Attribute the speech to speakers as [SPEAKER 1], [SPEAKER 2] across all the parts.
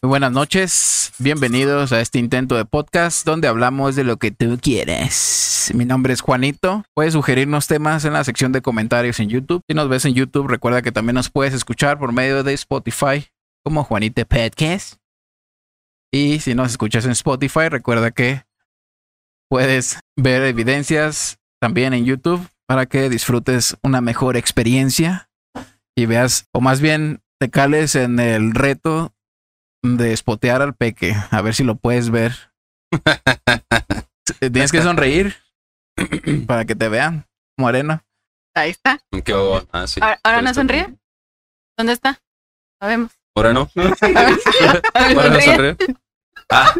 [SPEAKER 1] Muy buenas noches, bienvenidos a este intento de podcast donde hablamos de lo que tú quieres. Mi nombre es Juanito. Puedes sugerirnos temas en la sección de comentarios en YouTube. Si nos ves en YouTube, recuerda que también nos puedes escuchar por medio de Spotify como Juanite Podcast. Y si nos escuchas en Spotify, recuerda que puedes ver evidencias también en YouTube para que disfrutes una mejor experiencia y veas, o más bien te cales en el reto de espotear al peque, a ver si lo puedes ver. Tienes que sonreír para que te vean, morena.
[SPEAKER 2] Ahí está.
[SPEAKER 3] Qué bobo. Ah, sí.
[SPEAKER 2] Ahora, ahora
[SPEAKER 3] Ahí
[SPEAKER 2] no
[SPEAKER 3] está.
[SPEAKER 2] sonríe. ¿Dónde está? Sabemos.
[SPEAKER 3] Ahora no.
[SPEAKER 2] Ahora
[SPEAKER 3] Ahora no
[SPEAKER 2] sonríe.
[SPEAKER 3] sonríe. Ah,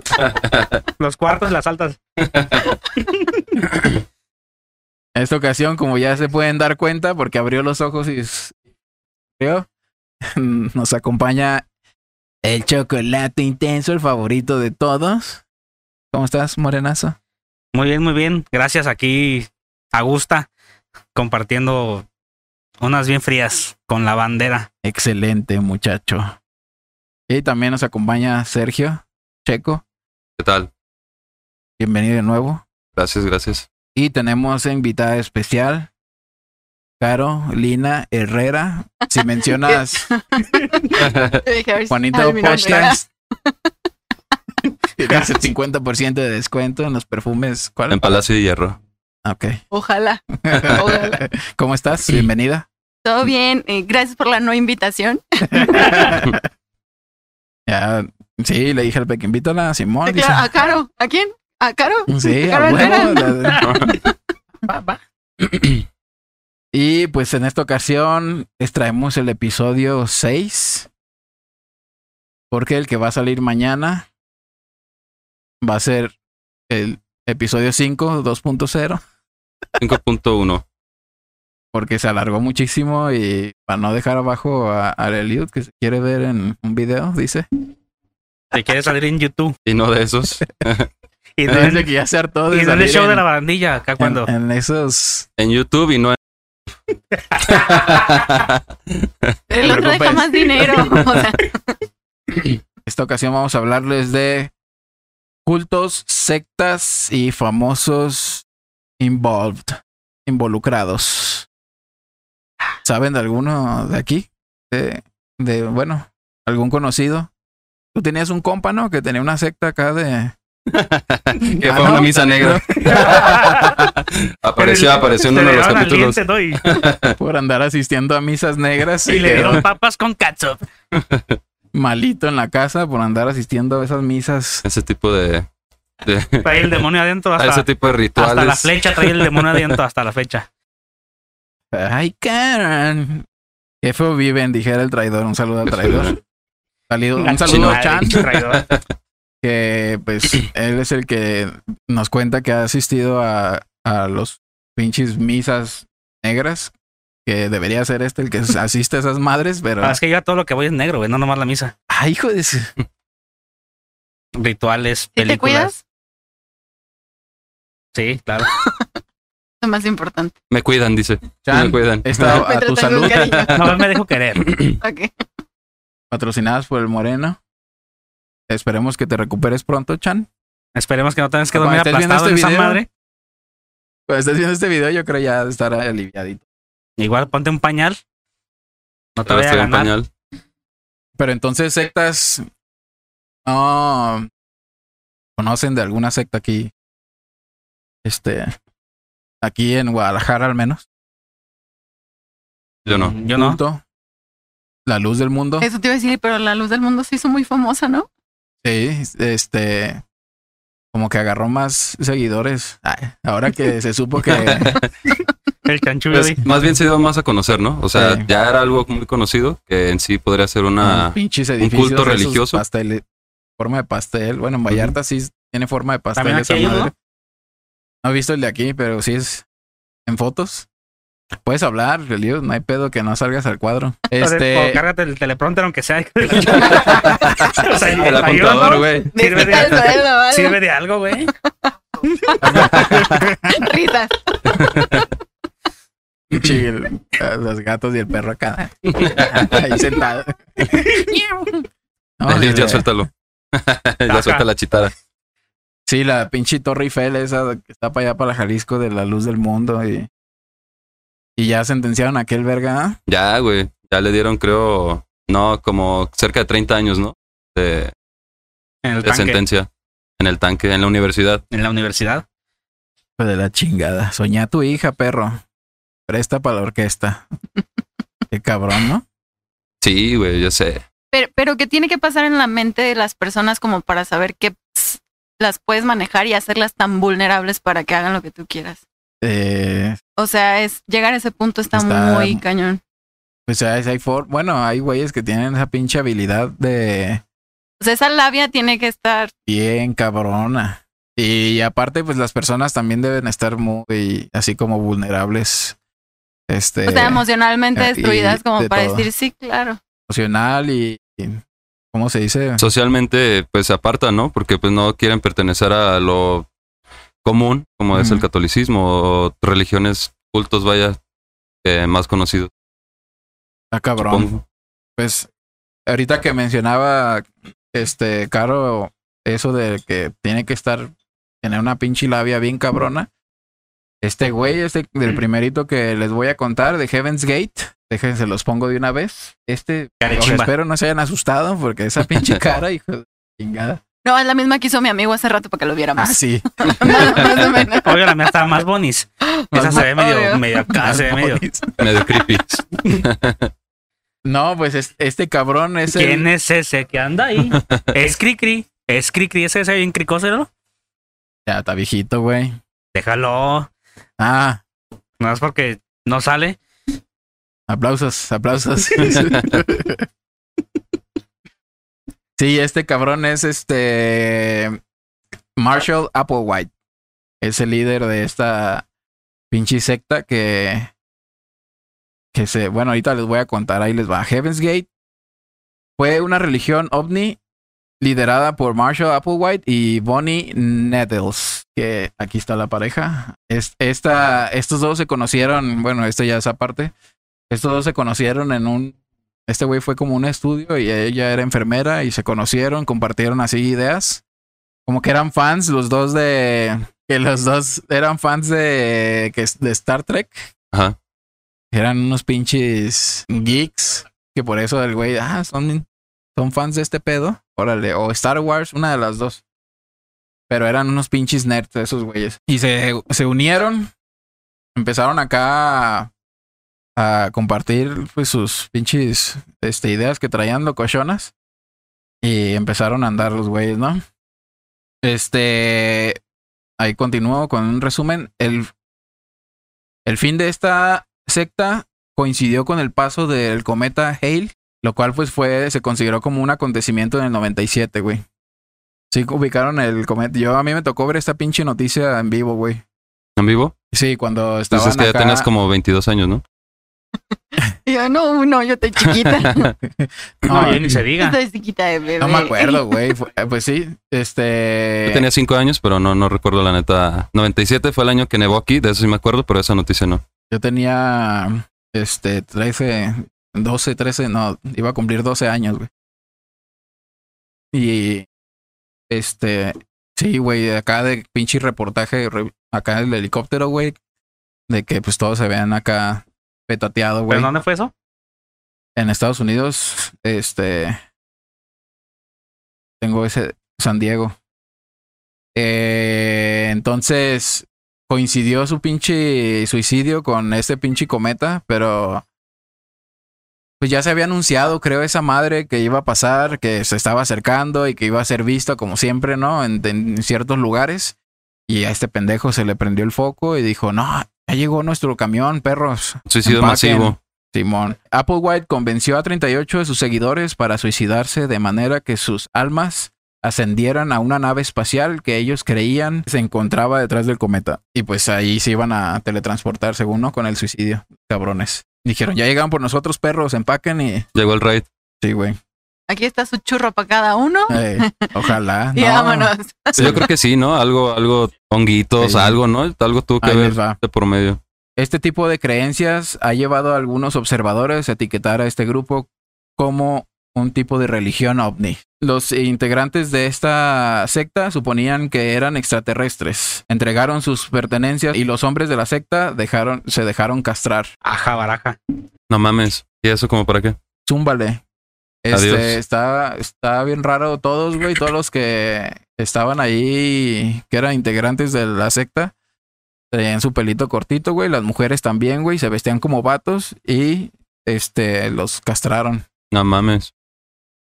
[SPEAKER 4] Los cuartos, las altas.
[SPEAKER 1] En esta ocasión, como ya se pueden dar cuenta, porque abrió los ojos y s- creo, nos acompaña el chocolate intenso, el favorito de todos. ¿Cómo estás, morenazo?
[SPEAKER 4] Muy bien, muy bien. Gracias aquí, Augusta, compartiendo unas bien frías con la bandera.
[SPEAKER 1] Excelente, muchacho. Y también nos acompaña Sergio Checo.
[SPEAKER 3] ¿Qué tal?
[SPEAKER 1] Bienvenido de nuevo.
[SPEAKER 3] Gracias, gracias.
[SPEAKER 1] Y tenemos invitada especial, Carolina Herrera. Si mencionas
[SPEAKER 2] Yo dije, a ver si
[SPEAKER 1] Juanito
[SPEAKER 2] sabe mi nombre.
[SPEAKER 1] Podcast, tienes el 50% de descuento en los perfumes. ¿Cuál? Ah,
[SPEAKER 3] En Palacio de Hierro.
[SPEAKER 1] Ok.
[SPEAKER 2] Ojalá. Ojalá.
[SPEAKER 1] ¿Cómo estás? Bienvenida.
[SPEAKER 2] Todo bien. eh, gracias por la no invitación.
[SPEAKER 1] Ya, sí, le dije al Peque, invítala a Simón.
[SPEAKER 2] Claro, a Caro. ¿A quién? ¿A Caro?
[SPEAKER 1] dice. sí, a
[SPEAKER 2] Carol
[SPEAKER 1] huevo, la-
[SPEAKER 2] Va, va.
[SPEAKER 1] Y pues en esta ocasión les traemos el episodio 6. Porque el que va a salir mañana va a ser el episodio 5, 2.0.
[SPEAKER 3] 5.1.
[SPEAKER 1] Porque se alargó muchísimo y para no dejar abajo a, a Eliud que se quiere ver en un video, dice.
[SPEAKER 4] Te quiere salir en YouTube.
[SPEAKER 3] Y no de esos.
[SPEAKER 4] Y no
[SPEAKER 1] Dice
[SPEAKER 4] en,
[SPEAKER 1] que ya se hartó de
[SPEAKER 4] y no en
[SPEAKER 1] salir
[SPEAKER 4] el show
[SPEAKER 1] en-
[SPEAKER 4] de la barandilla, acá
[SPEAKER 1] en-
[SPEAKER 4] cuando.
[SPEAKER 1] en esos...
[SPEAKER 3] En YouTube y no en.
[SPEAKER 2] El otro deja
[SPEAKER 1] preocupes.
[SPEAKER 2] más dinero. O sea,
[SPEAKER 1] Esta ocasión vamos a hablarles de cultos, sectas y famosos involved, involucrados. ¿Saben de alguno de aquí? De, de, bueno, algún conocido. Tú tenías un compa, ¿no? Que tenía una secta acá de...
[SPEAKER 3] que
[SPEAKER 1] Ah,
[SPEAKER 3] fue
[SPEAKER 1] no.
[SPEAKER 3] una misa negra. apareció, apareció en
[SPEAKER 4] Te
[SPEAKER 3] uno de los
[SPEAKER 4] dieron al
[SPEAKER 3] capítulos.
[SPEAKER 4] diente, ¿no? Y,
[SPEAKER 1] Por andar asistiendo a misas negras.
[SPEAKER 4] y
[SPEAKER 1] y
[SPEAKER 4] le
[SPEAKER 1] quedó
[SPEAKER 4] dieron papas con catsup.
[SPEAKER 1] malito en la casa por andar asistiendo a esas misas.
[SPEAKER 3] Ese tipo de. de-
[SPEAKER 4] Trae el demonio adentro
[SPEAKER 3] a ese
[SPEAKER 4] hasta,
[SPEAKER 3] tipo de
[SPEAKER 4] hasta la
[SPEAKER 3] rituales.
[SPEAKER 4] flecha, trae el demonio adentro hasta la fecha.
[SPEAKER 1] Ay, Karen. Qué feo viven, dijera el traidor. Un saludo al
[SPEAKER 3] Qué feo
[SPEAKER 1] traidor.
[SPEAKER 3] viven.
[SPEAKER 1] Salido- un
[SPEAKER 4] Gacho
[SPEAKER 1] saludo a
[SPEAKER 4] madre,
[SPEAKER 1] Chan,
[SPEAKER 4] traidor.
[SPEAKER 1] que pues él es el que nos cuenta que ha asistido a, a los pinches misas negras. Que debería ser este el que asiste a esas madres, pero.
[SPEAKER 4] Ah, es que yo a todo lo que voy es negro, güey, no nomás la misa.
[SPEAKER 1] ¡Ay, ah, hijo de su-
[SPEAKER 4] Rituales,
[SPEAKER 2] ¿Sí te
[SPEAKER 4] películas.
[SPEAKER 2] cuidas?
[SPEAKER 4] Sí, claro.
[SPEAKER 2] Lo más importante.
[SPEAKER 3] Me cuidan, dice. Me
[SPEAKER 1] Chan,
[SPEAKER 3] cuidan.
[SPEAKER 1] está
[SPEAKER 2] Me
[SPEAKER 1] a tu
[SPEAKER 2] tratan
[SPEAKER 1] salud,
[SPEAKER 2] con cariño.
[SPEAKER 4] No me dejo querer.
[SPEAKER 2] Ok.
[SPEAKER 1] patrocinadas por el Moreno. Esperemos que te recuperes pronto, Chan.
[SPEAKER 4] Esperemos que no tengas que
[SPEAKER 1] Cuando
[SPEAKER 4] dormir
[SPEAKER 1] estés viendo
[SPEAKER 4] aplastado
[SPEAKER 1] este
[SPEAKER 4] en esa
[SPEAKER 1] video.
[SPEAKER 4] madre.
[SPEAKER 1] Cuando estés viendo este video, yo creo ya estar aliviadito.
[SPEAKER 4] Igual ponte un pañal. No te
[SPEAKER 3] Ahora
[SPEAKER 4] voy a
[SPEAKER 3] estoy en
[SPEAKER 4] ganar.
[SPEAKER 3] pañal.
[SPEAKER 1] Pero entonces, sectas. No. ¿Conocen de alguna secta aquí? Este. Aquí en Guadalajara, al menos.
[SPEAKER 3] Yo no.
[SPEAKER 4] Yo no.
[SPEAKER 1] Culto. La luz del mundo.
[SPEAKER 2] Eso te iba a decir, pero la luz del mundo se hizo muy famosa, ¿no?
[SPEAKER 1] Sí, este. Como que agarró más seguidores. Ay, ahora que se supo que.
[SPEAKER 4] El chanchullo.
[SPEAKER 3] Pues,
[SPEAKER 4] di.
[SPEAKER 3] más bien se dio más a conocer, ¿no? O sea,
[SPEAKER 1] Sí.
[SPEAKER 3] ya era algo muy conocido que en sí podría ser una.
[SPEAKER 1] pinches
[SPEAKER 3] culto
[SPEAKER 1] edificios. esos
[SPEAKER 3] religioso.
[SPEAKER 1] Pastel, forma de pastel. Bueno, en Vallarta sí tiene forma de pastel.
[SPEAKER 4] También
[SPEAKER 1] esa
[SPEAKER 4] aquí hay
[SPEAKER 1] madre.
[SPEAKER 4] uno.
[SPEAKER 1] No he visto el de aquí, pero sí es en fotos. Puedes hablar, Eliud, no hay pedo que no salgas al cuadro.
[SPEAKER 4] Este...
[SPEAKER 1] Este,
[SPEAKER 4] Cárgate el teleprompter aunque sea. O sea,
[SPEAKER 3] El
[SPEAKER 4] ayúdanos.
[SPEAKER 3] apuntador, güey.
[SPEAKER 4] Sirve de-
[SPEAKER 2] Eso es lo malo.
[SPEAKER 4] Sirve de algo, güey.
[SPEAKER 2] Risas.
[SPEAKER 1] sí, el- los gatos y el perro acá. Ahí sentado.
[SPEAKER 3] Elliot, ya
[SPEAKER 1] Órale.
[SPEAKER 3] suéltalo. ya
[SPEAKER 4] Ajá.
[SPEAKER 3] suelta la chitara.
[SPEAKER 1] Sí, la pinche Torre Eiffel esa que está para allá, para la Jalisco, de la luz del mundo. Y, y ya sentenciaron a aquel verga. ¿ah?
[SPEAKER 3] Ya, güey. Ya le dieron, creo, no, como cerca de 30 años, ¿no? De,
[SPEAKER 4] En el
[SPEAKER 3] de
[SPEAKER 4] tanque,
[SPEAKER 3] sentencia. En el tanque, en la universidad.
[SPEAKER 4] en la universidad.
[SPEAKER 1] Hijo de la chingada. Soñá a tu hija, perro. Presta para la orquesta. Qué cabrón, ¿no?
[SPEAKER 3] Sí, güey, yo sé.
[SPEAKER 2] Pero, pero ¿qué tiene que pasar en la mente de las personas como para saber que ps, las puedes manejar y hacerlas tan vulnerables para que hagan lo que tú quieras?
[SPEAKER 1] Eh,
[SPEAKER 2] O sea, es llegar a ese punto está,
[SPEAKER 1] Está-
[SPEAKER 2] muy cañón.
[SPEAKER 1] pues hay, hay for- bueno, hay güeyes que tienen esa pinche habilidad de
[SPEAKER 2] O sea, esa labia tiene que estar
[SPEAKER 1] bien cabrona. Y aparte, pues las personas también deben estar muy así como vulnerables. Este.
[SPEAKER 2] o sea, emocionalmente
[SPEAKER 1] eh, y
[SPEAKER 2] destruidas como
[SPEAKER 1] de
[SPEAKER 2] para
[SPEAKER 1] todo.
[SPEAKER 2] decir, sí, claro.
[SPEAKER 1] emocional y, y- ¿cómo se dice?
[SPEAKER 3] Socialmente, pues se apartan, ¿no? Porque pues no quieren pertenecer a lo común, como es el
[SPEAKER 1] Ujú.
[SPEAKER 3] catolicismo, o religiones cultos, vaya, eh, más conocidos.
[SPEAKER 1] Está cabrón.
[SPEAKER 3] supongo.
[SPEAKER 1] Pues ahorita que mencionaba este Caro eso de que tiene que estar tener una pinche labia bien cabrona. Este güey, este del primerito que les voy a contar de Heaven's Gate, déjense los pongo de una vez. Este,
[SPEAKER 4] Carechimba.
[SPEAKER 1] o espero no se hayan asustado porque esa pinche cara, hijo de chingada.
[SPEAKER 2] No, es la misma que hizo mi amigo hace rato para que lo viera
[SPEAKER 1] Ah,
[SPEAKER 2] más.
[SPEAKER 1] sí.
[SPEAKER 2] Más o menos.
[SPEAKER 4] Oiga, la mía estaba más bonis. Esa se ve medio,
[SPEAKER 2] Obvio.
[SPEAKER 4] medio acá, se ve medio.
[SPEAKER 3] Medio creepy.
[SPEAKER 1] No, pues es- este cabrón es el-
[SPEAKER 4] ¿Quién es ese que anda ahí? Es Cricri. Es Cricri, ese ese bien cricoso, ¿no?
[SPEAKER 1] Ya está viejito, güey.
[SPEAKER 4] Déjalo.
[SPEAKER 1] Ah,
[SPEAKER 4] No es porque no sale.
[SPEAKER 1] Aplausos, aplausos. sí, este cabrón es este Marshall Applewhite. Es el líder de esta pinche secta que que se, bueno, ahorita les voy a contar, ahí les va. Heaven's Gate fue una religión ovni liderada por Marshall Applewhite y Bonnie Nettles, que aquí está la pareja. Es- esta, estos dos se conocieron, bueno, esto ya es aparte. Estos dos se conocieron en un. Este güey fue como un estudio y ella era enfermera y se conocieron, compartieron así ideas. Como que eran fans los dos de. Que los dos eran fans de, que es- de Star Trek.
[SPEAKER 3] Ajá.
[SPEAKER 1] Eran unos pinches geeks. Que por eso el güey, ah, son, son fans de este pedo. Órale. O Star Wars, una de las dos. Pero eran unos pinches nerds esos güeyes. Y se, se unieron. Empezaron acá a- a compartir pues sus pinches este, ideas que traían locochonas y empezaron a andar los güeyes, ¿no? Este, ahí continúo con un resumen. El, el fin de esta secta coincidió con el paso del cometa Hale, lo cual pues fue, se consideró como un acontecimiento en el 97, güey. Sí, ubicaron el cometa. Yo a mí me tocó ver esta pinche noticia en vivo, güey.
[SPEAKER 3] ¿En vivo?
[SPEAKER 1] Sí, cuando estaba...
[SPEAKER 3] Dices que ya tenías como 22 años, ¿no?
[SPEAKER 2] Y yo, no, no, yo estoy chiquita.
[SPEAKER 4] No, ya ni se diga.
[SPEAKER 2] estoy chiquita de bebé.
[SPEAKER 1] No me acuerdo, güey. Fue- eh, Pues sí,
[SPEAKER 3] Yo
[SPEAKER 1] este.
[SPEAKER 3] tenía 5 años, pero no, no recuerdo la neta. 97 fue el año que nevó aquí, de eso sí me acuerdo, pero esa noticia no.
[SPEAKER 1] Yo tenía. Este, 13, 12, 13, no, iba a cumplir 12 años, güey. Y. Este. Sí, güey, acá de pinche reportaje, re- acá el helicóptero, güey. De que pues todos se vean acá petateado, güey.
[SPEAKER 4] ¿Pero dónde fue eso?
[SPEAKER 1] en Estados Unidos, este, tengo ese San Diego. Eh, entonces coincidió su pinche suicidio con este pinche cometa, pero pues ya se había anunciado, creo, esa madre que iba a pasar, que se estaba acercando y que iba a ser vista como siempre, ¿no? En, en ciertos lugares. Y a este pendejo se le prendió el foco y dijo, no, ya llegó nuestro camión, perros.
[SPEAKER 3] Suicidio
[SPEAKER 1] Empaquen.
[SPEAKER 3] masivo.
[SPEAKER 1] Simón. Applewhite convenció a 38 de sus seguidores para suicidarse de manera que sus almas ascendieran a una nave espacial que ellos creían se encontraba detrás del cometa. Y pues ahí se iban a teletransportar, según ¿no? con el suicidio. Cabrones. Dijeron, ya llegan por nosotros, perros, empaquen y...
[SPEAKER 3] Llegó el raid.
[SPEAKER 1] Sí, güey.
[SPEAKER 2] Aquí está su churro para cada uno.
[SPEAKER 1] Ey, ojalá.
[SPEAKER 2] Y
[SPEAKER 1] Ah, no.
[SPEAKER 2] vámonos.
[SPEAKER 3] Yo creo que sí, ¿no? Algo, algo, honguitos,
[SPEAKER 1] Sí.
[SPEAKER 3] algo, ¿no? Algo tuvo que
[SPEAKER 1] Ahí
[SPEAKER 3] ver
[SPEAKER 1] les va.
[SPEAKER 3] de por medio.
[SPEAKER 1] Este tipo de creencias ha llevado a algunos observadores a etiquetar a este grupo como un tipo de religión ovni. Los integrantes de esta secta suponían que eran extraterrestres. Entregaron sus pertenencias y los hombres de la secta dejaron, se dejaron castrar.
[SPEAKER 4] Aja, baraja.
[SPEAKER 3] No mames. ¿Y eso como para qué?
[SPEAKER 1] Zúmbale.
[SPEAKER 3] Adiós.
[SPEAKER 1] Este, está, está bien raro todos, güey. Todos los que estaban ahí, que eran integrantes de la secta, tenían su pelito cortito, güey. Las mujeres también, güey. Se vestían como vatos y este, los castraron.
[SPEAKER 3] No mames.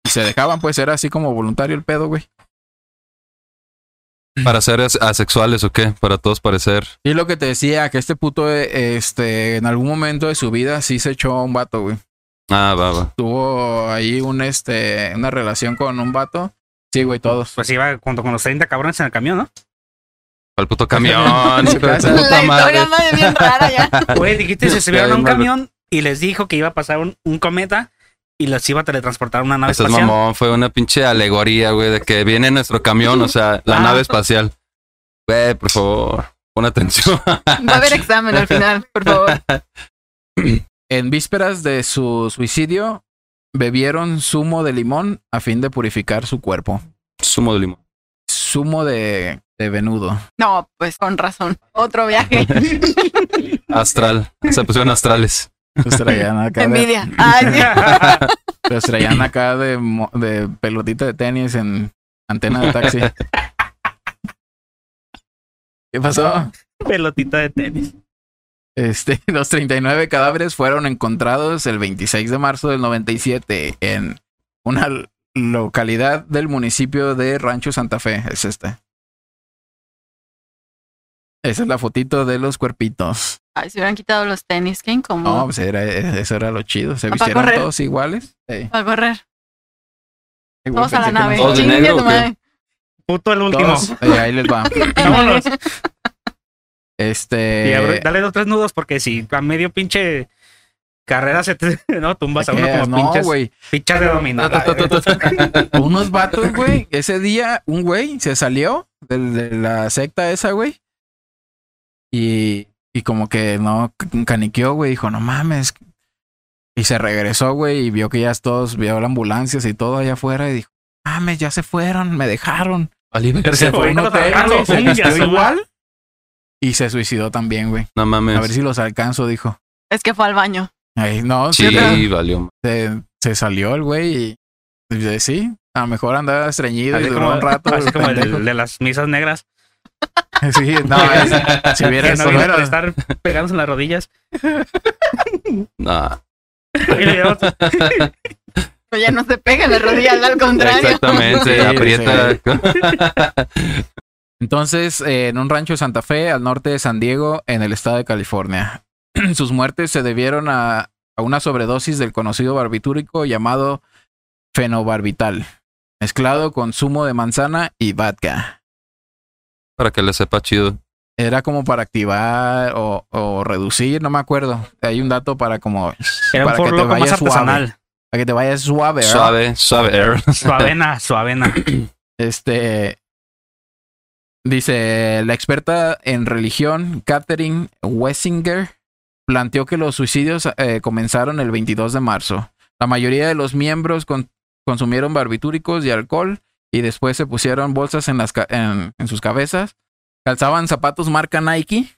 [SPEAKER 1] Y se dejaban, pues era así como voluntario el pedo, güey.
[SPEAKER 3] ¿Para ser as- asexuales o qué? Para todos parecer.
[SPEAKER 1] Y lo que te decía, que este puto, eh, este, en algún momento de su vida sí se echó a un vato, güey.
[SPEAKER 3] Ah, va, va.
[SPEAKER 1] Tuvo ahí un, este, una relación con un vato. Sí, güey, todos.
[SPEAKER 4] Pues iba junto con los 30 cabrones en el camión, ¿no?
[SPEAKER 3] Al puto camión. hijo de su
[SPEAKER 1] La
[SPEAKER 2] La
[SPEAKER 3] puta madre.
[SPEAKER 2] historia anda de bien rara ya.
[SPEAKER 4] Güey, dijiste se subieron
[SPEAKER 3] Ya,
[SPEAKER 4] a un
[SPEAKER 3] malo.
[SPEAKER 4] camión y les dijo que iba a pasar un, un cometa y los iba a teletransportar a una nave
[SPEAKER 3] Estás
[SPEAKER 4] espacial.
[SPEAKER 3] mamón, fue una pinche alegoría, güey, de que viene nuestro camión, o sea, la
[SPEAKER 4] Ah.
[SPEAKER 3] nave espacial. Güey, por favor, pon atención.
[SPEAKER 2] Va a haber examen al final, por favor.
[SPEAKER 1] En vísperas de su suicidio, bebieron zumo de limón a fin de purificar su cuerpo.
[SPEAKER 3] Zumo de limón.
[SPEAKER 1] Zumo de, de venudo.
[SPEAKER 2] No, pues con razón. Otro viaje.
[SPEAKER 3] Astral. Se pusieron astrales.
[SPEAKER 1] Los traían acá de,
[SPEAKER 2] Envidia. Ay, sí.
[SPEAKER 1] los traían acá de, mo- de pelotita de tenis en antena de taxi. ¿Qué pasó?
[SPEAKER 4] Pelotita de tenis.
[SPEAKER 1] Este, los 39 cadáveres fueron encontrados el 26 de marzo del 97 en una l- localidad del municipio de Rancho Santa Fe. Es esta. Esa es la fotito de los cuerpitos.
[SPEAKER 2] Ay, se hubieran quitado los tenis, qué
[SPEAKER 1] No,
[SPEAKER 2] incómodo.
[SPEAKER 1] pues era, eso era lo chido. Se
[SPEAKER 2] ¿Para
[SPEAKER 1] vistieron
[SPEAKER 2] correr?
[SPEAKER 1] todos iguales. Sí.
[SPEAKER 2] Va a correr.
[SPEAKER 1] Ay, güey,
[SPEAKER 2] Vamos a
[SPEAKER 1] pensé
[SPEAKER 2] la
[SPEAKER 1] que
[SPEAKER 2] nave.
[SPEAKER 1] no-
[SPEAKER 3] ¿Todos de
[SPEAKER 2] Chingue
[SPEAKER 3] negro
[SPEAKER 2] tu
[SPEAKER 3] o qué?
[SPEAKER 2] madre.
[SPEAKER 4] Puto el último.
[SPEAKER 1] todos- eh, ahí les va.
[SPEAKER 4] Vámonos. Y abre-
[SPEAKER 1] Este.
[SPEAKER 4] dale dos, tres nudos porque si a medio pinche carrera se te... No, tumbas a uno
[SPEAKER 1] eh,
[SPEAKER 4] como
[SPEAKER 1] No,
[SPEAKER 4] pinches
[SPEAKER 1] güey.
[SPEAKER 4] fichas de
[SPEAKER 1] Ah,
[SPEAKER 4] dominó.
[SPEAKER 3] Ta, ta, ta, ta, ta.
[SPEAKER 1] Unos vatos, güey. Ese día, un güey se salió del- de, la secta esa, güey. Y, y como que no c- caniqueó, güey. Dijo, no mames. Y se regresó, güey. Y vio que ya todos, vio las ambulancias y todo allá afuera. Y dijo, mames, ya se fueron, me dejaron.
[SPEAKER 3] Vale,
[SPEAKER 1] Se
[SPEAKER 3] verga.
[SPEAKER 1] fue a un
[SPEAKER 4] Ahorita los
[SPEAKER 1] hotel,
[SPEAKER 4] alcanzo,
[SPEAKER 1] güey, se
[SPEAKER 4] pum, ya
[SPEAKER 1] vistió
[SPEAKER 4] se va.
[SPEAKER 1] igual. Y se suicidó también, güey.
[SPEAKER 3] No
[SPEAKER 1] A ver
[SPEAKER 3] mames.
[SPEAKER 1] si los alcanzo, dijo.
[SPEAKER 2] Es que fue al baño.
[SPEAKER 1] Ay, no, sí,
[SPEAKER 3] Sí, valió.
[SPEAKER 1] se, se salió el güey y, y sí, a lo mejor andaba estreñido y
[SPEAKER 4] Así
[SPEAKER 1] duró
[SPEAKER 4] como,
[SPEAKER 1] un rato.
[SPEAKER 4] así
[SPEAKER 1] el
[SPEAKER 4] como
[SPEAKER 1] pendejo.
[SPEAKER 4] el de las misas negras.
[SPEAKER 1] Sí, no, es- si
[SPEAKER 4] Que
[SPEAKER 1] hubiera
[SPEAKER 4] no
[SPEAKER 1] solo
[SPEAKER 4] viene por
[SPEAKER 1] era-
[SPEAKER 4] estar pegándose en las rodillas.
[SPEAKER 3] Nah.
[SPEAKER 4] Y le llevamos-
[SPEAKER 2] Pero ya no se pega en la rodilla, al contrario.
[SPEAKER 3] Exactamente,
[SPEAKER 1] Sí,
[SPEAKER 3] aprieta.
[SPEAKER 1] Entonces, eh, en un rancho de Santa Fe, al norte de San Diego, en el estado de California. Sus muertes se debieron a, a una sobredosis del conocido barbitúrico llamado fenobarbital, mezclado con zumo de manzana y vodka.
[SPEAKER 3] Para que le sepa chido.
[SPEAKER 1] Era como para activar o, o reducir, no me acuerdo. Hay un dato para como
[SPEAKER 4] Era un
[SPEAKER 1] Para que te
[SPEAKER 4] forloco más
[SPEAKER 1] vayas suave.
[SPEAKER 4] artesanal.
[SPEAKER 1] para que te vayas suave, ¿verdad?
[SPEAKER 3] Suave, suave. er.
[SPEAKER 4] Suavena, suavena.
[SPEAKER 1] Este. Dice la experta en religión, Catherine Wessinger, planteó que los suicidios eh, comenzaron el 22 de marzo. La mayoría de los miembros con- consumieron barbitúricos y alcohol y después se pusieron bolsas en, las ca- en, en sus cabezas, calzaban zapatos marca Nike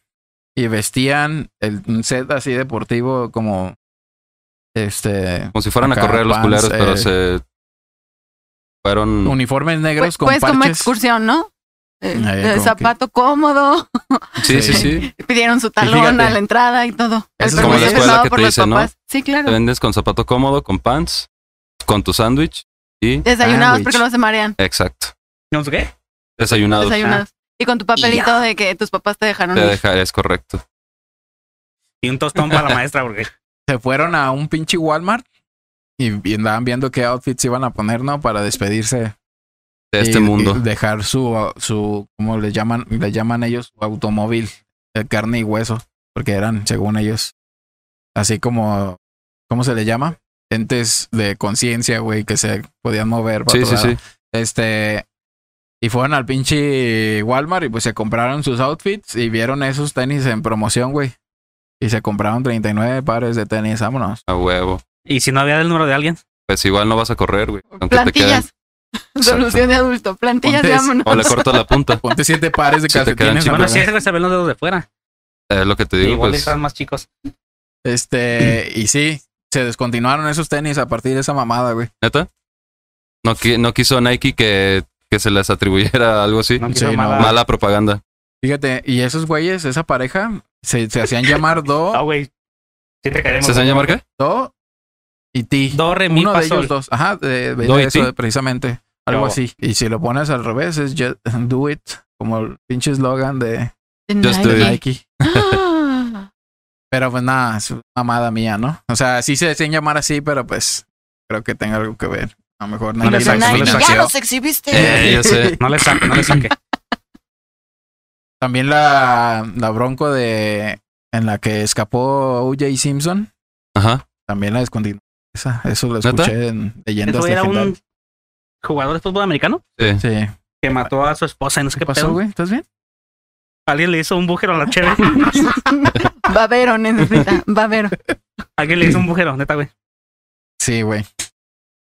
[SPEAKER 1] y vestían el, un set así deportivo como este
[SPEAKER 3] Como si fueran a
[SPEAKER 1] Acá,
[SPEAKER 3] correr los
[SPEAKER 1] pants,
[SPEAKER 3] culeros, pero
[SPEAKER 1] eh.
[SPEAKER 3] se fueron
[SPEAKER 1] uniformes negros
[SPEAKER 2] Pues,
[SPEAKER 1] con
[SPEAKER 2] pues como
[SPEAKER 1] parches.
[SPEAKER 2] excursión, ¿no? Eh,
[SPEAKER 1] Ahí,
[SPEAKER 2] eh,
[SPEAKER 1] como
[SPEAKER 2] zapato cómodo,
[SPEAKER 3] Sí, sí,
[SPEAKER 1] Sí.
[SPEAKER 3] sí.
[SPEAKER 2] pidieron su talón
[SPEAKER 1] fíjate.
[SPEAKER 2] a la entrada y todo. El
[SPEAKER 1] Eso es como la
[SPEAKER 2] permiso
[SPEAKER 1] escuela
[SPEAKER 2] firmado
[SPEAKER 3] que te
[SPEAKER 2] por los
[SPEAKER 3] dicen, ¿no?
[SPEAKER 2] papás. Sí,
[SPEAKER 3] Te
[SPEAKER 2] claro.
[SPEAKER 3] vendes con zapato cómodo, con pants, con tu sándwich y.
[SPEAKER 2] Desayunados
[SPEAKER 1] Sándwich.
[SPEAKER 2] porque no se marean.
[SPEAKER 3] Exacto.
[SPEAKER 4] ¿No sé qué?
[SPEAKER 3] Desayunado.
[SPEAKER 2] Desayunados. Y con tu papelito de que tus papás te dejaron.
[SPEAKER 3] Te
[SPEAKER 2] ir.
[SPEAKER 3] deja, es correcto.
[SPEAKER 4] Y un tostón para la maestra porque
[SPEAKER 1] se fueron a un pinche Walmart y, y andaban viendo qué outfits iban a poner, ¿no? Para despedirse.
[SPEAKER 3] De este
[SPEAKER 1] y-
[SPEAKER 3] mundo.
[SPEAKER 1] y dejar su, su, ¿cómo le llaman? Le llaman ellos su automóvil de carne y hueso, porque eran, según ellos, así como, ¿cómo se le llama? Entes de conciencia, güey, que se podían mover. para
[SPEAKER 3] sí,
[SPEAKER 1] otro
[SPEAKER 3] sí,
[SPEAKER 1] lado.
[SPEAKER 3] sí.
[SPEAKER 1] Este. Y fueron al pinche Walmart y pues se compraron sus outfits y vieron esos tenis en promoción, güey. Y se compraron 39 pares de tenis, vámonos.
[SPEAKER 3] A huevo.
[SPEAKER 4] Y si no había el número de alguien,
[SPEAKER 3] Pues igual no vas a correr, güey. Aunque te queden.
[SPEAKER 2] Plantillas. Solución de adulto. Plantillas,
[SPEAKER 1] Ponte-
[SPEAKER 2] vámonos.
[SPEAKER 3] O le cortas la punta.
[SPEAKER 1] Ponte siete pares de
[SPEAKER 3] Si te quedan ¿eh?
[SPEAKER 1] calcetines.
[SPEAKER 3] Sí,
[SPEAKER 4] bueno,
[SPEAKER 1] amigo.
[SPEAKER 4] sí, ese güey se ven los dedos de fuera.
[SPEAKER 3] Es lo que te digo,
[SPEAKER 4] Igual
[SPEAKER 3] pues.
[SPEAKER 4] están más chicos.
[SPEAKER 1] Este, y sí, se descontinuaron esos tenis a partir de esa mamada, güey.
[SPEAKER 3] ¿Neta? No, qui- no quiso Nike que, que se les atribuyera algo así.
[SPEAKER 4] No
[SPEAKER 1] Sí,
[SPEAKER 4] quiero
[SPEAKER 1] no.
[SPEAKER 4] mala-
[SPEAKER 3] Mala propaganda.
[SPEAKER 1] Fíjate, y esos güeyes, esa pareja, se, se hacían llamar
[SPEAKER 4] Ah,
[SPEAKER 1] Do,
[SPEAKER 4] güey. Sí te queremos.
[SPEAKER 3] ¿Se hacen llamar qué?
[SPEAKER 1] Do y Ti.
[SPEAKER 4] Do, re, mi,
[SPEAKER 1] Uno
[SPEAKER 4] fa,
[SPEAKER 1] de ellos
[SPEAKER 4] sol.
[SPEAKER 1] dos. Ajá, de, de
[SPEAKER 3] Do y
[SPEAKER 1] eso
[SPEAKER 3] Ti.
[SPEAKER 1] de- precisamente. Algo
[SPEAKER 4] Bravo.
[SPEAKER 1] así. Y si lo pones al revés, es just do it, como el pinche eslogan de
[SPEAKER 2] De
[SPEAKER 3] Just do
[SPEAKER 2] Nike.
[SPEAKER 3] it. Sí.
[SPEAKER 1] Nike.
[SPEAKER 2] Ah,
[SPEAKER 1] Pero pues nada, es mamada mía, ¿no? O sea, sí se decían llamar así, pero pues creo que tenga algo que ver. A lo mejor
[SPEAKER 4] No
[SPEAKER 1] Nike
[SPEAKER 4] les saques, no
[SPEAKER 2] Nike,
[SPEAKER 4] les
[SPEAKER 1] saqueó.
[SPEAKER 4] saques.
[SPEAKER 2] ya los exhibiste.
[SPEAKER 3] Eh, yo sé.
[SPEAKER 4] No le saque, no le saque.
[SPEAKER 1] También la, la bronco de en la que escapó OJ Simpson,
[SPEAKER 3] Ajá.
[SPEAKER 1] también la descontinuó. Esa, eso lo
[SPEAKER 3] ¿Neta?
[SPEAKER 1] escuché en
[SPEAKER 4] Ese
[SPEAKER 1] leyendas
[SPEAKER 4] güey era un
[SPEAKER 1] legendarias.
[SPEAKER 4] jugador de fútbol americano
[SPEAKER 3] Sí.
[SPEAKER 1] Sí.
[SPEAKER 4] que mató a su esposa y no sé
[SPEAKER 1] Pues, ¿Qué
[SPEAKER 4] qué
[SPEAKER 1] pasó,
[SPEAKER 4] pedo.
[SPEAKER 1] güey? ¿Estás bien?
[SPEAKER 4] Alguien le hizo un bujero a la cheve.
[SPEAKER 2] Babero, necesita. Babero.
[SPEAKER 4] Alguien le hizo un bujero, neta, güey.
[SPEAKER 1] Sí, güey.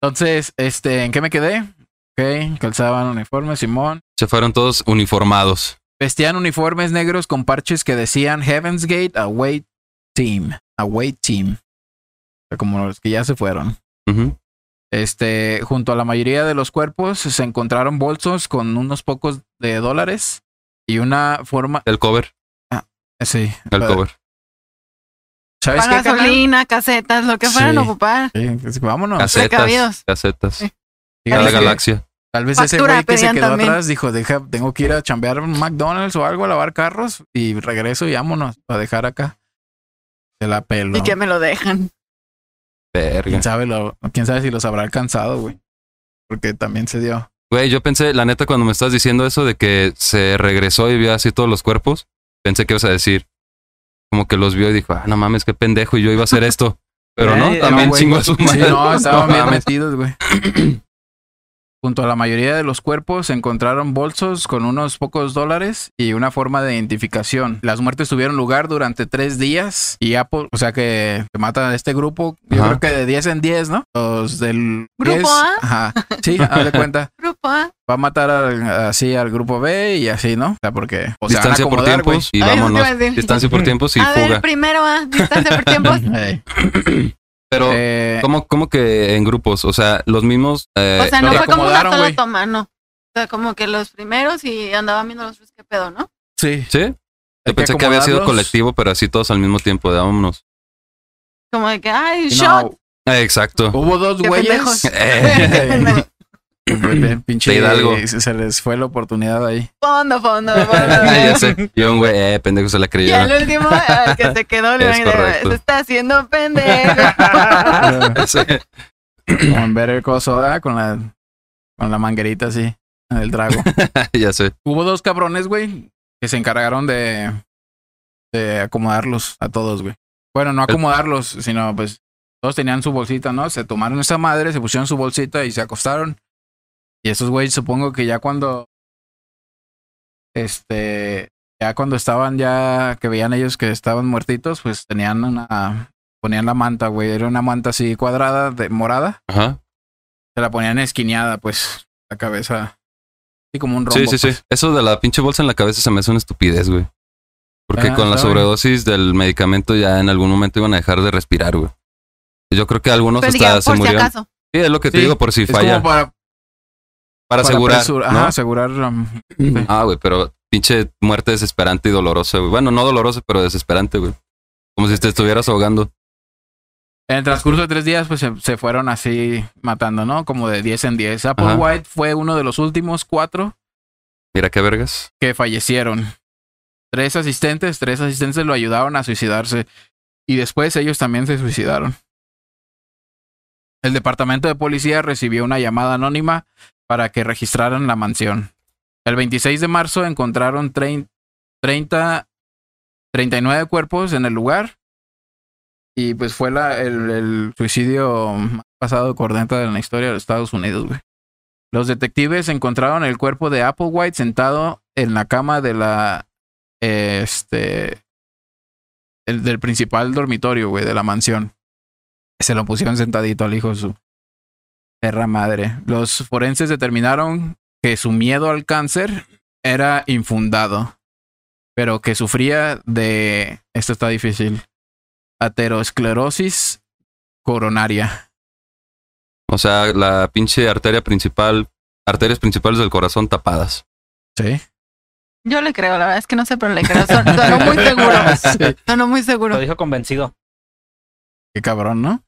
[SPEAKER 1] Entonces, este, ¿en qué me quedé? Ok, calzaban uniformes, Simón.
[SPEAKER 3] Se fueron todos uniformados.
[SPEAKER 1] Vestían uniformes negros con parches que decían Heaven's Gate Away Team. Away Team. O sea, como los que ya se fueron.
[SPEAKER 3] Ujú.
[SPEAKER 1] Este, junto a la mayoría de los cuerpos se encontraron bolsos con unos pocos de dólares y una forma. eh,
[SPEAKER 3] El cover.
[SPEAKER 1] Sí.
[SPEAKER 3] El
[SPEAKER 1] la-
[SPEAKER 3] cover.
[SPEAKER 1] ¿Sabes
[SPEAKER 2] Para
[SPEAKER 1] qué? carnal?
[SPEAKER 2] gasolina, casetas, lo que fueran
[SPEAKER 1] Sí.
[SPEAKER 2] a ocupar.
[SPEAKER 1] Sí, sí, vámonos.
[SPEAKER 3] Casetas.
[SPEAKER 2] Precavidos.
[SPEAKER 3] Casetas.
[SPEAKER 2] Sí.
[SPEAKER 3] A
[SPEAKER 1] Fíjate
[SPEAKER 3] la
[SPEAKER 1] que
[SPEAKER 3] galaxia.
[SPEAKER 1] Tal vez ese
[SPEAKER 2] Factura
[SPEAKER 1] güey que se
[SPEAKER 2] pedían
[SPEAKER 1] quedó
[SPEAKER 2] también.
[SPEAKER 1] atrás dijo: Deja, tengo que ir a chambear un McDonald's o algo a lavar carros y regreso y vámonos para dejar acá. Se la pelo.
[SPEAKER 2] Y que me lo dejan.
[SPEAKER 3] Verga.
[SPEAKER 1] ¿Quién sabe, lo, quién sabe si los habrá alcanzado, güey. Porque también se dio.
[SPEAKER 3] Güey, yo pensé, la neta, cuando me estás diciendo eso de que se regresó y vio así todos los cuerpos, pensé que ibas a decir, como que los vio y dijo, ah, no mames, qué pendejo, y yo iba a hacer esto. Pero no,
[SPEAKER 4] Eh,
[SPEAKER 3] también
[SPEAKER 1] No, güey.
[SPEAKER 3] chingo a su
[SPEAKER 1] Sí,
[SPEAKER 3] madre.
[SPEAKER 1] no, estaban bien
[SPEAKER 3] mames.
[SPEAKER 1] metidos, güey. Junto a la mayoría de los cuerpos se encontraron bolsos con unos pocos dólares y una forma de identificación. Las muertes tuvieron lugar durante tres días y ya, po- o sea que se mata a este grupo, yo
[SPEAKER 3] Ajá.
[SPEAKER 1] creo que de 10 en 10, ¿no? Los del
[SPEAKER 2] Grupo
[SPEAKER 1] 10,
[SPEAKER 2] A.
[SPEAKER 1] Ajá. Sí, haz de cuenta.
[SPEAKER 2] Grupo A.
[SPEAKER 1] Va a matar al- así al grupo B y así, ¿no? O sea, porque o se van a
[SPEAKER 3] Distancia por
[SPEAKER 1] acomodar,
[SPEAKER 3] tiempos y
[SPEAKER 2] Ay, eso te
[SPEAKER 3] vámonos.
[SPEAKER 2] iba a decir.
[SPEAKER 3] Distancia por tiempos y
[SPEAKER 2] Mm. a ver,
[SPEAKER 3] fuga.
[SPEAKER 2] primero A. Distancia por tiempos.
[SPEAKER 1] güey. Ey.
[SPEAKER 3] Pero,
[SPEAKER 1] Eh,
[SPEAKER 3] ¿cómo, ¿cómo que en grupos? O sea, los mismos. eh,
[SPEAKER 2] O sea, no
[SPEAKER 1] lo
[SPEAKER 2] fue como una
[SPEAKER 1] acomodaron,
[SPEAKER 2] sola
[SPEAKER 1] güey.
[SPEAKER 2] toma, no. O sea, como que los primeros y andaban viendo los otros qué pedo, ¿no?
[SPEAKER 1] sí.
[SPEAKER 3] ¿Sí?
[SPEAKER 1] hay
[SPEAKER 3] Yo pensé que había sido
[SPEAKER 1] acomodarlos.
[SPEAKER 3] colectivo, pero así todos al mismo tiempo, de vámonos.
[SPEAKER 2] Como de que, ay,
[SPEAKER 1] No,
[SPEAKER 2] shot.
[SPEAKER 3] Eh, exacto.
[SPEAKER 1] hubo dos
[SPEAKER 2] Qué
[SPEAKER 1] güeyes.
[SPEAKER 2] pendejos.
[SPEAKER 1] Eh, Pinche
[SPEAKER 3] De Hidalgo.
[SPEAKER 1] Se se les fue la oportunidad ahí.
[SPEAKER 2] fondo, fondo,
[SPEAKER 3] Ah, ya
[SPEAKER 2] fondo.
[SPEAKER 3] sé. Yo, un güey, eh, pendejo, se la
[SPEAKER 2] Y
[SPEAKER 3] creyeron.
[SPEAKER 2] al último, al que se quedó, le
[SPEAKER 3] Es
[SPEAKER 2] van a decir,
[SPEAKER 3] correcto.
[SPEAKER 2] se está haciendo pendejo.
[SPEAKER 3] Sí.
[SPEAKER 1] Como en Better Call Saul, ah, con la, con la manguerita así, en el trago.
[SPEAKER 3] ya sé.
[SPEAKER 1] Hubo dos cabrones, güey, que se encargaron de, de acomodarlos a todos, güey. Bueno, no acomodarlos, sino pues todos tenían su bolsita, ¿no? Se tomaron esa madre, se pusieron su bolsita y se acostaron. Y esos güeyes supongo que ya cuando... Este... Ya cuando estaban ya, que veían ellos que estaban muertitos, pues tenían una... Ponían la manta, güey. Era una manta así cuadrada, de morada.
[SPEAKER 3] Ajá.
[SPEAKER 1] Se la ponían esquineada, pues, la cabeza. Así como un rombo.
[SPEAKER 3] Sí, sí, sí.
[SPEAKER 1] pues.
[SPEAKER 3] Eso de la pinche bolsa en la cabeza se me hace una estupidez, güey. Porque
[SPEAKER 1] Ah,
[SPEAKER 3] con la
[SPEAKER 1] está bien.
[SPEAKER 3] sobredosis del medicamento ya en algún momento iban a dejar de respirar, güey. Yo creo que algunos
[SPEAKER 2] Pero
[SPEAKER 3] hasta
[SPEAKER 2] diga,
[SPEAKER 3] se
[SPEAKER 2] por si
[SPEAKER 3] murieron.
[SPEAKER 2] acaso.
[SPEAKER 3] sí, es lo que te
[SPEAKER 1] Sí,
[SPEAKER 3] digo, por si
[SPEAKER 1] Es
[SPEAKER 3] falla.
[SPEAKER 1] como
[SPEAKER 3] Para,
[SPEAKER 1] para, para
[SPEAKER 3] asegurar.
[SPEAKER 1] apresur-
[SPEAKER 3] ¿no?
[SPEAKER 1] Ajá, asegurar. um,
[SPEAKER 3] Ah, güey, pero pinche muerte desesperante y dolorosa, güey. Bueno, no dolorosa, pero desesperante, güey. Como si te estuvieras ahogando.
[SPEAKER 1] En el transcurso de tres días, pues se, se fueron así matando, ¿no? Como de 10 en 10. Apple
[SPEAKER 3] Ajá.
[SPEAKER 1] White fue uno de los últimos cuatro
[SPEAKER 3] Mira qué vergas.
[SPEAKER 1] que fallecieron. Tres asistentes, tres asistentes lo ayudaron a suicidarse. Y después ellos también se suicidaron. El departamento de policía recibió una llamada anónima para que registraran la mansión. El 26 de marzo encontraron trein- 30, 39 cuerpos en el lugar. Y pues fue la, el, el suicidio más pasado cordiente de la historia de los Estados Unidos, güey. Los detectives encontraron el cuerpo de Applewhite sentado en la cama de la. eh, Este. el- del principal dormitorio, güey, de la mansión. Se lo pusieron sentadito al hijo de su. Perra madre. Los forenses determinaron que su miedo al cáncer era infundado, pero que sufría de, esto está difícil, aterosclerosis coronaria.
[SPEAKER 3] O sea, la pinche arteria principal, arterias principales del corazón tapadas.
[SPEAKER 1] Sí.
[SPEAKER 2] Yo le creo, la verdad es que no sé, pero le creo. Son- Sonó muy seguro.
[SPEAKER 1] Sí.
[SPEAKER 2] Sonó muy
[SPEAKER 4] Lo
[SPEAKER 2] seguro.
[SPEAKER 4] dijo convencido.
[SPEAKER 1] Qué cabrón, ¿no?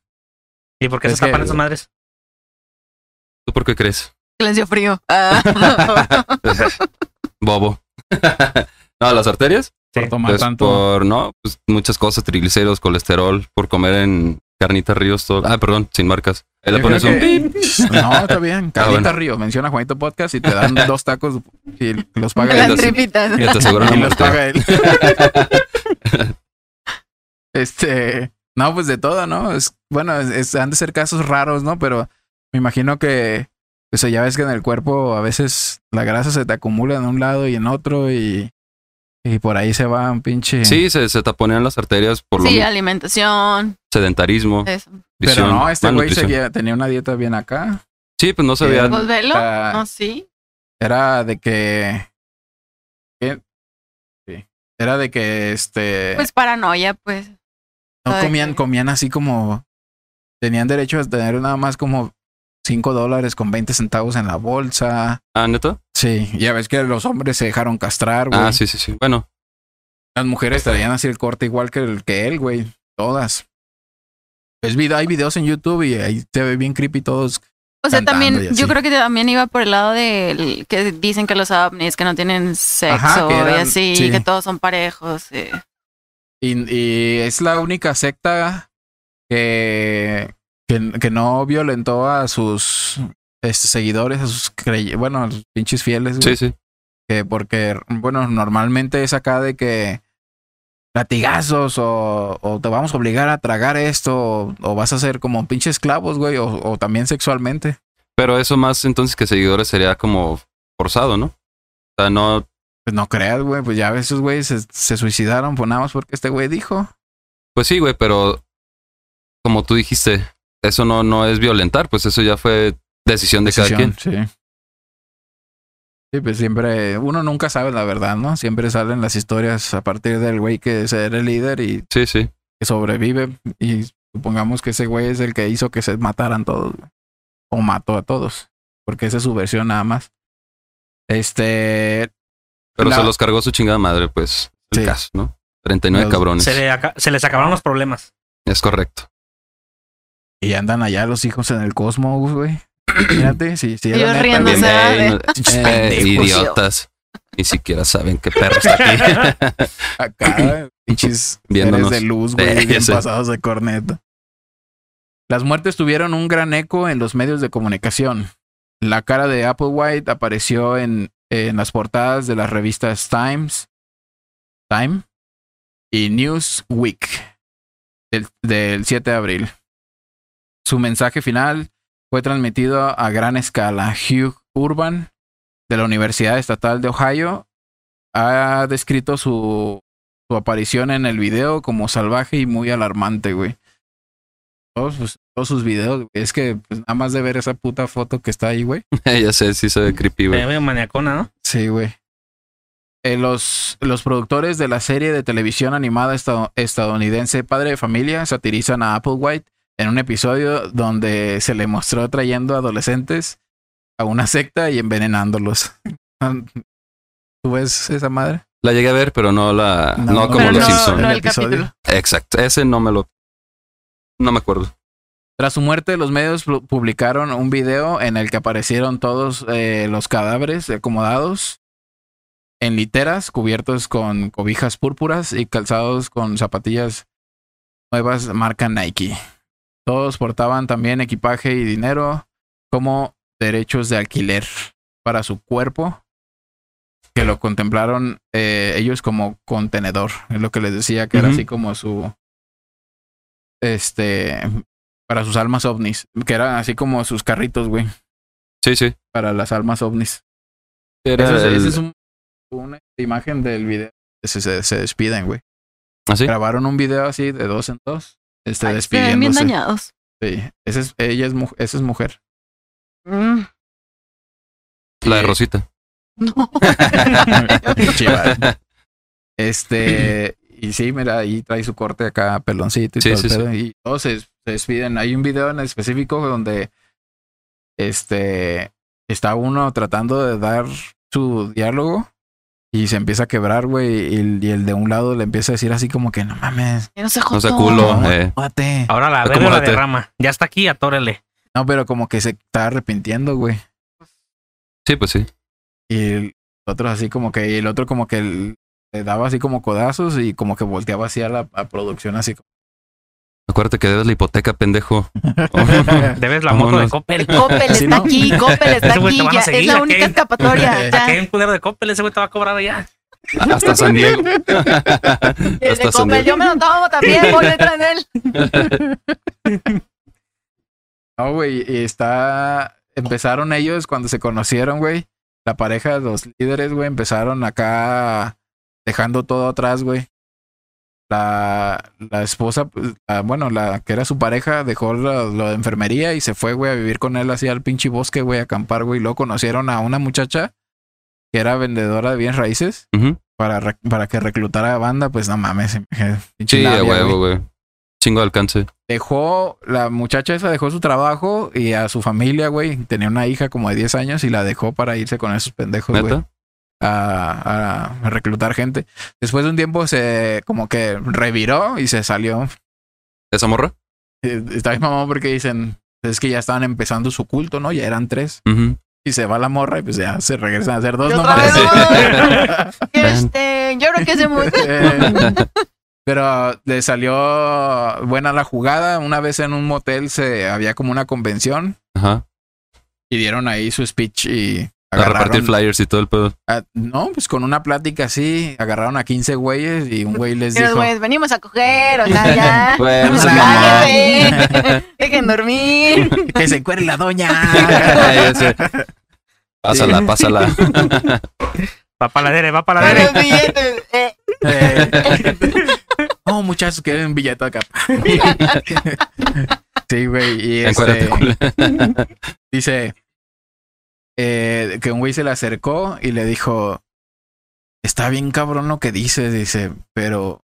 [SPEAKER 4] ¿Y por qué
[SPEAKER 1] Es
[SPEAKER 4] se tapan
[SPEAKER 1] que-
[SPEAKER 4] esas madres?
[SPEAKER 3] ¿Tú por qué crees?
[SPEAKER 2] que Les dio frío. Ah.
[SPEAKER 3] Bobo. no, las arterias.
[SPEAKER 4] Sí.
[SPEAKER 1] Por tomar
[SPEAKER 3] Pues,
[SPEAKER 1] tanto.
[SPEAKER 3] Por, no, pues muchas cosas, triglicéridos, colesterol, por comer en carnitas ríos, todo. Ah, perdón, sin marcas. Ahí le
[SPEAKER 1] Yo
[SPEAKER 3] pones
[SPEAKER 1] creo
[SPEAKER 3] un
[SPEAKER 1] que-
[SPEAKER 3] pip. Ah,
[SPEAKER 1] No, está bien. Carlita
[SPEAKER 3] bueno.
[SPEAKER 1] Río, menciona a Juanito Podcast y te dan dos tacos y los paga
[SPEAKER 2] las
[SPEAKER 1] él.
[SPEAKER 2] tripitas.
[SPEAKER 3] y te aseguran la
[SPEAKER 1] Y los
[SPEAKER 3] muerte.
[SPEAKER 1] paga él. este, no, pues de todo, ¿no? Es, bueno, es- es- han de ser casos raros, ¿no? Pero me imagino que, o sea, ya ves que en el cuerpo a veces la grasa se te acumula en un lado y en otro y, y por ahí se va un pinche...
[SPEAKER 3] Sí, se, se taponean las arterias por lo
[SPEAKER 2] Sí,
[SPEAKER 3] mismo.
[SPEAKER 2] alimentación.
[SPEAKER 3] sedentarismo,
[SPEAKER 2] Eso.
[SPEAKER 1] Eh, Pero
[SPEAKER 3] nutrición,
[SPEAKER 1] no, este güey
[SPEAKER 3] malnutrición.
[SPEAKER 1] seguía- tenía una dieta bien acá.
[SPEAKER 3] Sí, pues no sabía.
[SPEAKER 2] Pues velo.
[SPEAKER 1] Ah,
[SPEAKER 2] No, sí.
[SPEAKER 1] Era de que... ¿qué? Sí. Era de que este...
[SPEAKER 2] Pues paranoia, pues.
[SPEAKER 1] No
[SPEAKER 2] Ay,
[SPEAKER 1] comían,
[SPEAKER 2] qué-
[SPEAKER 1] comían así como. Tenían derecho a tener nada más como 5 dólares con 20 centavos en la bolsa.
[SPEAKER 3] Ah, neta.
[SPEAKER 1] Sí, ya ves que los hombres se dejaron castrar, güey.
[SPEAKER 3] Ah, sí, sí, sí. Bueno,
[SPEAKER 1] Las mujeres traían así el corte igual que el que él, güey. Todas. Es video, hay videos en YouTube y ahí te ve bien creepy todos.
[SPEAKER 2] O sea,
[SPEAKER 1] cantando y
[SPEAKER 2] también,
[SPEAKER 1] así.
[SPEAKER 2] yo creo que también iba por el lado del que dicen que los ovnis que no tienen sexo
[SPEAKER 1] que eran-
[SPEAKER 2] y así,
[SPEAKER 1] sí.
[SPEAKER 2] que todos son parejos. eh.
[SPEAKER 1] Y, y es la única secta que, que, que no violentó a sus este, seguidores, a sus crey- bueno, a los pinches fieles, güey.
[SPEAKER 3] sí, sí.
[SPEAKER 1] que porque, bueno, normalmente es acá de que latigazos o, o te vamos a obligar a tragar esto o, o vas a ser como pinches esclavos, güey, o, o también sexualmente.
[SPEAKER 3] Pero eso más entonces que seguidores sería como forzado, ¿no? O sea, no.
[SPEAKER 1] Pues no creas, güey, pues ya esos güeyes se, se suicidaron pues nada más porque este güey dijo.
[SPEAKER 3] Pues sí, güey, pero como tú dijiste, eso no, no es violentar, pues eso ya fue decisión de cada
[SPEAKER 1] Decisión,
[SPEAKER 3] quien.
[SPEAKER 1] Sí. Sí, pues siempre, uno nunca sabe la verdad, ¿no? Siempre salen las historias a partir del güey que es el líder y
[SPEAKER 3] Sí, sí.
[SPEAKER 1] que sobrevive y supongamos que ese güey es el que hizo que se mataran todos güey. o mató a todos porque esa es su versión nada más este
[SPEAKER 3] Pero
[SPEAKER 1] La-
[SPEAKER 3] se los cargó su chingada madre, pues el
[SPEAKER 1] Sí.
[SPEAKER 3] caso, ¿no? 39
[SPEAKER 1] Los-
[SPEAKER 3] cabrones.
[SPEAKER 4] Se, le aca- se les acabaron los problemas.
[SPEAKER 3] Es correcto.
[SPEAKER 1] y andan allá los hijos en el cosmos güey fíjate si si era
[SPEAKER 2] Ellos
[SPEAKER 1] neta,
[SPEAKER 2] riéndose,
[SPEAKER 1] güey.
[SPEAKER 3] Ey,
[SPEAKER 2] ¿verdad?
[SPEAKER 3] no-
[SPEAKER 1] Pinches
[SPEAKER 3] eh,
[SPEAKER 1] pendejos.
[SPEAKER 3] idiotas. Ni siquiera saben qué perro está aquí.
[SPEAKER 1] acá pinches seres
[SPEAKER 3] Viéndonos.
[SPEAKER 1] de luz
[SPEAKER 3] Eh,
[SPEAKER 1] güey
[SPEAKER 3] ya
[SPEAKER 1] bien
[SPEAKER 3] sé.
[SPEAKER 1] pasados de corneta las muertes tuvieron un gran eco en los medios de comunicación la cara de Applewhite apareció en, en las portadas de las revistas Times, Time y Newsweek del, del 7 de abril. Su mensaje final fue transmitido a gran escala. Hugh Urban, de la Universidad Estatal de Ohio, ha descrito su, su aparición en el video como salvaje y muy alarmante, güey. Todos, sus- todos sus videos, güey. es que pues, nada más de ver esa puta foto que está ahí, güey.
[SPEAKER 3] ya sé, sí se ve creepy,
[SPEAKER 4] Me
[SPEAKER 3] güey.
[SPEAKER 4] veo maniacona, ¿no?
[SPEAKER 1] Sí, güey. Eh, los, los productores de la serie de televisión animada estad- estadounidense Padre de Familia satirizan a Applewhite en un episodio donde se le mostró trayendo adolescentes a una secta y envenenándolos. ¿Tú ves esa madre?
[SPEAKER 3] La llegué a ver, pero no la. No, como
[SPEAKER 2] Pero
[SPEAKER 3] los
[SPEAKER 2] no-
[SPEAKER 3] Simpsons.
[SPEAKER 2] no el capítulo.
[SPEAKER 3] Exacto. Ese no me lo. No me acuerdo.
[SPEAKER 1] Tras su muerte, los medios pu- publicaron un video en el que aparecieron todos eh, los cadáveres acomodados en literas, cubiertos con cobijas púrpuras y calzados con zapatillas nuevas marca Nike. Todos portaban también equipaje y dinero como derechos de alquiler para su cuerpo, que lo contemplaron eh, ellos como contenedor. Es lo que les decía que era
[SPEAKER 3] Ujú.
[SPEAKER 1] así como su... Este, para sus almas ovnis, que eran así como sus carritos, güey,
[SPEAKER 3] Sí, sí.
[SPEAKER 1] para las almas ovnis.
[SPEAKER 3] Era
[SPEAKER 1] Esa es,
[SPEAKER 3] el-
[SPEAKER 1] esa es un- una imagen del video. Se, se, se despiden, güey.
[SPEAKER 3] ¿Ah, sí?
[SPEAKER 1] Grabaron un video así de dos en dos, este,
[SPEAKER 2] Ay, se ven bien
[SPEAKER 1] despidiéndose.
[SPEAKER 2] dañados.
[SPEAKER 1] Sí. Esa es, ella es, mu- esa es mujer.
[SPEAKER 2] Mm,
[SPEAKER 3] La de
[SPEAKER 1] Eh,
[SPEAKER 3] Rosita.
[SPEAKER 2] no.
[SPEAKER 1] Chivas. Este, y sí, mira, ahí trae su corte acá, peloncito y
[SPEAKER 3] Sí,
[SPEAKER 1] todo el
[SPEAKER 3] sí,
[SPEAKER 1] pedo, Y todos se, se despiden. Hay un video en específico donde este está uno tratando de dar su diálogo y se empieza a quebrar, güey. Y, el- y el de un lado le empieza a decir así como que no mames,
[SPEAKER 2] No se
[SPEAKER 3] No sea
[SPEAKER 2] joto.
[SPEAKER 3] culo.
[SPEAKER 1] no,
[SPEAKER 3] eh.
[SPEAKER 1] cuate".
[SPEAKER 4] Ahora la verga la
[SPEAKER 3] Acomódate.
[SPEAKER 4] derrama. Ya está aquí, atórele.
[SPEAKER 1] No, pero como que se está arrepintiendo, güey.
[SPEAKER 3] Sí, pues sí.
[SPEAKER 1] Y el otro así como que, y el otro como que l- le daba así como codazos y como que volteaba así a la a producción así.
[SPEAKER 3] Acuérdate que debes la hipoteca, pendejo.
[SPEAKER 4] Debes la moto de
[SPEAKER 3] Vámonos.
[SPEAKER 4] Coppel.
[SPEAKER 2] Coppel
[SPEAKER 1] Sí,
[SPEAKER 2] está
[SPEAKER 1] ¿no?
[SPEAKER 2] aquí, Coppel está
[SPEAKER 4] Ese güey
[SPEAKER 2] aquí.
[SPEAKER 4] te van a
[SPEAKER 2] ya, es
[SPEAKER 4] seguir,
[SPEAKER 2] la
[SPEAKER 4] ¿a
[SPEAKER 2] única
[SPEAKER 4] qué?
[SPEAKER 2] escapatoria. ya.
[SPEAKER 4] Saqué un culero de Coppel, ese güey te va a cobrar allá.
[SPEAKER 3] Hasta San Diego.
[SPEAKER 2] El de
[SPEAKER 3] Hasta San
[SPEAKER 2] Eh, Coppel,
[SPEAKER 3] Diego.
[SPEAKER 2] yo me lo tomo también, voy detrás de él.
[SPEAKER 1] No, güey, y está. Empezaron ellos cuando se conocieron, güey. La pareja, los líderes, güey, empezaron acá dejando todo atrás, güey. La, la esposa, pues, la- bueno, la que era su pareja, dejó lo, lo de enfermería y se fue, güey, a vivir con él así al pinche bosque, güey, a acampar, güey. Y luego conocieron a una muchacha que era vendedora de bienes raíces
[SPEAKER 3] Ujú.
[SPEAKER 1] para, rec- para que reclutara a banda, pues no mames. pinche
[SPEAKER 3] Sí, a
[SPEAKER 1] labia,
[SPEAKER 3] huevo, güey. Chingo de alcance.
[SPEAKER 1] dejó, la muchacha esa dejó su trabajo y a su familia, güey. Tenía una hija como de 10 años y la dejó para irse con esos pendejos, güey,
[SPEAKER 3] ¿Neta?
[SPEAKER 1] a, a reclutar gente. Después de un tiempo se como que reviró y se salió.
[SPEAKER 3] ¿Esa morra?
[SPEAKER 1] Eh, Está bien mamón porque dicen, es que ya estaban empezando su culto, ¿no? Ya eran tres.
[SPEAKER 3] Ujú.
[SPEAKER 1] Y se va la morra y pues ya se regresan a hacer dos
[SPEAKER 2] Y otra
[SPEAKER 1] nomás.
[SPEAKER 2] vez Este, yo creo que se muy.
[SPEAKER 1] Eh, Pero le salió buena la jugada. Una vez en un motel se había como una convención
[SPEAKER 3] Ajá.
[SPEAKER 1] y dieron ahí su speech y
[SPEAKER 3] A repartir
[SPEAKER 1] agarraron
[SPEAKER 3] flyers y todo el pedo.
[SPEAKER 1] a- no, pues con una plática así, agarraron a 15 güeyes y un güey les
[SPEAKER 2] Y los
[SPEAKER 1] dijo,
[SPEAKER 2] güeyes, venimos a coger, o sea, ya.
[SPEAKER 1] Pues,
[SPEAKER 3] Güey, no seas
[SPEAKER 2] Relájense, Dejen dormir.
[SPEAKER 1] que se encuere la doña.
[SPEAKER 3] Ya sé. Pásala, pásala.
[SPEAKER 4] Va para la dere, va para la
[SPEAKER 2] Con
[SPEAKER 4] dere.
[SPEAKER 2] los billetes. eh.
[SPEAKER 1] Eh, oh, muchachos, quieren un billete acá. sí, güey, y
[SPEAKER 3] Encuérdate,
[SPEAKER 1] este,
[SPEAKER 3] culera.
[SPEAKER 1] dice eh, que un güey se le acercó y le dijo, está bien cabrón lo que dices, dice, pero,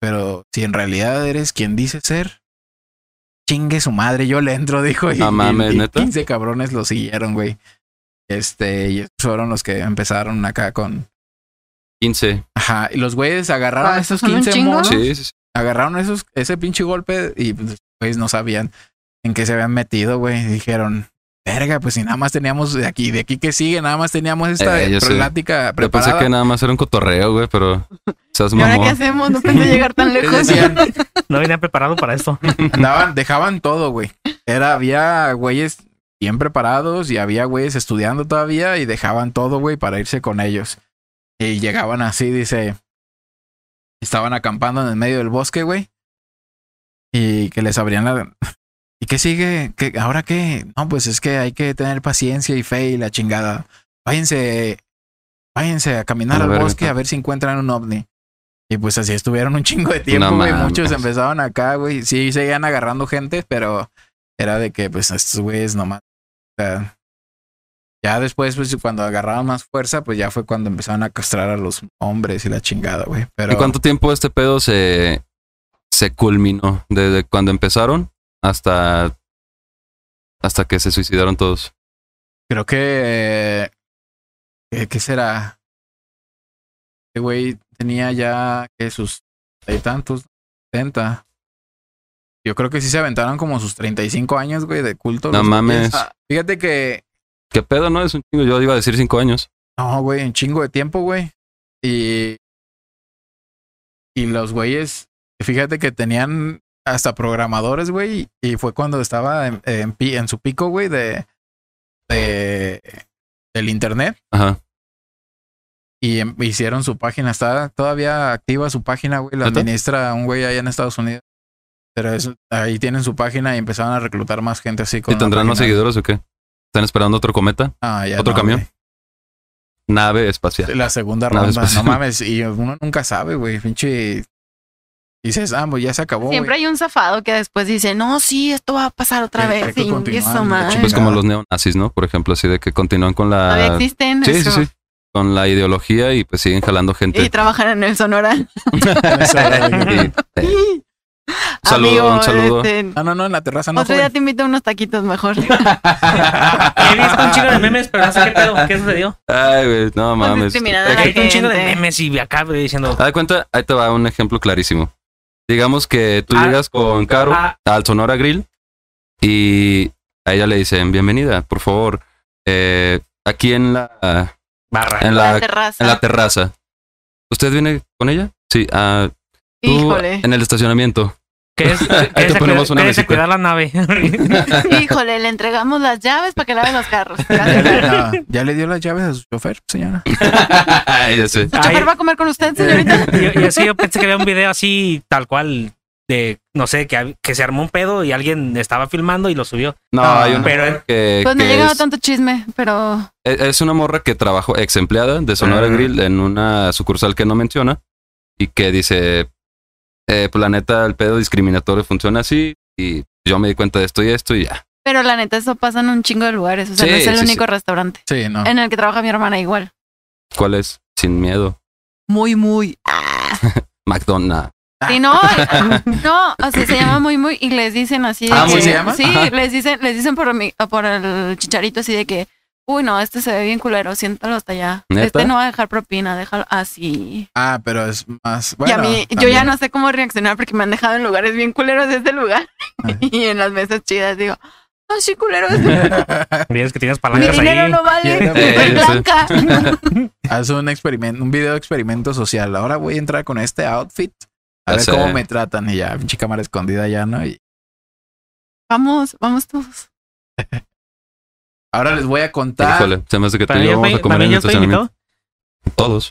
[SPEAKER 1] pero si en realidad eres quien dice ser, chingue su madre, yo le entro, dijo. Y,
[SPEAKER 3] No mames,
[SPEAKER 1] y- y
[SPEAKER 3] ¿neta?
[SPEAKER 1] 15 cabrones lo siguieron, güey. Este, y esos fueron los que empezaron acá con...
[SPEAKER 3] 15.
[SPEAKER 1] Ajá, y los güeyes agarraron
[SPEAKER 2] Ah,
[SPEAKER 1] a esos
[SPEAKER 2] ¿son un
[SPEAKER 1] 15
[SPEAKER 2] chingo?
[SPEAKER 1] monos,
[SPEAKER 3] Sí, sí, sí.
[SPEAKER 1] agarraron esos, ese pinche golpe y pues, pues no sabían en qué se habían metido, güey. Dijeron, verga, pues si nada más teníamos de aquí, de aquí que sigue, nada más teníamos esta
[SPEAKER 3] Eh, yo sé.
[SPEAKER 1] plática
[SPEAKER 3] Yo pensé
[SPEAKER 1] preparada.
[SPEAKER 3] que nada más era un cotorreo, güey, pero seas
[SPEAKER 2] ¿Y ahora qué
[SPEAKER 3] mamón.
[SPEAKER 2] hacemos? No pensé llegar tan
[SPEAKER 1] Es
[SPEAKER 2] lejos.
[SPEAKER 1] decir,
[SPEAKER 4] No venía preparado para esto.
[SPEAKER 1] andaban- dejaban todo, güey. Era, había güeyes bien preparados y había güeyes estudiando todavía y dejaban todo, güey, para irse con ellos. Y llegaban así, dice, estaban acampando en el medio del bosque, güey. Y que les abrían la... ¿Y qué sigue? ¿Qué, ¿Ahora qué? No, pues es que hay que tener paciencia y fe y la chingada. Váyanse, váyanse a
[SPEAKER 3] A
[SPEAKER 1] caminar
[SPEAKER 3] la
[SPEAKER 1] al
[SPEAKER 3] verga,
[SPEAKER 1] bosque
[SPEAKER 3] ¿no?
[SPEAKER 1] a ver si encuentran un ovni. Y pues así estuvieron un chingo de tiempo,
[SPEAKER 3] No
[SPEAKER 1] güey.
[SPEAKER 3] mames.
[SPEAKER 1] Muchos empezaron acá, güey. Sí, seguían agarrando gente, pero era de que, pues, estos güeyes nomás. o sea, ya después, pues, cuando agarraban más fuerza, pues ya fue cuando empezaron a castrar a los hombres y la chingada, güey. Pero
[SPEAKER 3] ¿Y cuánto tiempo este pedo se, se culminó? Desde cuando empezaron hasta, hasta que se suicidaron todos.
[SPEAKER 1] creo que. eh, ¿Qué será? Este güey tenía ya que sus. Hay tantos. 70. Yo creo que sí se aventaron como sus 35 años, güey, de culto.
[SPEAKER 3] No
[SPEAKER 1] los güeyes. Ah,
[SPEAKER 3] mames.
[SPEAKER 1] Fíjate que
[SPEAKER 3] ¿Qué pedo, no? Es un chingo. Yo iba a decir cinco años.
[SPEAKER 1] No, güey, un chingo de tiempo, güey. Y. Y los güeyes, fíjate que tenían hasta programadores, güey. Y fue cuando estaba en, en pi- en su pico, güey, de, de. del internet.
[SPEAKER 3] Ajá.
[SPEAKER 1] Y em- hicieron su página. Está todavía activa su página, güey. La
[SPEAKER 3] ¿Neta?
[SPEAKER 1] administra un güey allá en Estados Unidos. Pero es- ahí tienen su página y empezaron a reclutar más gente así. con
[SPEAKER 3] ¿Y
[SPEAKER 1] la
[SPEAKER 3] tendrán más
[SPEAKER 1] página.
[SPEAKER 3] seguidores o qué? ¿Están esperando otro cometa?
[SPEAKER 1] Ah, ya
[SPEAKER 3] ¿Otro
[SPEAKER 1] no,
[SPEAKER 3] camión?
[SPEAKER 1] güey.
[SPEAKER 3] Nave espacial.
[SPEAKER 1] La segunda
[SPEAKER 3] Nada
[SPEAKER 1] ronda,
[SPEAKER 3] más.
[SPEAKER 1] no mames, y uno nunca sabe, güey, pinche Y dices, ah, pues ya se acabó. güey.
[SPEAKER 2] Siempre hay un zafado que después dice, no, sí, esto va a pasar otra
[SPEAKER 1] Hay- hay
[SPEAKER 2] vez.
[SPEAKER 1] que
[SPEAKER 2] Y
[SPEAKER 1] continuar,
[SPEAKER 2] eso,
[SPEAKER 1] la
[SPEAKER 2] madre.
[SPEAKER 1] chingada.
[SPEAKER 3] Pues como los neonazis, ¿no? Por ejemplo, así de que continúan con
[SPEAKER 2] Todavía
[SPEAKER 3] la...
[SPEAKER 2] existen.
[SPEAKER 3] Sí, sí,
[SPEAKER 2] eso.
[SPEAKER 3] sí. Con la ideología y pues siguen jalando
[SPEAKER 2] Y
[SPEAKER 3] gente.
[SPEAKER 2] trabajan en el Sonora.
[SPEAKER 3] Y- eh, Un saludo,
[SPEAKER 2] Amigo,
[SPEAKER 3] un saludo.
[SPEAKER 2] este,
[SPEAKER 1] Ah, no, no, en la terraza no.
[SPEAKER 2] otro día
[SPEAKER 1] joven.
[SPEAKER 2] te invito a unos taquitos mejor.
[SPEAKER 4] He visto un chingo de memes, pero no sé qué pedo, qué sucedido.
[SPEAKER 3] Ay, güey, no mames.
[SPEAKER 2] discriminada.
[SPEAKER 3] Es
[SPEAKER 4] He
[SPEAKER 3] que-
[SPEAKER 4] visto un chingo de
[SPEAKER 2] Ah, gente.
[SPEAKER 4] memes y acá güey, diciendo,
[SPEAKER 3] Haz de cuenta, ahí te va un ejemplo clarísimo. Digamos que tú
[SPEAKER 4] Ah.
[SPEAKER 3] llegas con Caro
[SPEAKER 4] Ah.
[SPEAKER 3] al Sonora Grill y a ella le dicen, bienvenida, por favor, eh, aquí en la,
[SPEAKER 4] barra.
[SPEAKER 3] en
[SPEAKER 2] La,
[SPEAKER 3] la,
[SPEAKER 2] terraza.
[SPEAKER 3] en la terraza. ¿Usted viene con ella? Sí, ah, tú
[SPEAKER 2] Híjole,
[SPEAKER 3] en el estacionamiento.
[SPEAKER 4] Que es, que
[SPEAKER 3] Ahí
[SPEAKER 4] es
[SPEAKER 3] te
[SPEAKER 4] de
[SPEAKER 3] ponemos
[SPEAKER 4] cuidar-
[SPEAKER 3] una
[SPEAKER 4] que es de
[SPEAKER 3] bicicleta.
[SPEAKER 4] cuidar la nave.
[SPEAKER 2] híjole, le entregamos las llaves para que lave los carros.
[SPEAKER 1] Ya
[SPEAKER 2] Gracias.
[SPEAKER 1] le- ah, ¿Ya le dio las llaves a su chofer, señora?
[SPEAKER 3] ya sé.
[SPEAKER 4] Ay,
[SPEAKER 2] ¿Chofer va a comer con usted, señorita?
[SPEAKER 4] yo, yo sí, yo pensé que había un video así, tal cual, de, no sé, que, hab- que se armó un pedo y alguien estaba filmando y lo subió.
[SPEAKER 3] No,
[SPEAKER 1] Ah,
[SPEAKER 3] hay una
[SPEAKER 4] pero- eh,
[SPEAKER 3] morra que,
[SPEAKER 2] Pues no ha
[SPEAKER 3] que
[SPEAKER 2] llegado
[SPEAKER 3] es,
[SPEAKER 2] tanto chisme, pero
[SPEAKER 3] es- E-, es una morra que trabajó, ex empleada de Sonora
[SPEAKER 4] Ah.
[SPEAKER 3] Grill en una sucursal que no menciona y que dice, eh, pues la neta, el pedo discriminatorio funciona así y yo me di cuenta de esto y esto y ya.
[SPEAKER 2] pero la neta eso pasa en un chingo de lugares, o sea,
[SPEAKER 3] Sí,
[SPEAKER 2] no es el
[SPEAKER 3] sí,
[SPEAKER 2] único restaurante
[SPEAKER 1] Sí, no.
[SPEAKER 2] en el que trabaja mi hermana igual.
[SPEAKER 3] ¿Cuál es? Sin miedo.
[SPEAKER 2] Muy muy.
[SPEAKER 3] McDonald's.
[SPEAKER 2] Sí, no, no, o sea, se llama muy muy y les dicen así de
[SPEAKER 3] Ah,
[SPEAKER 2] que-
[SPEAKER 3] ¿muy se llama?
[SPEAKER 2] Sí,
[SPEAKER 3] Ajá.
[SPEAKER 2] les dicen les dicen por mi- por el chicharito así de que Uy, no, este se ve bien culero, siéntalo hasta allá.
[SPEAKER 3] ¿Neta?
[SPEAKER 2] Este no va a dejar propina, déjalo así.
[SPEAKER 1] Ah, pero es más.
[SPEAKER 2] y a
[SPEAKER 1] Bueno,
[SPEAKER 2] mí, yo
[SPEAKER 1] también.
[SPEAKER 2] ya no sé cómo reaccionar porque me han dejado en lugares bien culeros de este lugar.
[SPEAKER 1] Ay.
[SPEAKER 2] y en las mesas chidas digo, no, sí, culeros,
[SPEAKER 4] Vienes que tienes
[SPEAKER 3] pues
[SPEAKER 2] mi
[SPEAKER 4] palancas
[SPEAKER 2] dinero
[SPEAKER 4] ahí.
[SPEAKER 2] no vale,
[SPEAKER 1] Quiero-
[SPEAKER 2] soy
[SPEAKER 3] Eh,
[SPEAKER 2] blanca.
[SPEAKER 1] pues, Haz un experimento, un video experimento social. Ahora voy a entrar con este outfit. A
[SPEAKER 3] Ya
[SPEAKER 1] ver
[SPEAKER 3] sé.
[SPEAKER 1] cómo me tratan. Y ya, pinche cámara escondida ya, ¿no? Y
[SPEAKER 2] Vamos, vamos todos.
[SPEAKER 1] ahora les voy a contar.
[SPEAKER 3] Híjole, se me hace que tú y
[SPEAKER 4] ¿También
[SPEAKER 3] yo
[SPEAKER 4] yo,
[SPEAKER 3] vamos
[SPEAKER 4] estoy-
[SPEAKER 3] a comer en
[SPEAKER 4] también
[SPEAKER 3] el
[SPEAKER 4] yo estoy invitado?
[SPEAKER 3] estacionamiento. Todos.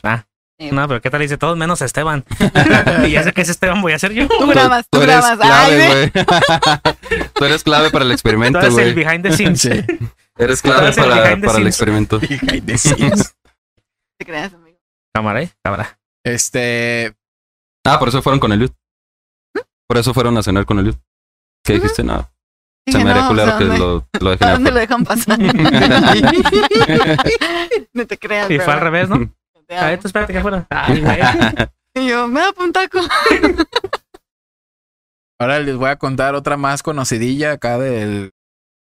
[SPEAKER 4] No, pero ¿qué tal? Dice todos menos Esteban. y ya sé que es Esteban, voy a ser yo.
[SPEAKER 2] Tú grabas, tú,
[SPEAKER 3] eres
[SPEAKER 2] grabas. Ay,
[SPEAKER 3] clave, güey.
[SPEAKER 2] ve.
[SPEAKER 3] tú eres clave para el
[SPEAKER 4] Tú
[SPEAKER 3] experimento,
[SPEAKER 4] eres el
[SPEAKER 3] güey.
[SPEAKER 4] behind the scenes.
[SPEAKER 1] Sí.
[SPEAKER 3] Eres
[SPEAKER 4] tú
[SPEAKER 3] clave
[SPEAKER 4] eres el
[SPEAKER 3] para,
[SPEAKER 4] behind the
[SPEAKER 3] para el
[SPEAKER 4] scenes.
[SPEAKER 3] experimento.
[SPEAKER 1] Behind the scenes.
[SPEAKER 2] te creas, amigo.
[SPEAKER 4] Cámara, ¿eh? Cámara.
[SPEAKER 1] Este.
[SPEAKER 3] Ah, por eso fueron con Eliud. Por eso fueron a cenar con Eliud. ¿Qué
[SPEAKER 2] Ujú.
[SPEAKER 3] dijiste? No, se
[SPEAKER 2] Dije,
[SPEAKER 3] me haría
[SPEAKER 2] no,
[SPEAKER 3] culero
[SPEAKER 2] o sea,
[SPEAKER 3] que
[SPEAKER 2] ¿dónde-
[SPEAKER 3] lo, lo dejen
[SPEAKER 2] ¿A dónde lo
[SPEAKER 3] afuera.
[SPEAKER 2] dejan pasar? no te creas.
[SPEAKER 4] Y fue al
[SPEAKER 2] bebé,
[SPEAKER 4] revés, ¿no?
[SPEAKER 2] te
[SPEAKER 4] A
[SPEAKER 2] amo.
[SPEAKER 4] ver, tú espérate que afuera. Ay, güey.
[SPEAKER 2] Y yo, me da un taco.
[SPEAKER 1] Ahora les voy a contar otra más conocidilla acá del.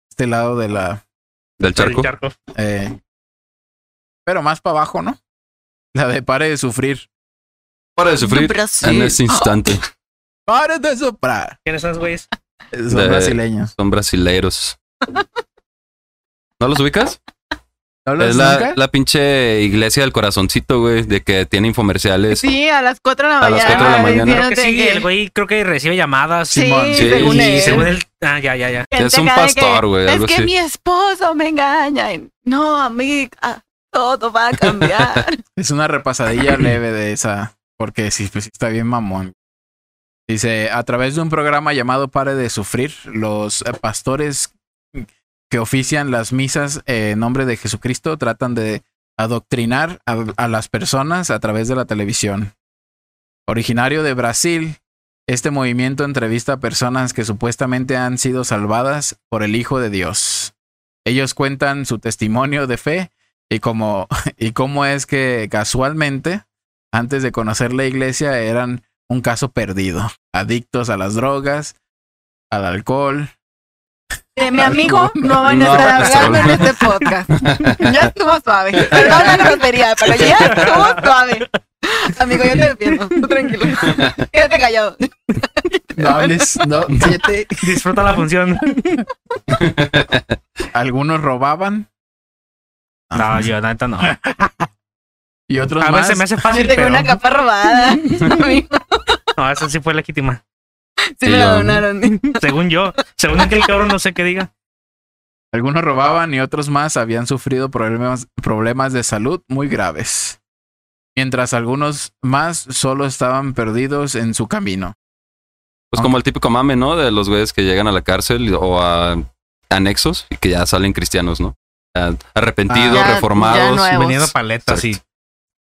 [SPEAKER 1] Este lado de la
[SPEAKER 3] Del charco.
[SPEAKER 4] El charco.
[SPEAKER 1] Eh, pero más para abajo, ¿no? La de pare de sufrir.
[SPEAKER 3] Para de sufrir en
[SPEAKER 2] Brasil.
[SPEAKER 3] ese instante.
[SPEAKER 1] Pare de soprar.
[SPEAKER 4] ¿Quiénes son esos güeyes?
[SPEAKER 1] Son
[SPEAKER 3] De-
[SPEAKER 1] brasileños.
[SPEAKER 3] Son brasileiros. ¿No los ubicas?
[SPEAKER 1] ¿No los
[SPEAKER 3] Es la,
[SPEAKER 1] nunca?
[SPEAKER 3] la pinche iglesia del corazoncito, güey, de que tiene infomerciales.
[SPEAKER 2] Sí, a las 4 de la
[SPEAKER 3] A las
[SPEAKER 2] mañana.
[SPEAKER 3] cuatro de la mañana.
[SPEAKER 4] Creo que
[SPEAKER 2] diciéndote
[SPEAKER 4] sí,
[SPEAKER 2] que-
[SPEAKER 4] el güey creo que recibe llamadas.
[SPEAKER 2] Sí,
[SPEAKER 1] Simón.
[SPEAKER 3] Sí,
[SPEAKER 2] según
[SPEAKER 3] sí,
[SPEAKER 4] Y
[SPEAKER 2] él.
[SPEAKER 4] según él. Ah, ya, ya, ya.
[SPEAKER 2] Gente
[SPEAKER 3] Es un
[SPEAKER 2] acá de que,
[SPEAKER 3] pastor, güey,
[SPEAKER 2] Es
[SPEAKER 3] algo
[SPEAKER 2] que
[SPEAKER 3] así".
[SPEAKER 2] mi esposo me engaña. Y, No, amiga, todo va a cambiar.
[SPEAKER 1] Es una repasadilla leve de esa. Porque sí, pues sí está bien mamón. Dice, a través de un programa llamado Pare de Sufrir, los eh, pastores que ofician las misas eh, en nombre de Jesucristo tratan de adoctrinar a, a las personas a través de la televisión. Originario de Brasil, este movimiento entrevista a personas que supuestamente han sido salvadas por el Hijo de Dios. Ellos cuentan su testimonio de fe y como y cómo es que casualmente, antes de conocer la iglesia, eran un caso perdido, adictos a las drogas, al alcohol.
[SPEAKER 2] De mi amigo no van a
[SPEAKER 3] No van
[SPEAKER 2] estar
[SPEAKER 3] a estar
[SPEAKER 2] hablando en este podcast. Ya estuvo suave. Perdón la grosería, pero ya estuvo suave. Amigo, yo te defiendo. Tú tranquilo. Quédate callado.
[SPEAKER 1] No hables, no, cállate.
[SPEAKER 4] Disfruta la función.
[SPEAKER 1] Algunos robaban
[SPEAKER 4] No, yo, la neta, no. A
[SPEAKER 1] y otros más.
[SPEAKER 4] veces me hace fácil,
[SPEAKER 2] Yo tengo
[SPEAKER 4] pero.
[SPEAKER 2] una capa robada. Amigo,
[SPEAKER 4] No, esa sí fue legítima.
[SPEAKER 2] sí me la donaron.
[SPEAKER 4] Según yo. Según aquel cabrón, no sé qué diga.
[SPEAKER 1] Algunos robaban y otros más habían sufrido problemas, problemas de salud muy graves. Mientras algunos más solo estaban perdidos en su camino.
[SPEAKER 3] Pues como el típico mame, ¿no? De los güeyes que llegan a la cárcel o a anexos y que ya salen cristianos, ¿no? Ah, Arrepentidos,
[SPEAKER 2] Ah, ya- ya
[SPEAKER 3] reformados,
[SPEAKER 2] nuevos.
[SPEAKER 4] Vendiendo paletas y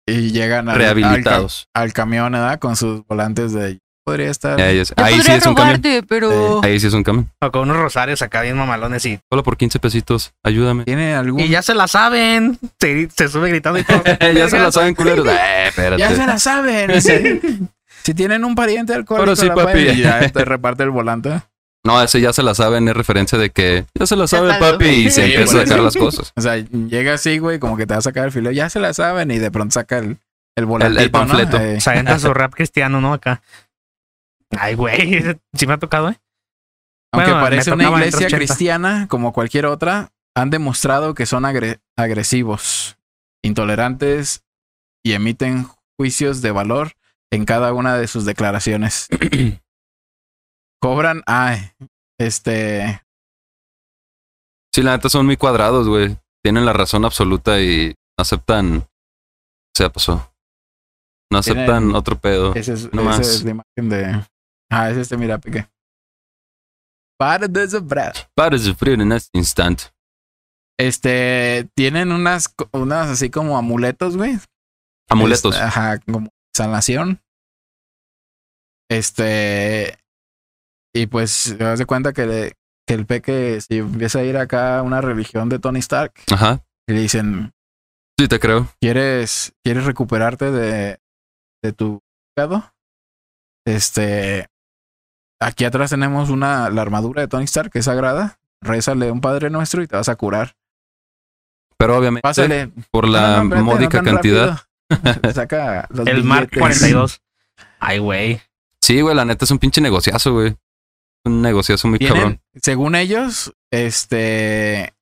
[SPEAKER 1] Y llegan al, al ca-
[SPEAKER 3] rehabilitados.
[SPEAKER 1] al camión, ¿verdad? Con sus volantes de podría estar.
[SPEAKER 3] Ya, ya sé.
[SPEAKER 2] Yo
[SPEAKER 3] Ahí sí
[SPEAKER 2] podría
[SPEAKER 3] es un camión.
[SPEAKER 2] robarte, pero.
[SPEAKER 3] Ahí sí es un camión.
[SPEAKER 4] O con unos rosarios acá bien mamalones y,
[SPEAKER 3] Solo por 15 pesitos. Ayúdame.
[SPEAKER 1] Tiene algún.
[SPEAKER 4] y ya se la saben. Se, se sube gritando y todo.
[SPEAKER 3] ya se la saben, culeros. Eh,
[SPEAKER 1] Ya
[SPEAKER 3] espérate.
[SPEAKER 1] se la saben. dice. si tienen un pariente alcohólico,
[SPEAKER 3] Pero sí,
[SPEAKER 1] la
[SPEAKER 3] papi.
[SPEAKER 1] pueden- y ya te reparte el volante.
[SPEAKER 3] No, ese ya se la saben es referencia de que ya se la sabe el
[SPEAKER 2] faltó.
[SPEAKER 3] papi y se
[SPEAKER 1] Sí,
[SPEAKER 3] empieza a
[SPEAKER 1] por
[SPEAKER 3] sacar
[SPEAKER 1] eso.
[SPEAKER 3] las cosas.
[SPEAKER 1] O sea, llega así, güey, como que te va a sacar el filo. Ya se la saben y de pronto saca el, el Eh, volante.
[SPEAKER 3] El- el panfleto.
[SPEAKER 4] O sea, entra su rap cristiano, ¿no? Acá. Ay, güey. Sí me ha tocado, ¿eh?
[SPEAKER 1] Aunque
[SPEAKER 4] Bueno,
[SPEAKER 1] parece
[SPEAKER 4] me
[SPEAKER 1] una
[SPEAKER 4] tocaba entre
[SPEAKER 1] iglesia
[SPEAKER 4] 80.
[SPEAKER 1] cristiana como cualquier otra, han demostrado que son agre- agresivos, intolerantes y emiten juicios de valor en cada una de sus declaraciones. Cobran, ay, este,
[SPEAKER 3] Sí, la neta son muy cuadrados, güey. Tienen la razón absoluta y aceptan. O sea, pasó. No
[SPEAKER 1] Tienen-
[SPEAKER 3] aceptan otro pedo.
[SPEAKER 1] esa es,
[SPEAKER 3] No
[SPEAKER 1] esa
[SPEAKER 3] más.
[SPEAKER 1] es la imagen de, ah, es este, mira, Piqué. Para de sobrar.
[SPEAKER 3] Para de sufrir en este instante.
[SPEAKER 1] Este, tienen unas, co- unas así como amuletos, güey,
[SPEAKER 3] Amuletos.
[SPEAKER 1] Este, ajá, como sanación. Este. Y pues te das de cuenta que, le- que el peque, si empieza a ir acá a una religión de Tony Stark,
[SPEAKER 3] Ajá.
[SPEAKER 1] y le dicen:
[SPEAKER 3] Sí, te creo.
[SPEAKER 1] ¿Quieres, quieres recuperarte de, de tu pecado? Este. Aquí atrás tenemos una, la armadura de Tony Stark, que es sagrada. Rézale un Padre Nuestro y te vas a curar.
[SPEAKER 3] Pero obviamente,
[SPEAKER 1] Pásale.
[SPEAKER 3] por
[SPEAKER 1] No,
[SPEAKER 3] la
[SPEAKER 1] no, espérate, no
[SPEAKER 3] módica
[SPEAKER 1] tan
[SPEAKER 3] cantidad.
[SPEAKER 1] rápido. Saca los
[SPEAKER 4] El Mark
[SPEAKER 1] billetes.
[SPEAKER 4] 42. Ay, güey.
[SPEAKER 3] Sí, güey, la neta es un pinche negociazo, güey. Un negociazo muy
[SPEAKER 1] Tienen,
[SPEAKER 3] cabrón.
[SPEAKER 1] según ellos, este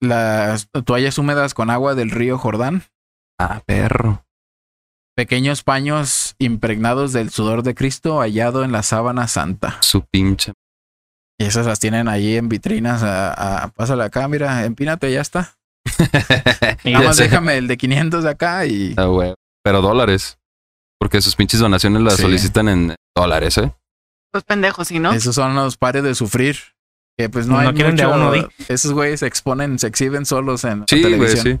[SPEAKER 1] las toallas húmedas con agua del río Jordán,
[SPEAKER 3] Ah, perro.
[SPEAKER 1] pequeños paños impregnados del sudor de Cristo hallado en la sábana santa.
[SPEAKER 3] Su pinche.
[SPEAKER 1] Y esas las tienen ahí en vitrinas. A, a- pásale acá, mira, empínate, ya está.
[SPEAKER 4] Ya
[SPEAKER 1] Nada más
[SPEAKER 3] sé.
[SPEAKER 1] déjame el de 500 de acá y
[SPEAKER 3] Ah, güey. Pero dólares. Porque sus pinches donaciones las
[SPEAKER 1] Sí.
[SPEAKER 3] solicitan en dólares, ¿eh?
[SPEAKER 2] Los pendejos, pues ¿sí, no?
[SPEAKER 1] esos son los pares de sufrir. Que pues no,
[SPEAKER 4] No
[SPEAKER 1] hay
[SPEAKER 4] quieren de a
[SPEAKER 1] mucho-
[SPEAKER 4] uno, di.
[SPEAKER 1] Esos güeyes se exponen, se exhiben solos en la
[SPEAKER 3] Sí, güey,
[SPEAKER 1] televisión.
[SPEAKER 3] sí.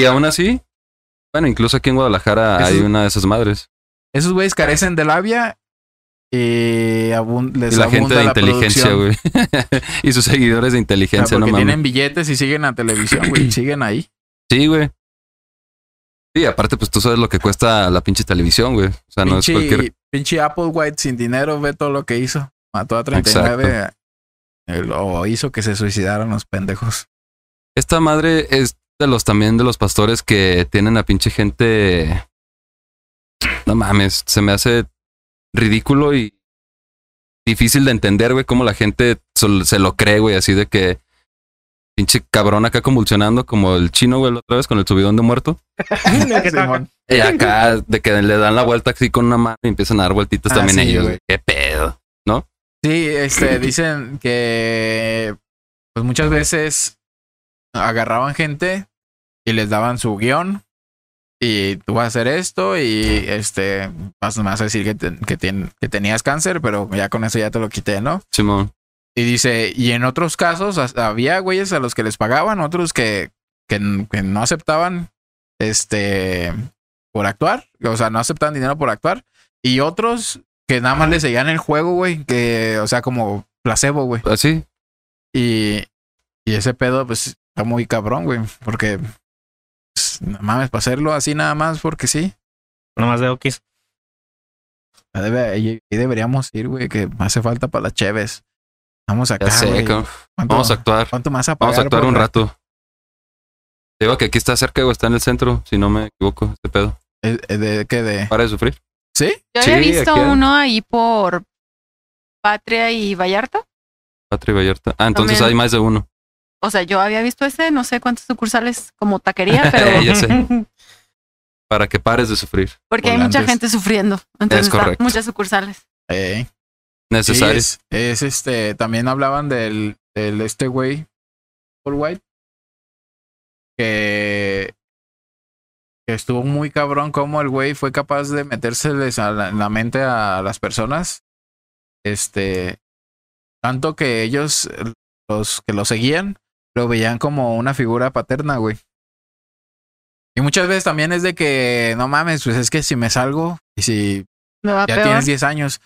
[SPEAKER 3] Y aún así, bueno, incluso aquí en Guadalajara
[SPEAKER 1] Eso-
[SPEAKER 3] hay una de esas madres.
[SPEAKER 1] Esos güeyes carecen de labia y abun- les
[SPEAKER 3] Y la gente
[SPEAKER 1] abunda
[SPEAKER 3] de
[SPEAKER 1] la
[SPEAKER 3] inteligencia,
[SPEAKER 1] producción.
[SPEAKER 3] güey. y sus seguidores de
[SPEAKER 1] O sea,
[SPEAKER 3] inteligencia, no
[SPEAKER 1] porque
[SPEAKER 3] mames.
[SPEAKER 1] tienen billetes y siguen a televisión, güey. siguen ahí.
[SPEAKER 3] Sí, güey. Sí, aparte, pues tú sabes lo que cuesta la pinche televisión, güey. O sea, Ah, no es
[SPEAKER 1] pinche,
[SPEAKER 3] cualquier.
[SPEAKER 1] pinche Applewhite sin dinero ve todo lo que hizo. Mató a 39. eh, Lo hizo que se suicidaran los pendejos.
[SPEAKER 3] Esta madre es de los también de los pastores que tienen a pinche gente. No mames, se me hace ridículo y difícil de entender, güey, cómo la gente sol- se lo cree, güey, así de que pinche cabrón acá convulsionando como el chino, güey, la otra vez con el subidón de muerto.
[SPEAKER 1] Simón.
[SPEAKER 3] Y acá de que le dan la vuelta así con una mano y empiezan a dar vueltitas
[SPEAKER 1] Ah,
[SPEAKER 3] también
[SPEAKER 1] sí,
[SPEAKER 3] ellos,
[SPEAKER 1] güey.
[SPEAKER 3] güey. Qué pedo.
[SPEAKER 1] Sí, este, dicen que pues muchas veces agarraban gente y les daban su guión y tú vas a hacer esto y este vas, me vas a decir que, te- que, tien- que tenías cáncer, pero ya con eso ya te lo quité, ¿no?
[SPEAKER 3] Simón.
[SPEAKER 1] Y dice, y en otros casos hasta había güeyes a los que les pagaban, otros que, que, n- que no aceptaban este por actuar, o sea, no aceptaban dinero por actuar, y otros que nada más le seguían el juego, güey, que, o sea, como placebo, güey.
[SPEAKER 3] Así.
[SPEAKER 1] Y, y ese pedo, pues, está muy cabrón, güey, porque, pues, no mames, para hacerlo así nada más, porque sí,
[SPEAKER 4] Nomás de Okis.
[SPEAKER 1] ya debe, ahí ahí deberíamos ir, güey, que hace falta para las cheves. Vamos acá,
[SPEAKER 3] Ya sé,
[SPEAKER 1] Ah, güey.
[SPEAKER 3] cabrón.
[SPEAKER 1] ¿Cuánto-
[SPEAKER 3] Vamos a actuar.
[SPEAKER 1] ¿Cuánto más a
[SPEAKER 3] Vamos a
[SPEAKER 1] pagar
[SPEAKER 3] actuar
[SPEAKER 1] por
[SPEAKER 3] un
[SPEAKER 1] la-
[SPEAKER 3] rato. Te digo que aquí está cerca, güey, está en el centro, si no me equivoco, este pedo.
[SPEAKER 1] Eh, eh, ¿De qué? De...
[SPEAKER 3] Para de sufrir.
[SPEAKER 1] ¿Sí?
[SPEAKER 2] Yo había
[SPEAKER 3] Sí,
[SPEAKER 2] visto
[SPEAKER 3] aquí hay.
[SPEAKER 2] uno ahí por Patria y Vallarta.
[SPEAKER 3] Patria y Vallarta. Ah, entonces hay
[SPEAKER 2] También.
[SPEAKER 3] más de uno.
[SPEAKER 2] O sea, yo había visto ese, no sé cuántos sucursales como taquería, pero
[SPEAKER 3] Eh, ya sé. Para que pares de sufrir.
[SPEAKER 2] porque hay mucha
[SPEAKER 1] Volantes.
[SPEAKER 2] gente sufriendo.
[SPEAKER 3] Es
[SPEAKER 2] Entonces, está-
[SPEAKER 3] correcto.
[SPEAKER 2] muchas sucursales.
[SPEAKER 1] Eh, sí,
[SPEAKER 3] Necesario.
[SPEAKER 1] es, es este, también hablaban del, del este güey, Paul White, que, que estuvo muy cabrón cómo el güey fue capaz de metérseles a la, en la mente a las personas. Este, tanto que ellos, eh, los que lo seguían, lo veían como una figura paterna, güey. Y muchas veces también es de que, no mames, pues es que si me salgo y si
[SPEAKER 2] Me va
[SPEAKER 1] Ya
[SPEAKER 2] peor.
[SPEAKER 1] tienes 10 años.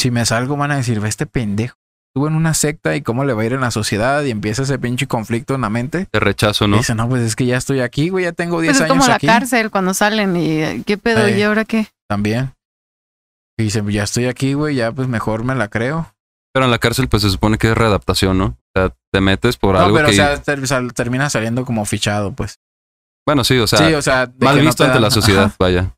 [SPEAKER 1] Si me salgo, van a decir, ve este pendejo. Estuvo en una secta y cómo le va a ir en la sociedad y empieza ese pinche conflicto en la mente.
[SPEAKER 3] Te rechazo,
[SPEAKER 1] Y
[SPEAKER 3] ¿no?
[SPEAKER 1] Dice, no, pues es que ya estoy aquí, güey, ya tengo 10
[SPEAKER 2] Pues es
[SPEAKER 1] años
[SPEAKER 2] como la
[SPEAKER 1] aquí.
[SPEAKER 2] cárcel cuando salen y eh, qué pedo
[SPEAKER 1] Sí.
[SPEAKER 2] y ahora qué.
[SPEAKER 1] También. Y dice, ya estoy aquí, güey, ya pues mejor me la creo.
[SPEAKER 3] Pero en la cárcel, pues se supone que es readaptación, ¿no? O sea, te metes por
[SPEAKER 1] No,
[SPEAKER 3] algo
[SPEAKER 1] pero
[SPEAKER 3] que.
[SPEAKER 1] o sea, ter- sal- termina saliendo como fichado, pues.
[SPEAKER 3] bueno, sí, o sea,
[SPEAKER 1] sí, o sea, de
[SPEAKER 3] mal
[SPEAKER 1] que no
[SPEAKER 3] visto
[SPEAKER 1] te
[SPEAKER 3] ante
[SPEAKER 1] dan-
[SPEAKER 3] la sociedad,
[SPEAKER 1] Ajá.
[SPEAKER 3] vaya.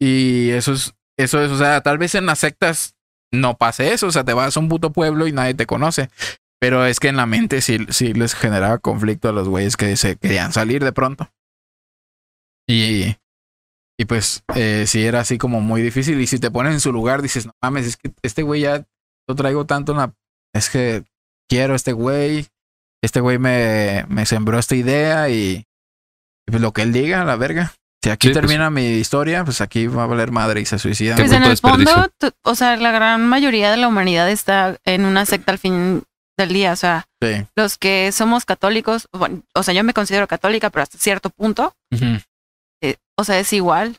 [SPEAKER 1] Y eso es, eso es, o sea, tal vez en las sectas no pase eso, o sea, te vas a un puto pueblo y nadie te conoce. Pero es que en la mente sí, sí les generaba conflicto a los güeyes que se querían salir de pronto. Y, y pues eh, sí era así como muy difícil. Y si te pones en su lugar, dices, no mames, es que este güey ya lo traigo tanto en la... Es que quiero a este güey, este güey me, me sembró esta idea y, y pues lo que él diga, a la verga. Si aquí
[SPEAKER 3] Sí, pues.
[SPEAKER 1] termina mi historia, pues aquí va a valer madre y se suicida.
[SPEAKER 3] Qué
[SPEAKER 2] Pues en
[SPEAKER 3] bruto
[SPEAKER 2] el fondo,
[SPEAKER 3] desperdicio.
[SPEAKER 2] tú- o sea, la gran mayoría de la humanidad está en una secta al fin del día. O sea,
[SPEAKER 1] Sí.
[SPEAKER 2] los que somos católicos, bueno, o sea, yo me considero católica, pero hasta cierto punto, eh, o sea, es igual.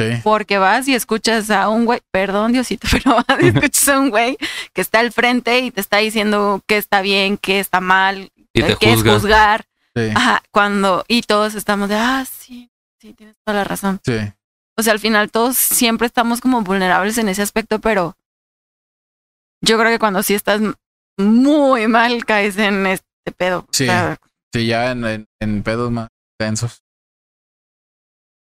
[SPEAKER 1] Sí.
[SPEAKER 2] Porque vas y escuchas a un güey, perdón Diosito, pero vas y escuchas a un güey que está al frente y te está diciendo que está bien, que está mal,
[SPEAKER 3] Y te
[SPEAKER 2] eh, que
[SPEAKER 3] juzga.
[SPEAKER 2] es juzgar.
[SPEAKER 1] Sí,
[SPEAKER 2] Ajá, cuando, y todos estamos de, ah, sí, sí, tienes toda la razón.
[SPEAKER 1] sí.
[SPEAKER 2] O sea, al final todos siempre estamos como vulnerables en ese aspecto, pero yo creo que cuando sí estás muy mal caes en este pedo.
[SPEAKER 1] Sí.
[SPEAKER 2] O sea,
[SPEAKER 1] Sí, ya en, en- en pedos más tensos.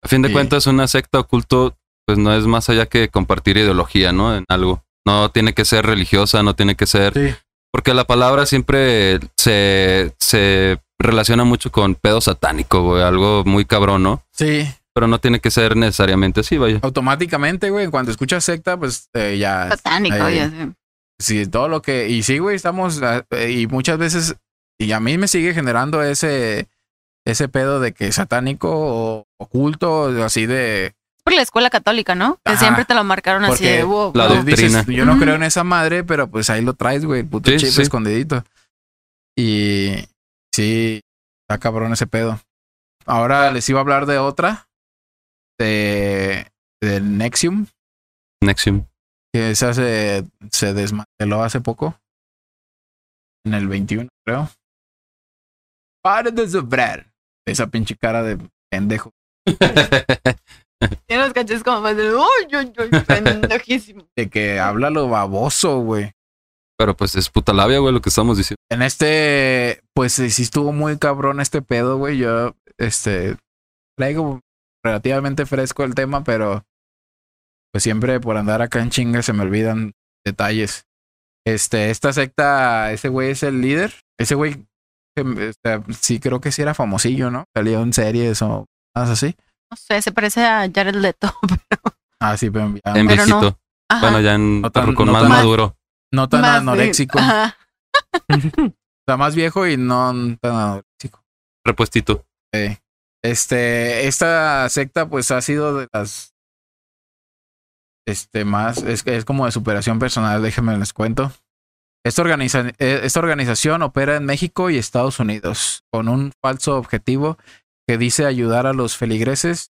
[SPEAKER 3] A fin de
[SPEAKER 1] Sí.
[SPEAKER 3] cuentas, una secta oculto, pues no es más allá que compartir ideología, ¿no? En algo. No tiene que ser religiosa, no tiene que ser.
[SPEAKER 1] Sí.
[SPEAKER 3] Porque la palabra siempre se, se relaciona mucho con pedo satánico, güey. Algo muy cabrón, ¿no?
[SPEAKER 1] Sí,
[SPEAKER 3] Pero no tiene que ser necesariamente así, vaya.
[SPEAKER 1] automáticamente, güey, en cuanto escuchas secta, pues eh, ya
[SPEAKER 2] satánico.
[SPEAKER 1] Ahí.
[SPEAKER 2] y así.
[SPEAKER 1] Sí, todo lo que. Y sí, güey, estamos. ah, eh, Y muchas veces. Y a mí me sigue generando ese. Ese pedo de que satánico o oculto, o así de.
[SPEAKER 2] Por la escuela católica, ¿no? Que
[SPEAKER 1] Ajá.
[SPEAKER 2] siempre te lo marcaron así
[SPEAKER 1] Porque
[SPEAKER 2] de wow.
[SPEAKER 3] la
[SPEAKER 2] no.
[SPEAKER 1] Pues dices,
[SPEAKER 3] doctrina.
[SPEAKER 1] yo no
[SPEAKER 2] Ujú.
[SPEAKER 1] creo en esa madre, pero pues ahí lo traes, güey, el puto
[SPEAKER 3] Sí,
[SPEAKER 1] chip
[SPEAKER 3] sí.
[SPEAKER 1] escondidito. Y. Sí, está cabrón ese pedo. Ahora les iba a hablar de otra. De. Del Nexium,
[SPEAKER 3] Nexium.
[SPEAKER 1] que esa se, se desmanteló hace poco. En el 21, creo. Paren de sufrir. Esa pinche cara de pendejo.
[SPEAKER 2] Tiene los cachetes como más de, uy, uy, uy, pendejísimo.
[SPEAKER 1] De que habla lo baboso, güey.
[SPEAKER 3] Pero pues es puta labia, güey, lo que estamos diciendo.
[SPEAKER 1] En este, pues sí sí estuvo muy cabrón este pedo, güey. Yo, este, traigo relativamente fresco el tema, pero pues siempre por andar acá en chinga se me olvidan detalles. Este, esta secta, ese güey es el líder. Ese güey, em, o sea, sí creo que sí era famosillo, ¿no? Salía en series o más así.
[SPEAKER 2] No sé, se parece a Jared Leto.
[SPEAKER 1] Ah, sí, pero ya
[SPEAKER 3] en
[SPEAKER 2] Pero no.
[SPEAKER 3] viejito.
[SPEAKER 2] Ajá.
[SPEAKER 3] Bueno, ya en
[SPEAKER 1] No tan-
[SPEAKER 3] con
[SPEAKER 1] no
[SPEAKER 3] más
[SPEAKER 1] tan-
[SPEAKER 3] maduro.
[SPEAKER 1] no tan
[SPEAKER 2] Más de-
[SPEAKER 1] anoréxico. O
[SPEAKER 2] Ajá.
[SPEAKER 1] sea, más viejo y no tan anoréxico.
[SPEAKER 3] Repuestito.
[SPEAKER 1] Sí. Eh, Este, esta secta, pues, ha sido de las. Este, más. Es, es como de superación personal, déjenme les cuento. Esta, organiza- eh, esta organización opera en México y Estados Unidos con un falso objetivo que dice ayudar a los feligreses,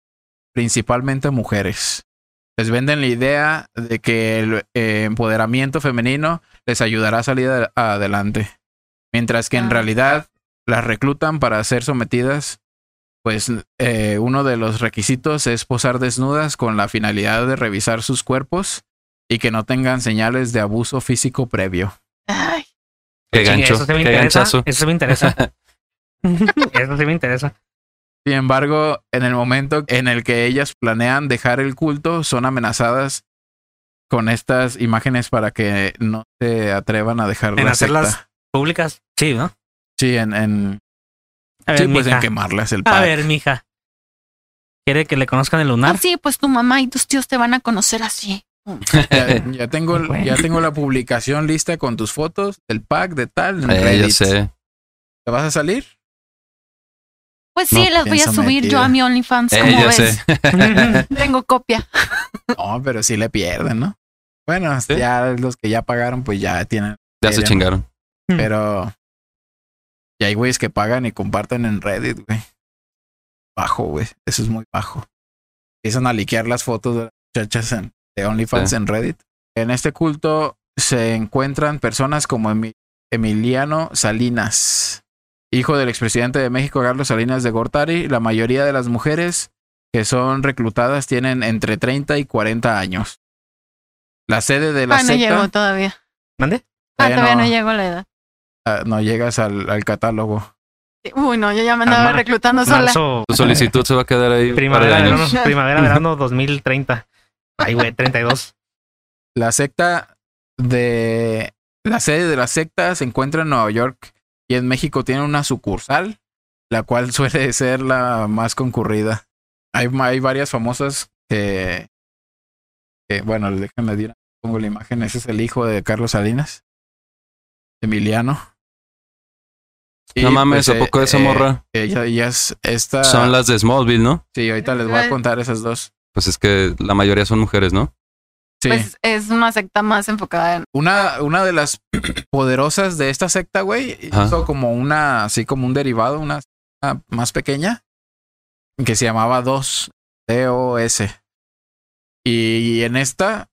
[SPEAKER 1] principalmente mujeres. Les venden la idea de que el eh, empoderamiento femenino les ayudará a salir ad- adelante, mientras que en
[SPEAKER 2] Ah.
[SPEAKER 1] realidad las reclutan para ser sometidas, pues eh, uno de los requisitos es posar desnudas con la finalidad de revisar sus cuerpos y que no tengan señales de abuso físico previo.
[SPEAKER 2] Ay,
[SPEAKER 3] Qué
[SPEAKER 4] Chingue,
[SPEAKER 3] gancho.
[SPEAKER 4] Eso sí me
[SPEAKER 3] Qué
[SPEAKER 4] interesa.
[SPEAKER 3] ganchazo.
[SPEAKER 4] Eso sí me interesa. eso sí me interesa.
[SPEAKER 1] Sin embargo, en el momento en el que ellas planean dejar el culto, son amenazadas con estas imágenes para que no se atrevan a dejar
[SPEAKER 4] En
[SPEAKER 1] la
[SPEAKER 4] hacerlas-
[SPEAKER 1] secta.
[SPEAKER 4] Públicas, sí, ¿no?
[SPEAKER 1] Sí, en, en-
[SPEAKER 4] A ver,
[SPEAKER 1] sí, pues
[SPEAKER 4] mija.
[SPEAKER 1] en quemarlas el
[SPEAKER 4] A
[SPEAKER 1] pack.
[SPEAKER 4] ver, mija. ¿Quiere que le conozcan el lunar?
[SPEAKER 2] Ah, sí, pues tu mamá y tus tíos te van a conocer así.
[SPEAKER 1] Ya, ya tengo, el-
[SPEAKER 4] Bueno.
[SPEAKER 1] ya tengo la publicación lista con tus fotos, el pack de tal. en
[SPEAKER 3] Eh, ya
[SPEAKER 1] Reddit.
[SPEAKER 3] sé.
[SPEAKER 1] ¿Te vas a salir?
[SPEAKER 2] Pues
[SPEAKER 3] No,
[SPEAKER 2] sí, las voy a
[SPEAKER 1] pienso
[SPEAKER 2] subir yo
[SPEAKER 1] metida.
[SPEAKER 2] a mi OnlyFans,
[SPEAKER 3] Eh,
[SPEAKER 2] como
[SPEAKER 3] ya
[SPEAKER 2] ves.
[SPEAKER 3] sé.
[SPEAKER 2] Tengo copia.
[SPEAKER 1] No, pero sí le pierden, ¿no? Bueno,
[SPEAKER 3] Sí.
[SPEAKER 1] ya los que ya pagaron, pues ya tienen.
[SPEAKER 3] Ya se
[SPEAKER 1] Miren.
[SPEAKER 3] chingaron.
[SPEAKER 1] Pero. Y hay güeyes que pagan y comparten en Reddit, güey. Bajo, güey. Eso es muy bajo. Empiezan a liquear las fotos de las muchachas en, de OnlyFans
[SPEAKER 3] Sí.
[SPEAKER 1] en Reddit. En este culto se encuentran personas como Emi- Emiliano Salinas, hijo del expresidente de México Carlos Salinas de Gortari. La mayoría de las mujeres que son reclutadas tienen entre 30 y 40 años. La sede de la
[SPEAKER 2] Ah, no
[SPEAKER 1] secta-
[SPEAKER 2] llegó todavía.
[SPEAKER 4] ¿Mande?
[SPEAKER 2] Ah,
[SPEAKER 4] Todavía
[SPEAKER 2] todavía no.
[SPEAKER 4] no.
[SPEAKER 2] llegó la edad.
[SPEAKER 1] Ah, no llegas al, al catálogo.
[SPEAKER 2] Sí, Uy, no, yo ya me andaba
[SPEAKER 4] Amar-
[SPEAKER 2] reclutando sola.
[SPEAKER 4] Marzo,
[SPEAKER 3] Tu solicitud se va a quedar ahí un par de
[SPEAKER 4] primavera, verano,
[SPEAKER 3] años.
[SPEAKER 4] primavera, verano 2030. Ay, güey, 32.
[SPEAKER 1] La secta de la sede de la secta se encuentra en Nueva York y en México tiene una sucursal, la cual suele ser la más concurrida. Hay, ma- hay varias famosas que, que, bueno, déjenme decir, pongo la imagen, ese es el hijo de Carlos Salinas, Emiliano. Y,
[SPEAKER 3] No mames,
[SPEAKER 1] pues,
[SPEAKER 3] ¿a poco
[SPEAKER 1] eh, ah.
[SPEAKER 3] esa
[SPEAKER 1] eh,
[SPEAKER 3] morra?
[SPEAKER 1] Ella, ella es esta.
[SPEAKER 3] Son las de Smallville, ¿no?
[SPEAKER 1] Sí, ahorita les voy a contar esas dos.
[SPEAKER 3] Pues es que la mayoría son mujeres, ¿no?
[SPEAKER 1] Sí.
[SPEAKER 2] Pues es una secta más enfocada en.
[SPEAKER 1] una, una de las poderosas de esta secta, güey,
[SPEAKER 3] Ajá.
[SPEAKER 1] hizo como una, así como un derivado, una, una más pequeña, que se llamaba DOS, D-O-S. Y en esta,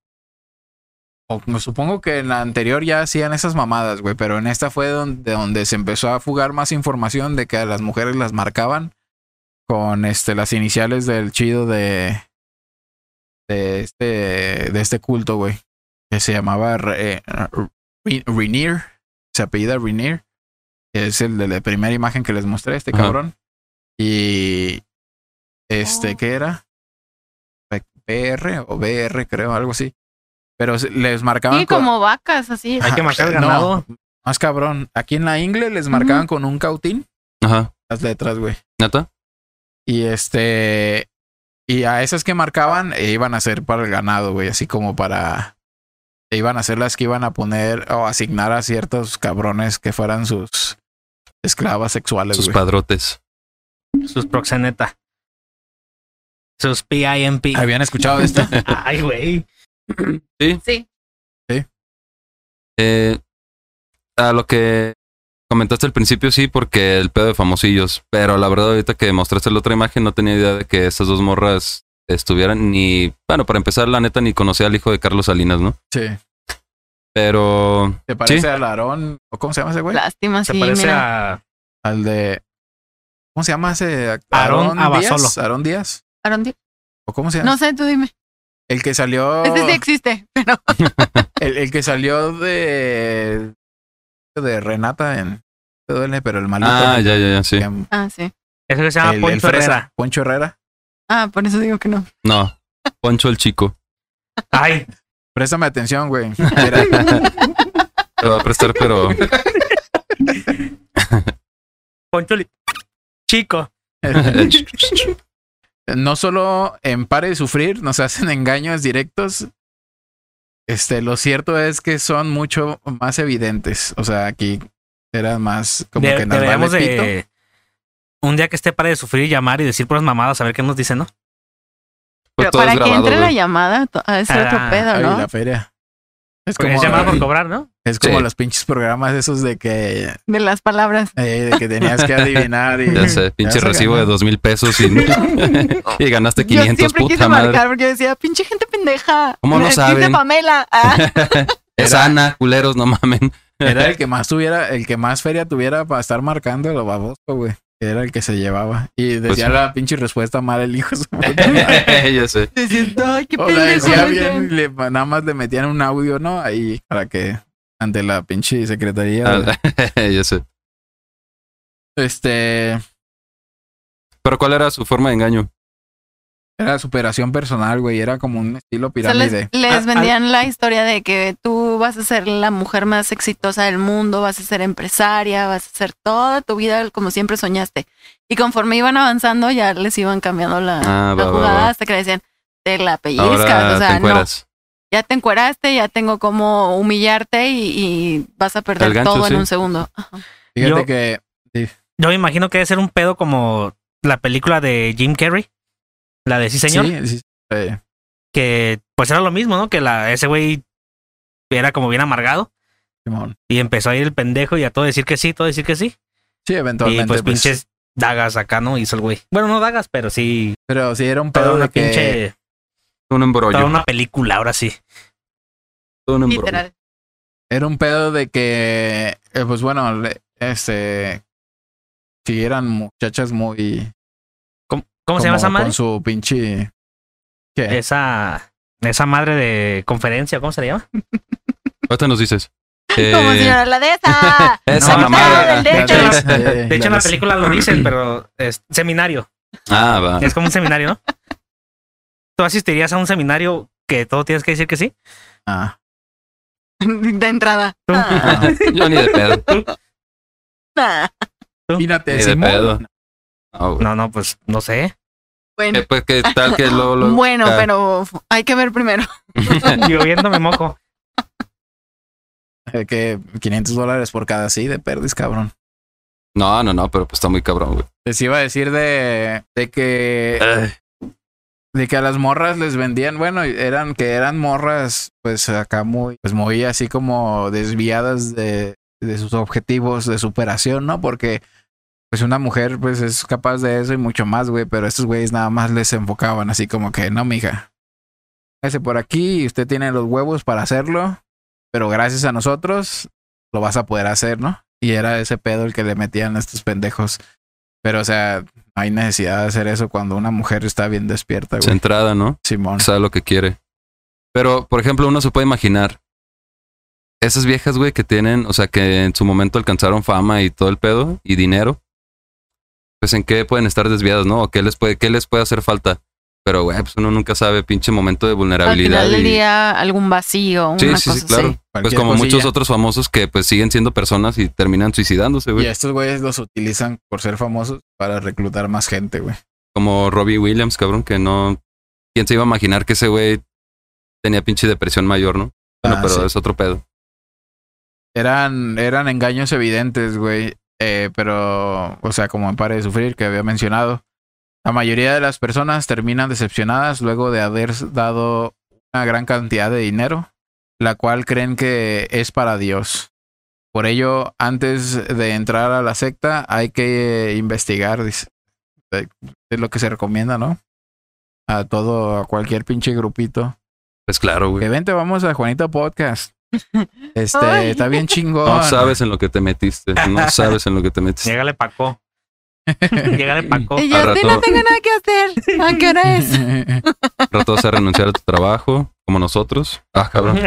[SPEAKER 1] o me supongo que en la anterior ya hacían esas mamadas, güey, pero en esta fue donde, donde se empezó a fugar más información de que a las mujeres las marcaban con este, las iniciales del chido de, de, este, de este culto, güey que se llamaba Re- eh, Re- Rainier, se apellida Rainier, que es el de la primera imagen que les mostré, este
[SPEAKER 3] Ajá.
[SPEAKER 1] cabrón. Y este,
[SPEAKER 2] Oh.
[SPEAKER 1] ¿qué era? PR o BR, creo, algo así. Pero se- les marcaban
[SPEAKER 2] Sí,
[SPEAKER 1] con-
[SPEAKER 2] como vacas, así.
[SPEAKER 4] Hay que marcar el
[SPEAKER 1] No.
[SPEAKER 4] ganado.
[SPEAKER 1] más cabrón. Aquí en la Ingle les marcaban con un cautín
[SPEAKER 3] Ajá.
[SPEAKER 1] las letras, güey.
[SPEAKER 3] ¿Neta?
[SPEAKER 1] Y este. Y a esas que marcaban eh, iban a ser para el ganado, güey. Así como para. e Iban a ser las que iban a poner o asignar a ciertos cabrones que fueran sus esclavas sexuales,
[SPEAKER 3] Sus
[SPEAKER 1] güey.
[SPEAKER 3] padrotes.
[SPEAKER 4] Sus proxeneta. Sus PIMP.
[SPEAKER 1] ¿Habían escuchado de esto?
[SPEAKER 4] Ay, güey.
[SPEAKER 2] Sí.
[SPEAKER 3] Eh, a lo que comentaste al principio, sí, porque el pedo de famosillos. Pero la verdad, ahorita que mostraste la otra imagen, no tenía idea de que estas dos morras estuvieran ni. Bueno, para empezar, la neta, ni conocía al hijo de Carlos Salinas, ¿no?
[SPEAKER 1] sí.
[SPEAKER 3] Pero.
[SPEAKER 1] ¿Te parece
[SPEAKER 3] Sí.
[SPEAKER 1] al Aarón? ¿O cómo se llama ese güey?
[SPEAKER 2] Lástima,
[SPEAKER 4] Se
[SPEAKER 2] sí,
[SPEAKER 4] parece
[SPEAKER 2] mira.
[SPEAKER 4] a.
[SPEAKER 1] Al de. ¿Cómo se llama ese?
[SPEAKER 4] Aarón Abasolo.
[SPEAKER 1] Díaz. Aarón Díaz.
[SPEAKER 2] Aaron Di-
[SPEAKER 1] ¿O cómo se llama?
[SPEAKER 2] No sé, tú dime.
[SPEAKER 1] El que salió.
[SPEAKER 2] Este sí existe, pero
[SPEAKER 1] El, el que salió de. De Renata en. Te duele, pero el malito.
[SPEAKER 3] Ah, ya, ya, ya, sí.
[SPEAKER 1] Que-
[SPEAKER 2] ah, sí.
[SPEAKER 4] Es que se llama
[SPEAKER 1] El- el
[SPEAKER 4] Poncho
[SPEAKER 1] fresa,
[SPEAKER 4] Herrera.
[SPEAKER 1] Poncho Herrera.
[SPEAKER 2] Ah, por eso digo que no.
[SPEAKER 3] No. Poncho el chico.
[SPEAKER 4] Ay,
[SPEAKER 1] Préstame atención, güey. Mira,
[SPEAKER 3] Te va a prestar, pero.
[SPEAKER 4] Poncho Li- Chico.
[SPEAKER 1] no solo en Pare de Sufrir nos hacen engaños directos. Este, lo cierto es que son mucho más evidentes. O sea, aquí eran más como
[SPEAKER 4] De-
[SPEAKER 1] que nos vale
[SPEAKER 4] deberíamos
[SPEAKER 1] pito.
[SPEAKER 4] de. Un día que esté para de sufrir, llamar y decir puras mamadas, a ver qué nos dicen, ¿no?
[SPEAKER 3] Pues
[SPEAKER 2] Pero
[SPEAKER 3] todo
[SPEAKER 2] para
[SPEAKER 3] es
[SPEAKER 2] que
[SPEAKER 3] grabado,
[SPEAKER 2] entre la
[SPEAKER 3] güey.
[SPEAKER 2] llamada, to- ha de ser otro
[SPEAKER 4] Ah,
[SPEAKER 2] pedo,
[SPEAKER 1] Ay,
[SPEAKER 2] ¿no?
[SPEAKER 1] la feria. Es
[SPEAKER 4] Porque
[SPEAKER 1] como,
[SPEAKER 4] es llamada por cobrar, ¿no?
[SPEAKER 1] es como
[SPEAKER 3] Sí.
[SPEAKER 1] los pinches programas esos de que, eh,
[SPEAKER 2] De las palabras.
[SPEAKER 1] de que tenías que adivinar y
[SPEAKER 3] Ya sé, pinche
[SPEAKER 1] vas a
[SPEAKER 3] recibo de
[SPEAKER 1] ganar.
[SPEAKER 3] dos mil pesos y, y ganaste
[SPEAKER 2] Yo
[SPEAKER 3] 500,
[SPEAKER 2] siempre quise
[SPEAKER 3] puta
[SPEAKER 2] marcar
[SPEAKER 3] madre.
[SPEAKER 2] porque yo decía, pinche gente pendeja.
[SPEAKER 3] ¿Cómo no
[SPEAKER 2] Dice
[SPEAKER 3] saben?
[SPEAKER 2] Pamela. Ah,
[SPEAKER 3] Es
[SPEAKER 1] Era-
[SPEAKER 3] Ana, culeros, no mamen.
[SPEAKER 1] Era el que más tuviera, el que más feria tuviera para estar marcando lo baboso, güey. Era el que se llevaba. Y decía
[SPEAKER 3] Pues sí.
[SPEAKER 1] la pinche respuesta mal el hijo. de su puta madre.
[SPEAKER 3] ya sé.
[SPEAKER 2] decía, ay, qué
[SPEAKER 1] o la
[SPEAKER 2] pendejo.
[SPEAKER 1] decía
[SPEAKER 2] no sé".
[SPEAKER 1] bien, le- nada más le metían un audio, ¿no? Ahí para que ante la pinche secretaría.
[SPEAKER 3] Ah, ya sé.
[SPEAKER 1] Este
[SPEAKER 3] Pero ¿cuál era su forma de engaño?
[SPEAKER 1] era superación personal, güey. Era como un estilo
[SPEAKER 2] O sea, les,
[SPEAKER 1] pirámide.
[SPEAKER 2] les
[SPEAKER 4] Ah, ah.
[SPEAKER 2] vendían la historia de que tú vas a ser la mujer más exitosa del mundo, vas a ser empresaria, vas a hacer toda tu vida como siempre soñaste. Y conforme iban avanzando, ya les iban cambiando la,
[SPEAKER 3] Ah,
[SPEAKER 2] la
[SPEAKER 3] va, va,
[SPEAKER 2] jugada
[SPEAKER 3] va.
[SPEAKER 2] hasta que le decían, te la pellizcas.
[SPEAKER 3] Ahora
[SPEAKER 2] o
[SPEAKER 3] te
[SPEAKER 2] sea, no,
[SPEAKER 3] encueras.
[SPEAKER 2] ya te encueraste, ya tengo como humillarte y, y vas a perder
[SPEAKER 3] El gancho,
[SPEAKER 2] todo
[SPEAKER 3] sí.
[SPEAKER 2] en un segundo. Ajá.
[SPEAKER 1] Fíjate
[SPEAKER 4] Yo-
[SPEAKER 1] que
[SPEAKER 4] Yo me imagino que debe ser un pedo como la película de Jim Carrey. La de Sí, señor.
[SPEAKER 1] sí, sí, eh,
[SPEAKER 4] Que pues era lo mismo, ¿no? Que la, ese güey era como bien amargado.
[SPEAKER 1] Simón.
[SPEAKER 4] Y empezó a ir el pendejo y a todo decir que sí, todo decir que sí.
[SPEAKER 1] Sí, eventualmente.
[SPEAKER 4] y pues,
[SPEAKER 1] pues.
[SPEAKER 4] pinches dagas acá, ¿no? Hizo el güey. Bueno, no dagas, pero sí.
[SPEAKER 1] Pero sí era un
[SPEAKER 4] Todo
[SPEAKER 1] pedo
[SPEAKER 4] una
[SPEAKER 1] de que
[SPEAKER 4] pinche.
[SPEAKER 3] un embrollo.
[SPEAKER 4] Toda una película, ahora sí.
[SPEAKER 3] todo un embrollo.
[SPEAKER 2] Literal.
[SPEAKER 1] Era un pedo de que, eh, pues bueno, le- este, si eran muchachas muy...
[SPEAKER 4] ¿Cómo, cómo se llama esa
[SPEAKER 1] como
[SPEAKER 4] madre?
[SPEAKER 1] Con su pinche... ¿Qué?
[SPEAKER 4] Esa, esa madre de conferencia, ¿cómo se le llama?
[SPEAKER 3] Ahorita nos dices.
[SPEAKER 2] Como
[SPEAKER 3] Eh,
[SPEAKER 2] si era la de esa.
[SPEAKER 3] Esa
[SPEAKER 4] No,
[SPEAKER 3] mamada.
[SPEAKER 2] del de-
[SPEAKER 1] La
[SPEAKER 4] hecho,
[SPEAKER 1] la-
[SPEAKER 4] De hecho, en
[SPEAKER 1] la-
[SPEAKER 4] la película lo dicen, pero es seminario.
[SPEAKER 3] Ah, va.
[SPEAKER 4] Es como un seminario, ¿no? ¿Tú asistirías a un seminario que todo tienes que decir que sí?
[SPEAKER 1] Ah,
[SPEAKER 2] De entrada.
[SPEAKER 4] Tú.
[SPEAKER 2] Ah,
[SPEAKER 1] ah.
[SPEAKER 3] Yo ni de pedo.
[SPEAKER 2] ah.
[SPEAKER 1] Imagínate,
[SPEAKER 3] Ni de
[SPEAKER 1] Simón.
[SPEAKER 3] pedo. No, güey.
[SPEAKER 4] No, no, pues no sé.
[SPEAKER 2] Bueno,
[SPEAKER 3] Eh, pues qué tal que luego, luego-
[SPEAKER 2] bueno,
[SPEAKER 3] Ah.
[SPEAKER 2] pero hay que ver primero.
[SPEAKER 4] Yo viendo mi moco.
[SPEAKER 1] Eh, Que 500 dólares por cada sí de perdis, cabrón.
[SPEAKER 3] No, no, no, pero pues está muy cabrón, güey.
[SPEAKER 1] Les iba a decir de, de que
[SPEAKER 3] Eh,
[SPEAKER 1] De que a las morras les vendían, bueno, eran que eran morras, pues acá muy, pues muy así como desviadas de, de sus objetivos de superación, ¿no? Porque pues una mujer pues es capaz de eso y mucho más, güey, pero estos güeyes nada más les enfocaban así como que, no, mija, ese por aquí, usted tiene los huevos para hacerlo, pero gracias a nosotros lo vas a poder hacer, ¿no? Y era ese pedo el que le metían a estos pendejos. Pero, o sea, hay necesidad de hacer eso cuando una mujer está bien despierta, güey.
[SPEAKER 3] Centrada, ¿no?
[SPEAKER 1] Simón.
[SPEAKER 3] sabe lo que quiere. Pero, por ejemplo, uno se puede imaginar esas viejas, güey, que tienen, o sea, que en su momento alcanzaron fama y todo el pedo y dinero. Pues en qué pueden estar desviadas, ¿no? ¿O qué les puede, qué les puede hacer falta? Pero, güey, pues uno nunca sabe, pinche momento de
[SPEAKER 2] Al
[SPEAKER 3] vulnerabilidad.
[SPEAKER 2] final del
[SPEAKER 3] y-
[SPEAKER 2] día, algún vacío,
[SPEAKER 3] sí,
[SPEAKER 2] una
[SPEAKER 3] sí,
[SPEAKER 2] cosa
[SPEAKER 3] sí, claro.
[SPEAKER 2] así.
[SPEAKER 3] Pues
[SPEAKER 1] Cualquier
[SPEAKER 3] como
[SPEAKER 1] cosilla.
[SPEAKER 3] muchos otros famosos que pues siguen siendo personas y terminan suicidándose,
[SPEAKER 1] Y
[SPEAKER 3] güey.
[SPEAKER 1] a estos güeyes los utilizan por ser famosos para reclutar más gente, güey.
[SPEAKER 3] Como Robbie Williams, cabrón, que no... ¿Quién se iba a imaginar que ese güey tenía pinche depresión mayor, no? Bueno,
[SPEAKER 1] Ah,
[SPEAKER 3] pero
[SPEAKER 1] sí.
[SPEAKER 3] es otro pedo.
[SPEAKER 1] Eran, eran engaños evidentes, güey. Eh, pero, o sea, como en Pare de Sufrir, que había mencionado, la mayoría de las personas terminan decepcionadas luego de haber dado una gran cantidad de dinero, la cual creen que es para Dios. Por ello, antes de entrar a la secta, hay que investigar, dice. Eh, Es lo que se recomienda, ¿no? A todo, a cualquier pinche grupito.
[SPEAKER 3] Pues claro, güey.
[SPEAKER 1] Que vente, vamos a Juanito Podcast. Este,
[SPEAKER 2] Ay.
[SPEAKER 1] está bien chingón.
[SPEAKER 3] No sabes en lo que te metiste. No sabes en lo que te metiste.
[SPEAKER 4] Llégale Paco. Llégale Paco.
[SPEAKER 2] Y yo
[SPEAKER 3] Al
[SPEAKER 2] sí,
[SPEAKER 3] rato.
[SPEAKER 2] no tengo nada que hacer. ¿A qué hora es?
[SPEAKER 3] Rato vas a renunciar a tu trabajo, como nosotros. Ah, cabrón.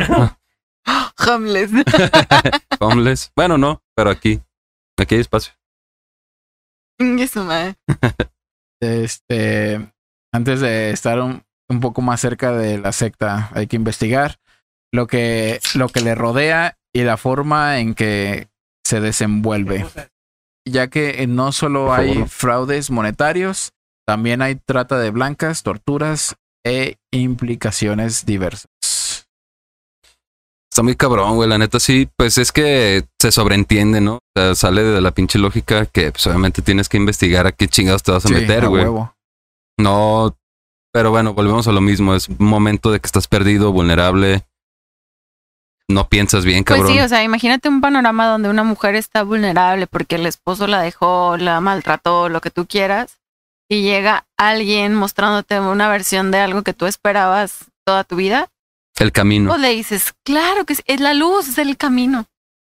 [SPEAKER 2] Homeless.
[SPEAKER 3] Homeless. Bueno, no, pero aquí. Aquí hay espacio.
[SPEAKER 2] Chingue su madre.
[SPEAKER 1] Este, antes de estar un, un poco más cerca de la secta, hay que investigar lo que, lo que le rodea y la forma en que se desenvuelve. Ya que eh, no solo
[SPEAKER 3] Por
[SPEAKER 1] hay
[SPEAKER 3] favor.
[SPEAKER 1] fraudes monetarios, también hay trata de blancas, torturas e implicaciones diversas.
[SPEAKER 3] Está muy cabrón, güey. La neta sí, pues es que se sobreentiende, ¿no? O sea, sale de la pinche lógica que pues, obviamente tienes que investigar a qué chingados te vas a
[SPEAKER 1] Sí,
[SPEAKER 3] meter,
[SPEAKER 1] a
[SPEAKER 3] güey.
[SPEAKER 1] huevo.
[SPEAKER 3] No, pero bueno, volvemos a lo mismo. Es un momento de que estás perdido, vulnerable. No piensas bien,
[SPEAKER 2] Pues
[SPEAKER 3] cabrón.
[SPEAKER 2] sí, o sea, imagínate un panorama donde una mujer está vulnerable porque el esposo la dejó, la maltrató, lo que tú quieras, y llega alguien mostrándote una versión de algo que tú esperabas toda tu vida,
[SPEAKER 3] El camino.
[SPEAKER 2] pues le dices, claro que sí, es la luz, es el camino.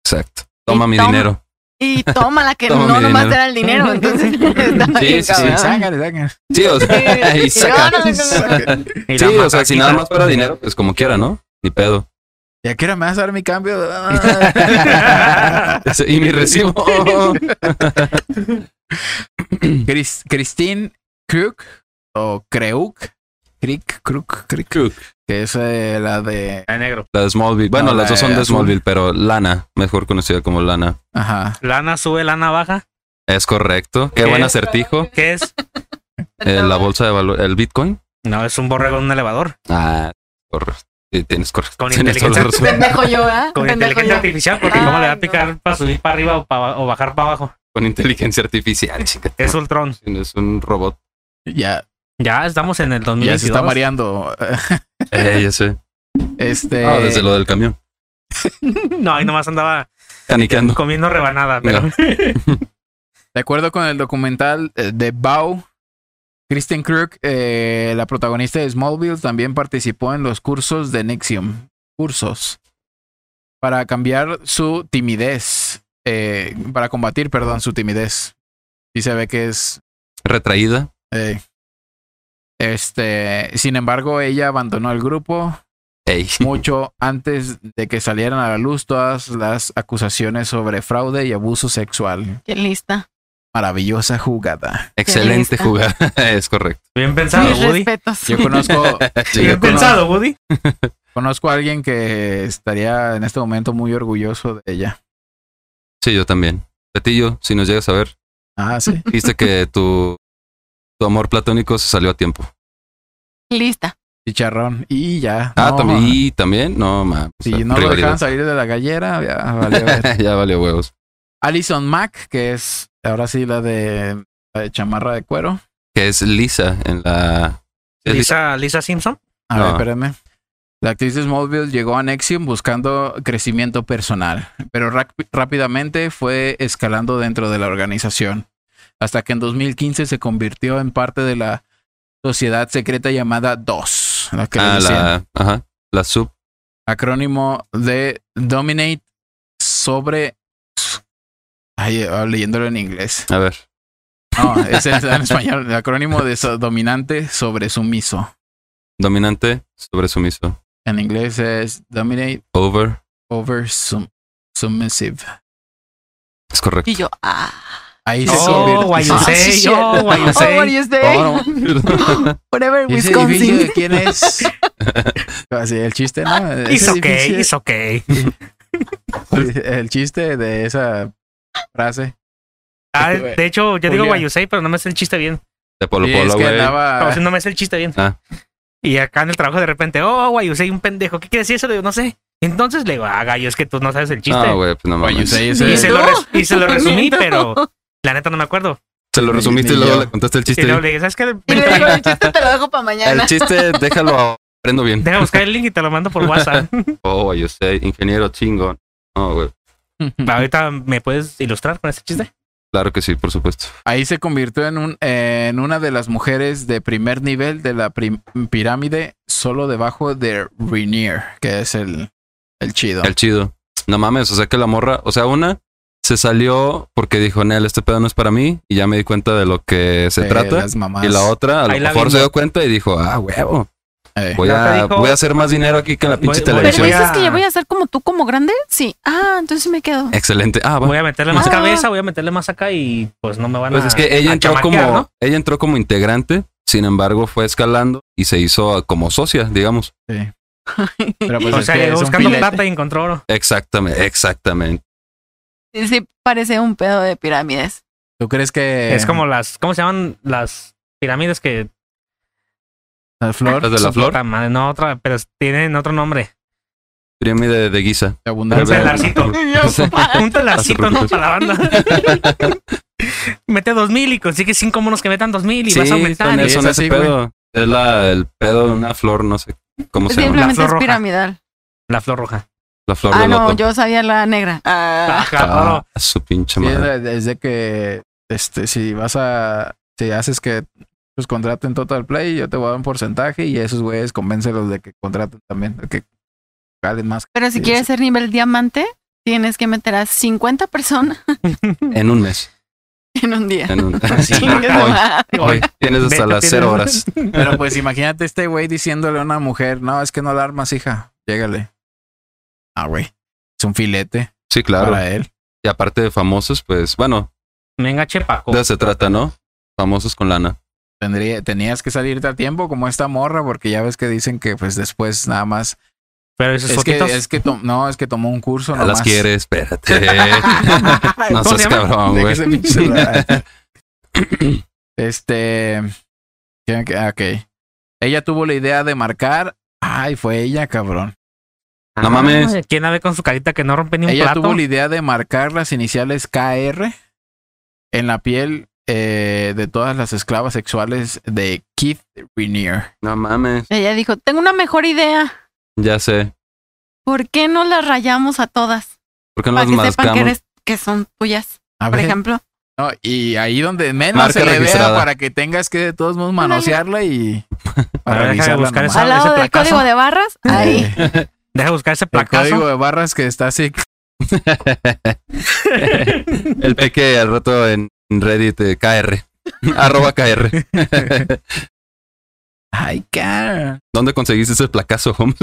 [SPEAKER 3] Exacto. Toma mi
[SPEAKER 2] toma-
[SPEAKER 3] dinero.
[SPEAKER 2] Y tómala, que
[SPEAKER 3] Toma
[SPEAKER 2] no
[SPEAKER 3] mi
[SPEAKER 2] nomás
[SPEAKER 3] dinero.
[SPEAKER 2] era el dinero. Entonces, estaba
[SPEAKER 3] Sí,
[SPEAKER 2] bien
[SPEAKER 1] Sí,
[SPEAKER 3] sí, sí,
[SPEAKER 2] cabrón.
[SPEAKER 1] sácale, sácale.
[SPEAKER 3] Sí, o sea, y
[SPEAKER 2] Sí,
[SPEAKER 3] saca.
[SPEAKER 2] órale,
[SPEAKER 1] Sácale.
[SPEAKER 4] Y la
[SPEAKER 3] Sí, o sea, si
[SPEAKER 4] matraquita.
[SPEAKER 3] nada más para dinero, pues como quiera, ¿no? Ni pedo.
[SPEAKER 1] ¿Y a qué hora me vas a dar mi cambio?
[SPEAKER 3] Y mi recibo.
[SPEAKER 1] Chris- Christine Kruk o Creuk. Crick, Kruk, Crick, que es eh, la de.
[SPEAKER 4] La de negro.
[SPEAKER 3] La de Smallville. Bueno,
[SPEAKER 1] No,
[SPEAKER 3] las
[SPEAKER 1] la
[SPEAKER 3] dos son de
[SPEAKER 1] azul.
[SPEAKER 3] Smallville, pero Lana, mejor conocida como Lana.
[SPEAKER 1] Ajá.
[SPEAKER 4] Lana sube, lana baja.
[SPEAKER 3] Es correcto. Qué
[SPEAKER 4] ¿Qué
[SPEAKER 3] buen
[SPEAKER 4] es?
[SPEAKER 3] acertijo.
[SPEAKER 4] ¿Qué es?
[SPEAKER 3] Eh, la bolsa de valor, el Bitcoin.
[SPEAKER 4] No, es un borrego en un elevador.
[SPEAKER 3] Ah, correcto. Sí, tienes correcto.
[SPEAKER 4] Con
[SPEAKER 3] Tienes toda la
[SPEAKER 4] inteligencia.
[SPEAKER 3] razón.
[SPEAKER 2] Pendejo yo, ¿ah?
[SPEAKER 4] Con
[SPEAKER 2] Pendejo
[SPEAKER 4] inteligencia
[SPEAKER 2] yo.
[SPEAKER 4] artificial, porque
[SPEAKER 2] Ay,
[SPEAKER 4] cómo le va a
[SPEAKER 2] no.
[SPEAKER 4] picar para subir para arriba o, pa- o bajar para abajo.
[SPEAKER 3] Con inteligencia artificial, chica.
[SPEAKER 4] Es Ultron.
[SPEAKER 3] Es un robot.
[SPEAKER 1] Ya,
[SPEAKER 4] Ya estamos en el
[SPEAKER 1] ya
[SPEAKER 4] 2022.
[SPEAKER 1] se está mareando.
[SPEAKER 3] Eh, ya sé.
[SPEAKER 4] eh,
[SPEAKER 1] Este.
[SPEAKER 3] Ah, desde lo del camión.
[SPEAKER 4] No, ahí nomás andaba
[SPEAKER 3] Caniqueando.
[SPEAKER 4] comiendo rebanada, pero
[SPEAKER 1] De acuerdo con el documental eh, de Bau, Kristen Kirk, eh, la protagonista de Smallville, también participó en los cursos de Nexium. Cursos. Para cambiar su timidez. eh, para combatir, perdón, su timidez. Y se ve que es
[SPEAKER 3] Retraída.
[SPEAKER 1] Ey. Este, sin embargo, ella abandonó el grupo
[SPEAKER 3] Ey.
[SPEAKER 1] mucho antes de que salieran a la luz todas las acusaciones sobre fraude y abuso sexual.
[SPEAKER 2] Qué lista.
[SPEAKER 1] Maravillosa jugada.
[SPEAKER 3] Excelente
[SPEAKER 2] lista.
[SPEAKER 3] jugada. es correcto.
[SPEAKER 4] Bien pensado,
[SPEAKER 2] Mis
[SPEAKER 4] Woody.
[SPEAKER 2] respetos.
[SPEAKER 1] Yo conozco, yo
[SPEAKER 3] Sí,
[SPEAKER 4] Bien
[SPEAKER 1] conozco-
[SPEAKER 4] pensado, Woody.
[SPEAKER 1] conozco a alguien que estaría en este momento muy orgulloso de ella.
[SPEAKER 3] Sí, yo también. Petillo, si nos llegas a ver,
[SPEAKER 1] Ah, sí.
[SPEAKER 3] viste que tu, tu amor platónico se salió a tiempo.
[SPEAKER 2] Lista.
[SPEAKER 1] Chicharrón. Y ya.
[SPEAKER 3] Ah,
[SPEAKER 1] No,
[SPEAKER 3] también. Y también, no, mames.
[SPEAKER 1] Si
[SPEAKER 3] O sea,
[SPEAKER 1] no lo dejaban
[SPEAKER 3] rivalidad.
[SPEAKER 1] salir de la gallera, ya valió ver.
[SPEAKER 3] ya valió huevos.
[SPEAKER 1] Alison Mack, que es ahora sí la de, la de chamarra de cuero.
[SPEAKER 3] Que es Lisa en la. ¿es Lisa?
[SPEAKER 4] Lisa, Lisa Simpson.
[SPEAKER 1] A
[SPEAKER 3] No.
[SPEAKER 1] ver, espérame. La actriz de Smallville llegó a Nexium buscando crecimiento personal, pero rap- rápidamente fue escalando dentro de la organización, hasta que en 2015 se convirtió en parte de la sociedad secreta llamada DOS, la que le
[SPEAKER 3] Ah,
[SPEAKER 1] decían.
[SPEAKER 3] la. Ajá. La sub.
[SPEAKER 1] acrónimo de Dominate sobre... Ay, ah, leyéndolo en inglés.
[SPEAKER 3] A ver.
[SPEAKER 1] No, ese es en español. El acrónimo de so- dominante sobre sumiso.
[SPEAKER 3] Dominante sobre sumiso.
[SPEAKER 1] En inglés es Dominate
[SPEAKER 3] Over.
[SPEAKER 1] over sum- submissive.
[SPEAKER 3] Es correcto.
[SPEAKER 2] Y yo, ah.
[SPEAKER 1] Ahí se
[SPEAKER 4] Oh,
[SPEAKER 1] convirtió.
[SPEAKER 4] guay,
[SPEAKER 2] Ah, sí, sí.
[SPEAKER 4] oh,
[SPEAKER 2] Oh, what do
[SPEAKER 4] guayusei.
[SPEAKER 2] you say?
[SPEAKER 1] Oh,
[SPEAKER 2] Forever
[SPEAKER 1] ¿Y ese edificio
[SPEAKER 2] Wisconsin.
[SPEAKER 1] de quién es? Así, el chiste, ¿no? Ese
[SPEAKER 4] It's okay,
[SPEAKER 1] edificio-
[SPEAKER 4] it's okay.
[SPEAKER 1] El chiste de esa frase.
[SPEAKER 4] Ah, de hecho, yo digo
[SPEAKER 1] Julia.
[SPEAKER 4] guayusei, pero no me sé el chiste bien.
[SPEAKER 3] De Polo
[SPEAKER 1] Sí,
[SPEAKER 3] Polo,
[SPEAKER 1] es que
[SPEAKER 3] güey.
[SPEAKER 4] O sea,
[SPEAKER 1] andaba...
[SPEAKER 4] no me sé el chiste bien.
[SPEAKER 3] Ah.
[SPEAKER 4] Y acá en el trabajo de repente, oh, guayusei, un pendejo. ¿Qué quiere decir eso? Le digo, no sé. Entonces le digo, ah, gallo, es que tú no sabes el chiste.
[SPEAKER 3] No, güey, pues no
[SPEAKER 1] Guay,
[SPEAKER 3] mames.
[SPEAKER 1] usé ese-
[SPEAKER 4] y, se lo
[SPEAKER 2] No.
[SPEAKER 4] res- y se lo resumí,
[SPEAKER 2] No.
[SPEAKER 4] pero la neta no me acuerdo.
[SPEAKER 3] Se lo resumiste y
[SPEAKER 1] Ni
[SPEAKER 3] luego
[SPEAKER 1] yo.
[SPEAKER 3] le contaste el
[SPEAKER 4] Y
[SPEAKER 3] chiste.
[SPEAKER 4] luego le dije, ¿sabes qué?
[SPEAKER 2] Y le digo, el chiste te lo dejo para
[SPEAKER 3] El
[SPEAKER 2] mañana.
[SPEAKER 3] chiste, déjalo. Aprendo bien.
[SPEAKER 4] Deja buscar el link y te lo mando por WhatsApp.
[SPEAKER 3] Oh, yo sé, ingeniero chingón. No, güey.
[SPEAKER 4] Ahorita me puedes ilustrar con ese chiste.
[SPEAKER 3] Ah, Claro que sí, por supuesto.
[SPEAKER 1] Ahí se convirtió en, un, eh, en una de las mujeres de primer nivel de la prim- pirámide, solo debajo de Rainier, que es el, el chido.
[SPEAKER 3] El chido. No mames, o sea que la morra, o sea, una se salió porque dijo, Nel, este pedo no es para mí y ya me di cuenta de lo que se
[SPEAKER 1] Eh,
[SPEAKER 3] trata.
[SPEAKER 1] las mamás.
[SPEAKER 3] Y la otra a lo
[SPEAKER 4] Ahí la
[SPEAKER 3] mejor
[SPEAKER 4] vimos.
[SPEAKER 3] se dio cuenta y dijo, ah, huevo,
[SPEAKER 1] Eh,
[SPEAKER 3] voy
[SPEAKER 4] La otra
[SPEAKER 3] a,
[SPEAKER 4] dijo,
[SPEAKER 3] voy a hacer más dinero aquí que en la pinche
[SPEAKER 4] voy- voy-
[SPEAKER 2] Pero
[SPEAKER 3] televisión.
[SPEAKER 4] voy
[SPEAKER 2] dices
[SPEAKER 4] a-
[SPEAKER 2] que yo voy a ser como tú, como grande. Sí. Ah, entonces me quedo.
[SPEAKER 3] Excelente. Ah, va.
[SPEAKER 4] Voy a meterle más
[SPEAKER 2] Ah.
[SPEAKER 4] cabeza, voy a meterle más acá y pues no me van
[SPEAKER 3] Pues
[SPEAKER 4] a.
[SPEAKER 3] es que ella
[SPEAKER 4] a
[SPEAKER 3] entró como,
[SPEAKER 4] chamaquear, ¿no?
[SPEAKER 3] ella entró como integrante, sin embargo fue escalando y se hizo como socia, digamos.
[SPEAKER 1] pero pues
[SPEAKER 4] O
[SPEAKER 1] es
[SPEAKER 4] sea,
[SPEAKER 1] que
[SPEAKER 4] llegó
[SPEAKER 1] es un
[SPEAKER 4] buscando
[SPEAKER 1] filete.
[SPEAKER 4] plata y encontró oro.
[SPEAKER 3] Exactamente, exactamente.
[SPEAKER 2] Sí, parece un pedo de pirámides.
[SPEAKER 1] ¿Tú crees que
[SPEAKER 3] Eh.
[SPEAKER 4] Es como las, ¿cómo se llaman las pirámides que
[SPEAKER 1] la flor
[SPEAKER 3] Las de la flor,
[SPEAKER 4] Puta madre, no otra, pero tienen otro nombre?
[SPEAKER 3] pirámide de Giza.
[SPEAKER 1] de
[SPEAKER 4] Un
[SPEAKER 1] abundancia?
[SPEAKER 4] telarcito. Un telarcito, ¿no? Para la banda. Mete dos mil y consigue cinco monos que metan dos mil y vas a aumentar.
[SPEAKER 1] y
[SPEAKER 3] Son,
[SPEAKER 4] ¿eh?
[SPEAKER 3] son
[SPEAKER 1] es
[SPEAKER 3] ese
[SPEAKER 1] así,
[SPEAKER 3] pedo. Es la, el pedo de una flor, no sé cómo se llama.
[SPEAKER 2] Simplemente
[SPEAKER 4] flor
[SPEAKER 2] es
[SPEAKER 4] roja.
[SPEAKER 2] piramidal.
[SPEAKER 4] La flor roja.
[SPEAKER 3] La flor
[SPEAKER 2] Ah,
[SPEAKER 3] de
[SPEAKER 2] no,
[SPEAKER 3] loto.
[SPEAKER 2] yo sabía la negra. Ah,
[SPEAKER 4] Ajá,
[SPEAKER 3] Ah,
[SPEAKER 4] oro.
[SPEAKER 3] su pinche
[SPEAKER 1] Sí, es
[SPEAKER 3] madre.
[SPEAKER 1] de, es de que este, si vas a, si haces que pues contraten Total Play, yo te voy a dar un porcentaje y esos güeyes convéncelos de que contraten también, de que calen más.
[SPEAKER 2] pero si
[SPEAKER 1] Sí,
[SPEAKER 2] quieres
[SPEAKER 1] sí.
[SPEAKER 2] ser nivel diamante, tienes que meter a 50 personas
[SPEAKER 3] En un mes.
[SPEAKER 2] en un día.
[SPEAKER 3] En un...
[SPEAKER 2] Chingue su
[SPEAKER 3] hoy,
[SPEAKER 2] madre.
[SPEAKER 3] hoy. Tienes
[SPEAKER 4] Vete,
[SPEAKER 3] hasta las
[SPEAKER 4] tienes-
[SPEAKER 3] cero horas.
[SPEAKER 1] Pero pues imagínate este güey diciéndole a una mujer, no, es que no alarmas, hija, llégale. Ah, güey, es un filete
[SPEAKER 3] Sí, claro.
[SPEAKER 1] para él.
[SPEAKER 3] Y aparte de famosos, pues, bueno,
[SPEAKER 4] Venga, Chepaco.
[SPEAKER 3] de eso se trata, ¿no? Famosos con lana.
[SPEAKER 1] Tendría, tenías que salirte a tiempo como esta morra, porque ya ves que dicen que pues después nada más.
[SPEAKER 4] Pero esos
[SPEAKER 1] Es que,
[SPEAKER 4] fotitos.
[SPEAKER 1] es que tom- no, es que tomó un curso.
[SPEAKER 3] Ya las
[SPEAKER 1] nomás.
[SPEAKER 3] quiere, espérate. no
[SPEAKER 4] ¿Cómo se
[SPEAKER 3] seas
[SPEAKER 4] llama?
[SPEAKER 3] cabrón,
[SPEAKER 1] De
[SPEAKER 3] Ah, güey.
[SPEAKER 1] que se pinche celular. este. ¿quién- qué? Ah, Ok. Ella tuvo la idea de marcar. Ay, fue ella, cabrón.
[SPEAKER 3] No mames.
[SPEAKER 4] Ay, ah, ¿Quién la ve con su carita que no rompe ni un
[SPEAKER 1] Ella
[SPEAKER 4] plato?
[SPEAKER 1] tuvo la idea de marcar las iniciales KR en la piel eh, de todas las esclavas sexuales de Keith Rainier.
[SPEAKER 3] No mames.
[SPEAKER 2] Ella dijo, tengo una mejor idea.
[SPEAKER 3] Ya sé.
[SPEAKER 2] ¿Por qué no las rayamos a todas?
[SPEAKER 3] ¿Por qué no
[SPEAKER 2] Para
[SPEAKER 3] las
[SPEAKER 2] que sepan que,
[SPEAKER 3] mascamos?
[SPEAKER 2] eres, que son tuyas,
[SPEAKER 1] A
[SPEAKER 2] por
[SPEAKER 1] ver,
[SPEAKER 2] ejemplo.
[SPEAKER 1] No, y ahí donde menos
[SPEAKER 3] Marca
[SPEAKER 1] se le vea
[SPEAKER 3] registrada.
[SPEAKER 1] para que tengas que de todos modos manosearla y
[SPEAKER 4] A ver, deja de
[SPEAKER 1] revisarla
[SPEAKER 4] buscar
[SPEAKER 1] nomás.
[SPEAKER 4] esa-
[SPEAKER 2] Al lado
[SPEAKER 4] ese
[SPEAKER 2] del
[SPEAKER 4] placazo.
[SPEAKER 2] código de barras, ahí.
[SPEAKER 1] Eh,
[SPEAKER 4] Deja buscar ese
[SPEAKER 1] el código
[SPEAKER 4] placazo.
[SPEAKER 1] de barras que está así.
[SPEAKER 3] El peque al rato en Reddit, eh, KR. Arroba KR.
[SPEAKER 1] Ay, car.
[SPEAKER 3] ¿Dónde conseguiste ese placazo, Holmes?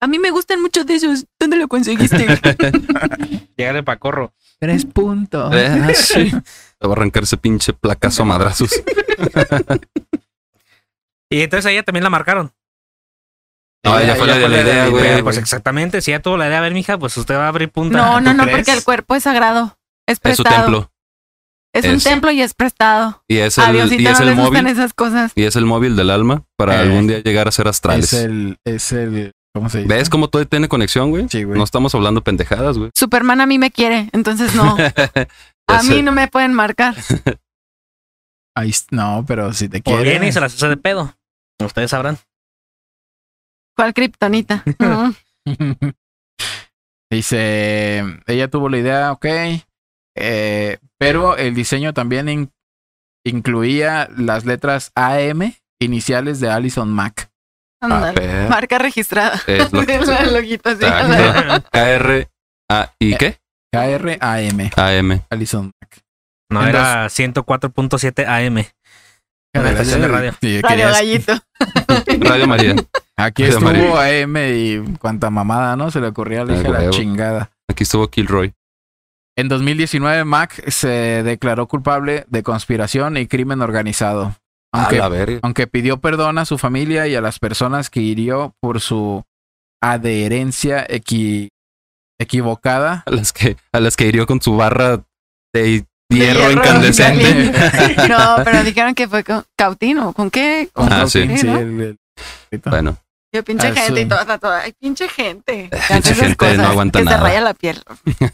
[SPEAKER 2] A mí me gustan mucho de esos. ¿Dónde lo conseguiste?
[SPEAKER 4] Llegarle pa' corro.
[SPEAKER 1] Tres puntos.
[SPEAKER 3] Ah, sí. Te va a arrancar ese pinche placazo a madrazos.
[SPEAKER 4] Y entonces a ella también la marcaron.
[SPEAKER 3] Ah,
[SPEAKER 1] ya
[SPEAKER 3] ya fue la de la idea,
[SPEAKER 4] Bueno,
[SPEAKER 3] güey.
[SPEAKER 4] pues exactamente, si ya tuvo la idea, a ver, mija, pues usted va a abrir punta.
[SPEAKER 2] No, no,
[SPEAKER 4] ¿Tú
[SPEAKER 2] no,
[SPEAKER 4] crees?
[SPEAKER 2] porque el cuerpo es sagrado. Es
[SPEAKER 3] Es su
[SPEAKER 2] prestado.
[SPEAKER 3] templo.
[SPEAKER 2] Es un
[SPEAKER 3] Es-
[SPEAKER 2] templo y es prestado.
[SPEAKER 3] Y es
[SPEAKER 2] A
[SPEAKER 3] el,
[SPEAKER 2] Diosito
[SPEAKER 3] y es
[SPEAKER 2] no
[SPEAKER 3] el
[SPEAKER 2] le gustan
[SPEAKER 3] móvil.
[SPEAKER 2] esas cosas.
[SPEAKER 3] Y es el móvil del alma para
[SPEAKER 1] Eh,
[SPEAKER 3] algún día llegar a ser astrales.
[SPEAKER 1] Es el, es el, ¿cómo se dice?
[SPEAKER 3] ¿Ves cómo todo tiene conexión, güey?
[SPEAKER 1] Sí, güey.
[SPEAKER 3] No estamos hablando pendejadas, güey.
[SPEAKER 2] Superman a mí me quiere, entonces no. A
[SPEAKER 3] Es
[SPEAKER 2] mí
[SPEAKER 3] el-
[SPEAKER 2] no me pueden marcar.
[SPEAKER 1] Ahí es- no, pero si te
[SPEAKER 4] O viene y
[SPEAKER 1] quieres.
[SPEAKER 4] se las hace de pedo. Ustedes sabrán.
[SPEAKER 2] ¿Cuál kriptonita? Mm.
[SPEAKER 1] Dice, ella tuvo la idea, ok. eh, pero el diseño también in- incluía las letras AM, iniciales de Allison Mack.
[SPEAKER 3] Ah,
[SPEAKER 2] Ándale.
[SPEAKER 3] per-
[SPEAKER 2] Marca registrada.
[SPEAKER 3] es lo que- Ah,
[SPEAKER 2] El loguito así.
[SPEAKER 3] Exacto. KR. Ah, ¿Y qué?
[SPEAKER 1] KRAM,
[SPEAKER 3] AM.
[SPEAKER 1] Allison Mack.
[SPEAKER 4] No, era 104.7 AM. Una estación de radio.
[SPEAKER 1] Sí,
[SPEAKER 2] Radio
[SPEAKER 1] querías-
[SPEAKER 2] Gallito.
[SPEAKER 3] Radio María.
[SPEAKER 1] Aquí
[SPEAKER 3] Radio
[SPEAKER 1] estuvo
[SPEAKER 3] María.
[SPEAKER 1] AM y cuanta mamada, ¿no? Se le ocurría a la
[SPEAKER 3] Ah,
[SPEAKER 1] hija la
[SPEAKER 3] huevo.
[SPEAKER 1] chingada.
[SPEAKER 3] Aquí estuvo Kilroy.
[SPEAKER 1] En 2019, Mac se declaró culpable de conspiración y crimen organizado, aunque,
[SPEAKER 3] verga.
[SPEAKER 1] aunque pidió perdón a su familia y a las personas que hirió por su adherencia equi- equivocada.
[SPEAKER 3] A las que, a las que hirió con su barra de hierro,
[SPEAKER 2] hierro
[SPEAKER 3] incandescente.
[SPEAKER 2] No, pero dijeron que fue con cautino. ¿Con qué?
[SPEAKER 1] Con
[SPEAKER 3] Ah,
[SPEAKER 1] Dawkins,
[SPEAKER 2] sí.
[SPEAKER 1] sí, el- el-
[SPEAKER 3] Bueno,
[SPEAKER 2] Yo pinche
[SPEAKER 1] Ah,
[SPEAKER 2] gente
[SPEAKER 1] sí.
[SPEAKER 2] y toda, toda. Ay, pinche gente.
[SPEAKER 3] pinche
[SPEAKER 2] Hace esas
[SPEAKER 3] gente,
[SPEAKER 2] cosas
[SPEAKER 3] no aguanta
[SPEAKER 2] que
[SPEAKER 3] nada.
[SPEAKER 2] se raya la piel.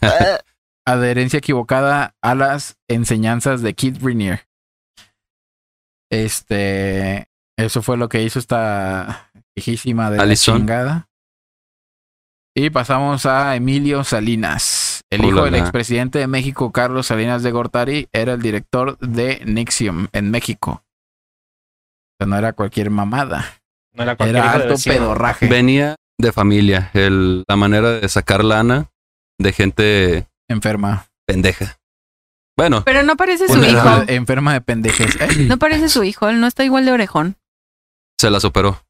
[SPEAKER 2] Ah,
[SPEAKER 1] adherencia equivocada a las enseñanzas de Keith Rainier. Este, eso fue lo que hizo esta hijísima de
[SPEAKER 3] Alison.
[SPEAKER 1] la chingada. Y pasamos a Emilio Salinas. El hijo
[SPEAKER 3] Ulala.
[SPEAKER 1] del expresidente de México, Carlos Salinas de Gortari, era el director de Nixium en México. O sea, no era cualquier mamada.
[SPEAKER 4] No era
[SPEAKER 1] Era alto pedorraje
[SPEAKER 3] venía de familia. el- la manera de sacar lana de gente
[SPEAKER 1] enferma.
[SPEAKER 3] pendeja. Bueno,
[SPEAKER 2] Pero no parece su
[SPEAKER 3] Una
[SPEAKER 2] hijo.
[SPEAKER 3] rama.
[SPEAKER 1] Enferma de pendejes. Eh,
[SPEAKER 2] No parece su hijo. Él no está igual de orejón.
[SPEAKER 3] se la superó.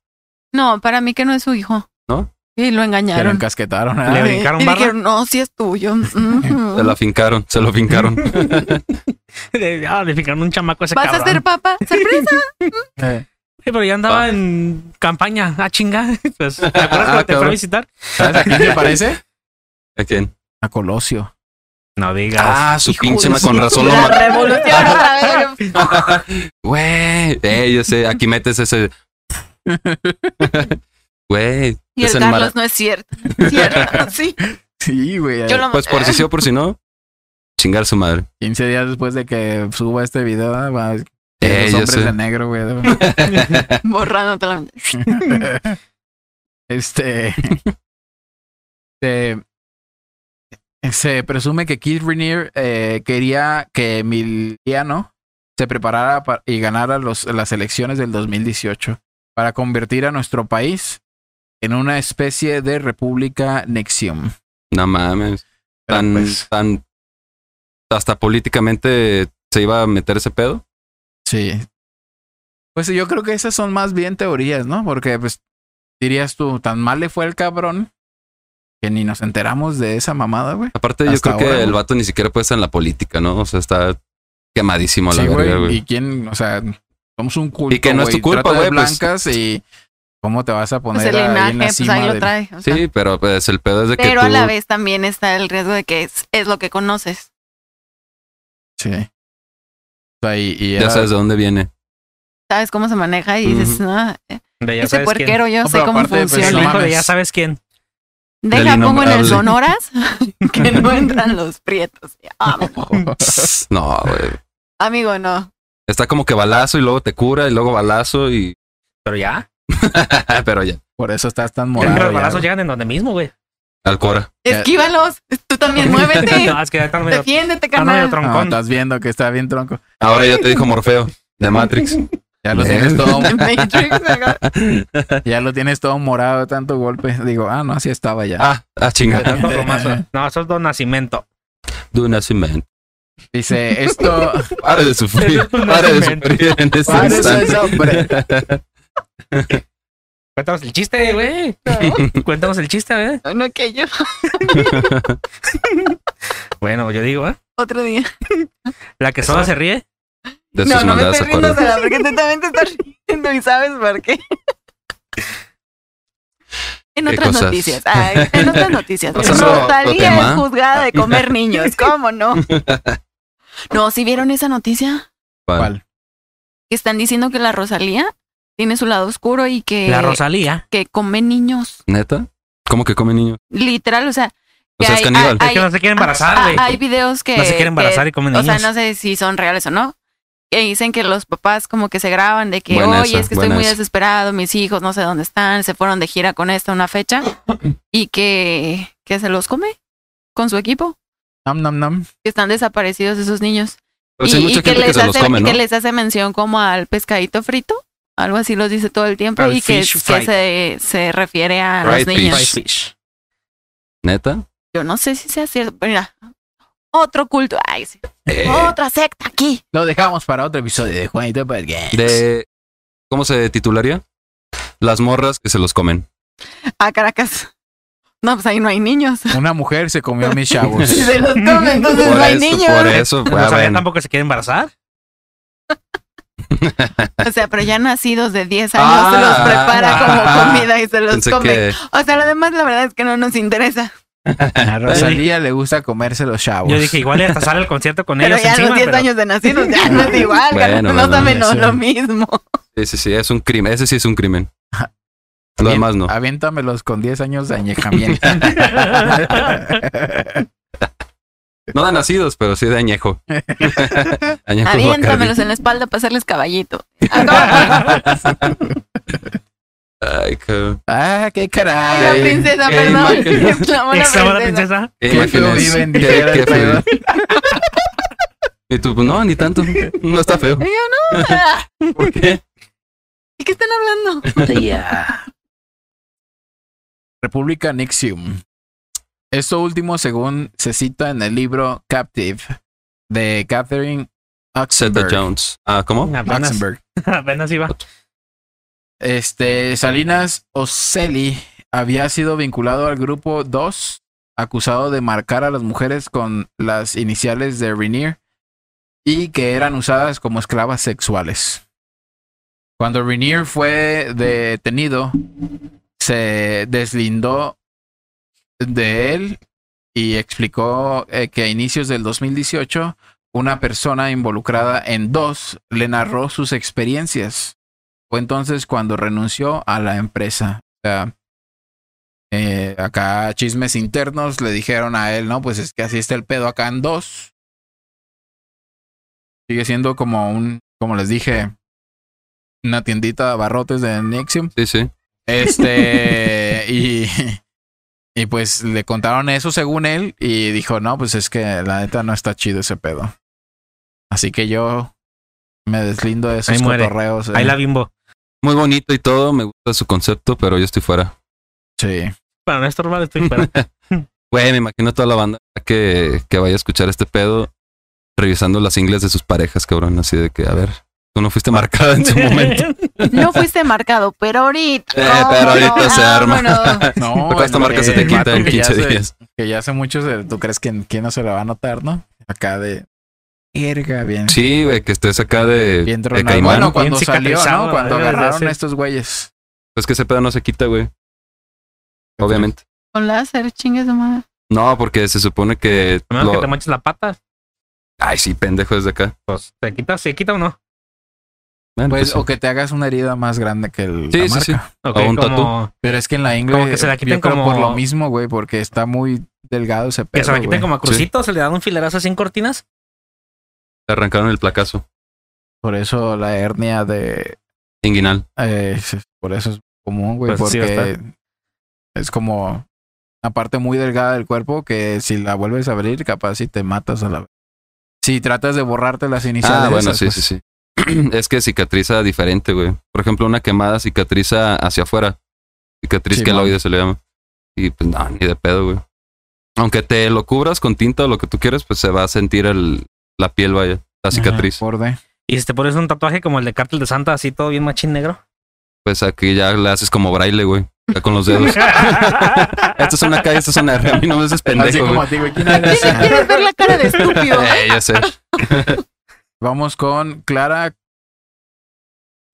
[SPEAKER 2] No, para mí que no es su hijo.
[SPEAKER 3] ¿No?
[SPEAKER 2] Y lo
[SPEAKER 1] se lo
[SPEAKER 2] engañaron.
[SPEAKER 1] encasquetaron. ¿eh?
[SPEAKER 4] Le
[SPEAKER 2] Ay,
[SPEAKER 4] brincaron
[SPEAKER 2] y
[SPEAKER 4] barra.
[SPEAKER 2] dijeron, no, sí es tuyo. Ujú.
[SPEAKER 3] Se la fincaron, se lo fincaron.
[SPEAKER 4] ah, le fijaron un chamaco a ese
[SPEAKER 2] ¿Vas
[SPEAKER 4] cabrón.
[SPEAKER 2] a ser papá? ¿Sorpresa?
[SPEAKER 1] Eh.
[SPEAKER 4] Sí, pero ya andaba
[SPEAKER 3] Ah.
[SPEAKER 4] en campaña. Ah, chinga. Pues, ¿Te acuerdas
[SPEAKER 3] Ah,
[SPEAKER 4] cuando te fue a
[SPEAKER 3] cabrón.
[SPEAKER 4] visitar?
[SPEAKER 1] ¿Sabes a quién te parece?
[SPEAKER 3] ¿A quién?
[SPEAKER 1] A Colosio.
[SPEAKER 4] No digas.
[SPEAKER 3] Ah, su
[SPEAKER 1] Hijo
[SPEAKER 3] pinche
[SPEAKER 1] de
[SPEAKER 3] ma-
[SPEAKER 1] su-
[SPEAKER 3] con razón lo
[SPEAKER 2] La
[SPEAKER 3] ma-
[SPEAKER 2] revolución otra vez.
[SPEAKER 3] Güey, eh, yo sé, aquí metes ese. Güey,
[SPEAKER 2] Y el
[SPEAKER 3] desenmara-
[SPEAKER 2] Carlos no es cierto. Cierto, sí.
[SPEAKER 1] Sí, güey.
[SPEAKER 2] Yo lo
[SPEAKER 3] Pues por si sí o por si no, chingar su madre.
[SPEAKER 1] 15 días después de que suba este video, va,
[SPEAKER 3] Eh,
[SPEAKER 1] los
[SPEAKER 3] yo
[SPEAKER 1] hombres
[SPEAKER 3] sé.
[SPEAKER 1] de negro, güey.
[SPEAKER 2] borrando la
[SPEAKER 1] este. se, se presume que Keith Rainier eh, quería que Emiliano se preparara pa- y ganara los- las elecciones del 2018 para convertir a nuestro país en una especie de república Nexium.
[SPEAKER 3] No mames.
[SPEAKER 1] Pero,
[SPEAKER 3] Tan,
[SPEAKER 1] pues,
[SPEAKER 3] tan. Hasta políticamente se iba a meter ese pedo.
[SPEAKER 1] Sí. Pues yo creo que esas son más bien teorías, ¿no? Porque pues dirías tú, tan mal le fue el cabrón que ni nos enteramos de esa mamada, güey.
[SPEAKER 3] Aparte, yo
[SPEAKER 1] Hasta
[SPEAKER 3] creo que
[SPEAKER 1] ahora,
[SPEAKER 3] el
[SPEAKER 1] güey.
[SPEAKER 3] vato ni siquiera puede estar en la política, ¿no? O sea, está quemadísimo a la
[SPEAKER 1] Sí,
[SPEAKER 3] verga,
[SPEAKER 1] güey.
[SPEAKER 3] güey.
[SPEAKER 1] Y quién, o sea, somos un culto,
[SPEAKER 3] Y que no es tu culpa,
[SPEAKER 1] Trata de
[SPEAKER 3] güey, pues.
[SPEAKER 1] blancas y cómo te vas a poner
[SPEAKER 2] Pues el
[SPEAKER 1] ahí en la
[SPEAKER 2] linaje, pues
[SPEAKER 1] cima
[SPEAKER 2] ahí lo
[SPEAKER 1] del-
[SPEAKER 2] trae. o sea.
[SPEAKER 3] Sí, pero pues el pedo es de que
[SPEAKER 2] Pero
[SPEAKER 3] tú...
[SPEAKER 2] a la vez también está el riesgo de que es, es lo que conoces.
[SPEAKER 1] Sí. O sea, y, y
[SPEAKER 3] Ya
[SPEAKER 1] era-
[SPEAKER 3] sabes de dónde viene.
[SPEAKER 2] Sabes cómo se maneja y dices, no, eh,
[SPEAKER 4] de ya
[SPEAKER 2] ese
[SPEAKER 4] sabes quién.
[SPEAKER 2] puerquero yo
[SPEAKER 1] No,
[SPEAKER 2] sé
[SPEAKER 1] pero
[SPEAKER 2] cómo
[SPEAKER 1] aparte, pues,
[SPEAKER 4] El
[SPEAKER 1] no
[SPEAKER 2] funciona.
[SPEAKER 4] hijo de
[SPEAKER 1] mames.
[SPEAKER 4] ya sabes quién.
[SPEAKER 2] Deja
[SPEAKER 3] Del
[SPEAKER 2] pongo en el
[SPEAKER 3] innombrable.
[SPEAKER 2] sonoras que no entran los prietos. Ah,
[SPEAKER 3] No, güey.
[SPEAKER 2] amigo, no.
[SPEAKER 3] Está como que balazo y luego te cura y luego balazo y...
[SPEAKER 4] Pero ya.
[SPEAKER 3] pero ya.
[SPEAKER 1] Por eso estás tan
[SPEAKER 4] Creo que
[SPEAKER 1] morado.
[SPEAKER 4] los
[SPEAKER 1] ya,
[SPEAKER 4] balazos
[SPEAKER 1] güey.
[SPEAKER 4] llegan en donde mismo, güey.
[SPEAKER 3] Alcora.
[SPEAKER 2] Esquívalos. Tú también muévete.
[SPEAKER 4] No, Ah, es que ya está medio,
[SPEAKER 2] Defiéndete,
[SPEAKER 4] está medio
[SPEAKER 2] carnal.
[SPEAKER 1] No,
[SPEAKER 4] troncón.
[SPEAKER 1] Ah, estás viendo que está bien tronco.
[SPEAKER 3] Ahora ya te dijo Morfeo de Matrix.
[SPEAKER 1] Ya lo
[SPEAKER 3] Bien.
[SPEAKER 1] tienes todo,
[SPEAKER 2] Matrix, acá.
[SPEAKER 1] ya lo tienes todo morado de tanto golpe. Digo, ah, no, así estaba ya.
[SPEAKER 3] Ah, ah, chinga.
[SPEAKER 4] Tanto plomazo. No, eso es Don Nacimiento.
[SPEAKER 3] Du nacimiento.
[SPEAKER 1] Dice, esto
[SPEAKER 3] Para de sufrir. Para de sufrir en este
[SPEAKER 1] Para de
[SPEAKER 3] instante.
[SPEAKER 1] sufrir,
[SPEAKER 4] Cuéntanos el chiste, güey. Cuéntanos el chiste, güey.
[SPEAKER 2] No, no, que yo.
[SPEAKER 4] Bueno, yo digo, ¿eh?
[SPEAKER 2] Otro día.
[SPEAKER 4] La que sola se ríe.
[SPEAKER 3] De
[SPEAKER 2] No,
[SPEAKER 3] sus
[SPEAKER 2] no me
[SPEAKER 3] maldades, ¿se
[SPEAKER 2] estoy riendo
[SPEAKER 3] acuerdan?
[SPEAKER 2] sola porque tú también te estás riendo y sabes por qué. En
[SPEAKER 3] ¿Qué
[SPEAKER 2] otras
[SPEAKER 3] cosas?
[SPEAKER 2] noticias, ay, en otras noticias.
[SPEAKER 3] Pasando a otro
[SPEAKER 2] Rosalía
[SPEAKER 3] tema.
[SPEAKER 2] es juzgada de comer niños, ¿cómo no? No, si vieron esa noticia?
[SPEAKER 3] ¿Cuál?
[SPEAKER 1] ¿Cuál?
[SPEAKER 2] Que están diciendo que la Rosalía tiene su lado oscuro y que,
[SPEAKER 4] La Rosalía.
[SPEAKER 2] que come niños.
[SPEAKER 3] ¿Neta? ¿Cómo que come niños?
[SPEAKER 2] Literal, o sea,
[SPEAKER 3] O sea, es
[SPEAKER 2] hay-
[SPEAKER 3] caníbal.
[SPEAKER 2] hay-
[SPEAKER 4] Es que no se quiere embarazar,
[SPEAKER 2] ah,
[SPEAKER 4] güey.
[SPEAKER 2] hay videos que...
[SPEAKER 4] No se quiere embarazar
[SPEAKER 2] que-
[SPEAKER 4] y come
[SPEAKER 2] O
[SPEAKER 4] niños.
[SPEAKER 2] sea, no sé si son reales o no. Que dicen que los papás como que se graban de que,
[SPEAKER 3] Buena
[SPEAKER 2] oye,
[SPEAKER 3] esa,
[SPEAKER 2] es que estoy
[SPEAKER 3] buena
[SPEAKER 2] muy
[SPEAKER 3] esa.
[SPEAKER 2] desesperado, mis hijos no sé dónde están, se fueron de gira con esta una fecha y que, que se los come con su equipo,
[SPEAKER 1] Nom, nom, nom.
[SPEAKER 2] que están desaparecidos esos niños.
[SPEAKER 3] Pues
[SPEAKER 2] y
[SPEAKER 3] hay
[SPEAKER 2] y
[SPEAKER 3] mucha
[SPEAKER 2] que,
[SPEAKER 3] gente que
[SPEAKER 2] les
[SPEAKER 3] se los
[SPEAKER 2] hace,
[SPEAKER 3] come, ¿no?
[SPEAKER 2] que les hace mención como al pescadito frito, algo así los dice todo el tiempo
[SPEAKER 4] Al
[SPEAKER 2] y que,
[SPEAKER 4] fish
[SPEAKER 2] que
[SPEAKER 4] fry.
[SPEAKER 2] se, se refiere a
[SPEAKER 3] Fried
[SPEAKER 2] los
[SPEAKER 3] fish.
[SPEAKER 2] niños.
[SPEAKER 4] Fried fish.
[SPEAKER 3] ¿Neta?
[SPEAKER 2] Yo no sé si sea cierto, pero mira, otro culto, ay, sí,
[SPEAKER 3] Eh,
[SPEAKER 2] otra secta aquí.
[SPEAKER 1] Lo dejamos para otro episodio de Juanito Podcast.
[SPEAKER 3] de... ¿Cómo se titularía? Las morras que se los comen.
[SPEAKER 2] a Caracas. No, pues ahí no hay niños.
[SPEAKER 1] Una mujer se comió a mis chavos.
[SPEAKER 2] Si se los come, entonces
[SPEAKER 3] Por
[SPEAKER 2] Pues no hay
[SPEAKER 3] eso,
[SPEAKER 2] niños.
[SPEAKER 3] por eso.
[SPEAKER 4] La
[SPEAKER 3] ah,
[SPEAKER 4] Pues Rosalía
[SPEAKER 3] bueno.
[SPEAKER 4] tampoco se quiere embarazar.
[SPEAKER 2] O sea, pero ya nacidos de 10 años se los
[SPEAKER 3] Ah,
[SPEAKER 2] prepara
[SPEAKER 3] ah,
[SPEAKER 2] como comida y se los
[SPEAKER 3] Pensé
[SPEAKER 2] come.
[SPEAKER 3] que...
[SPEAKER 2] O sea, lo demás la verdad es que no nos interesa.
[SPEAKER 1] A Rosalía le gusta comerse los chavos.
[SPEAKER 4] Ah, Yo dije, igual y hasta sale el concierto con
[SPEAKER 2] Pero
[SPEAKER 4] ellos
[SPEAKER 2] ya
[SPEAKER 4] encima.
[SPEAKER 2] los 10
[SPEAKER 4] pero-
[SPEAKER 2] años de nacidos ya no es igual,
[SPEAKER 3] Bueno,
[SPEAKER 2] carnal, no
[SPEAKER 3] bueno,
[SPEAKER 2] saben lo-
[SPEAKER 1] sí.
[SPEAKER 2] lo mismo.
[SPEAKER 3] Sí, sí, sí, es un crimen. Ese sí es un crimen. Lo
[SPEAKER 1] Avien-
[SPEAKER 3] demás no.
[SPEAKER 1] Aviéntamelos con 10 años de añejamiento.
[SPEAKER 3] No de nacidos, pero sí de añejo. añejo
[SPEAKER 2] Aviéntamelos en la espalda para hacerles caballito. Ah,
[SPEAKER 3] Bacardi. Ay, cabrón.
[SPEAKER 1] ah, qué
[SPEAKER 2] Ay, la
[SPEAKER 1] caray.
[SPEAKER 3] Ey,
[SPEAKER 2] princesa,
[SPEAKER 3] ey,
[SPEAKER 2] perdón.
[SPEAKER 3] Michael.
[SPEAKER 2] Exclamó la
[SPEAKER 4] Exclamó la
[SPEAKER 2] princesa.
[SPEAKER 4] princesa.
[SPEAKER 3] ¿Qué
[SPEAKER 1] Qué feo
[SPEAKER 3] imágenes?
[SPEAKER 1] viven,
[SPEAKER 3] Qué-
[SPEAKER 1] dijera
[SPEAKER 3] qué
[SPEAKER 1] el pedo.
[SPEAKER 3] feo. Y tú, pues, no, ni tanto. No está feo.
[SPEAKER 2] Y yo, no, ah,
[SPEAKER 3] ¿Por qué?
[SPEAKER 2] ¿De qué están hablando?
[SPEAKER 1] República Nixium. Esto último, según se cita en el libro Captive de Catherine
[SPEAKER 3] Zeta
[SPEAKER 1] Oxenberg.
[SPEAKER 3] Jones. Ah, ¿cómo?
[SPEAKER 4] Apenas,
[SPEAKER 1] Oxenberg.
[SPEAKER 4] apenas iba.
[SPEAKER 1] Este, Salinas Oceli había sido vinculado al grupo 2, acusado de marcar a las mujeres con las iniciales de Rainier y que eran usadas como esclavas sexuales. Cuando Rainier fue detenido, se deslindó de él y explicó eh, que a inicios del 2018 una persona involucrada en dos le narró sus experiencias fue entonces cuando renunció a la empresa. O sea, eh, acá chismes internos le dijeron a él, no, pues es que así está el pedo acá en dos. Sigue siendo como un, como les dije, una tiendita de abarrotes de Nexium.
[SPEAKER 3] Sí, sí.
[SPEAKER 1] Este, y, y pues le contaron eso según él y dijo, no, pues es que la neta no está chido ese pedo. Así que yo me deslindo de esos
[SPEAKER 4] Ahí muere.
[SPEAKER 1] cotorreos.
[SPEAKER 4] Ahí
[SPEAKER 1] eh.
[SPEAKER 4] la bimbo.
[SPEAKER 3] Muy bonito y todo. Me gusta su concepto, pero yo estoy fuera.
[SPEAKER 1] Sí.
[SPEAKER 4] Para no estorbar, estoy fuera.
[SPEAKER 3] Güey, me imagino toda la banda que, que vaya a escuchar este pedo revisando las ingles de sus parejas, cabrón. Así de que, a ver, tú no fuiste marcada en su momento.
[SPEAKER 2] No fuiste marcado, pero ahorita.
[SPEAKER 3] Eh,
[SPEAKER 2] ¿cómo
[SPEAKER 3] pero ahorita
[SPEAKER 2] no? Ah,
[SPEAKER 3] se arma.
[SPEAKER 2] Vámonos.
[SPEAKER 1] No,
[SPEAKER 3] Porque esta
[SPEAKER 1] el-
[SPEAKER 3] marca se te
[SPEAKER 1] el
[SPEAKER 3] quita
[SPEAKER 1] vato
[SPEAKER 3] en
[SPEAKER 1] que ya
[SPEAKER 3] 15
[SPEAKER 1] se-
[SPEAKER 3] días.
[SPEAKER 1] Que ya hace mucho, se- tú crees que, que no se la va a notar, ¿no? Acá de... Erga, bien.
[SPEAKER 3] Sí, güey, que estés acá de,
[SPEAKER 1] bien
[SPEAKER 3] de
[SPEAKER 1] tronado.
[SPEAKER 3] caimán.
[SPEAKER 1] Bueno, cuando
[SPEAKER 4] Bien
[SPEAKER 1] salió,
[SPEAKER 4] cicatrizado,
[SPEAKER 1] ¿no? Cuando
[SPEAKER 4] debe de
[SPEAKER 1] agarraron
[SPEAKER 4] ser.
[SPEAKER 1] a estos güeyes.
[SPEAKER 3] Pues que ese pedo no se quita, güey. Obviamente.
[SPEAKER 2] Con láser, chingue su madre.
[SPEAKER 3] No, porque se supone que.
[SPEAKER 4] A menos
[SPEAKER 3] lo-
[SPEAKER 4] que te manches la pata,
[SPEAKER 3] Ay, sí, pendejo desde acá.
[SPEAKER 4] pues se quita, se quita o no.
[SPEAKER 3] Bueno,
[SPEAKER 1] Pues,
[SPEAKER 3] pues,
[SPEAKER 1] o que te hagas una herida más grande que el,
[SPEAKER 3] Sí,
[SPEAKER 1] la
[SPEAKER 3] sí,
[SPEAKER 1] marca.
[SPEAKER 3] sí.
[SPEAKER 4] Ok,
[SPEAKER 3] O un
[SPEAKER 4] como
[SPEAKER 1] Pero es que en la ingle...
[SPEAKER 4] Como que se la quiten
[SPEAKER 1] yo creo
[SPEAKER 4] como-
[SPEAKER 1] por lo mismo, güey, porque está muy delgado ese pedo,
[SPEAKER 4] que se la quiten
[SPEAKER 1] güey.
[SPEAKER 4] como a crucito, se le dan un filerazo sin cortinas.
[SPEAKER 3] te arrancaron el placazo.
[SPEAKER 1] Por eso la hernia de...
[SPEAKER 3] Inguinal.
[SPEAKER 1] eh, es- por eso es común, güey,
[SPEAKER 4] Pues sí,
[SPEAKER 1] porque... es como... una parte muy delgada del cuerpo que si la vuelves a abrir, capaz si te matas a la Si tratas de borrarte las iniciales.
[SPEAKER 3] Ah, bueno,
[SPEAKER 1] esas,
[SPEAKER 3] sí,
[SPEAKER 1] pues,
[SPEAKER 3] sí, sí. Es que cicatriza diferente, güey. Por ejemplo, una quemada cicatriza hacia afuera. Cicatriz
[SPEAKER 1] Sí,
[SPEAKER 3] queloide se le llama. Y pues no, ni de pedo, güey. Aunque te lo cubras con tinta o lo que tú quieras, pues se va a sentir el, la piel, vaya, la
[SPEAKER 4] Ajá.
[SPEAKER 3] cicatriz.
[SPEAKER 1] borde.
[SPEAKER 4] Y si te pones un tatuaje como el de Cártel de Santa, así todo bien machín negro.
[SPEAKER 3] Pues aquí ya le haces como braille, güey. Ya con los dedos. Esto es una calle, esto es una R. A mí no me haces
[SPEAKER 1] Así
[SPEAKER 3] pendejo,
[SPEAKER 1] como
[SPEAKER 3] güey.
[SPEAKER 1] a ti, güey. ¿Quién eres?
[SPEAKER 2] ¿Quién- ¿Quieres ver la cara de estúpido?
[SPEAKER 3] Eh, ya sé.
[SPEAKER 1] Vamos con Clara,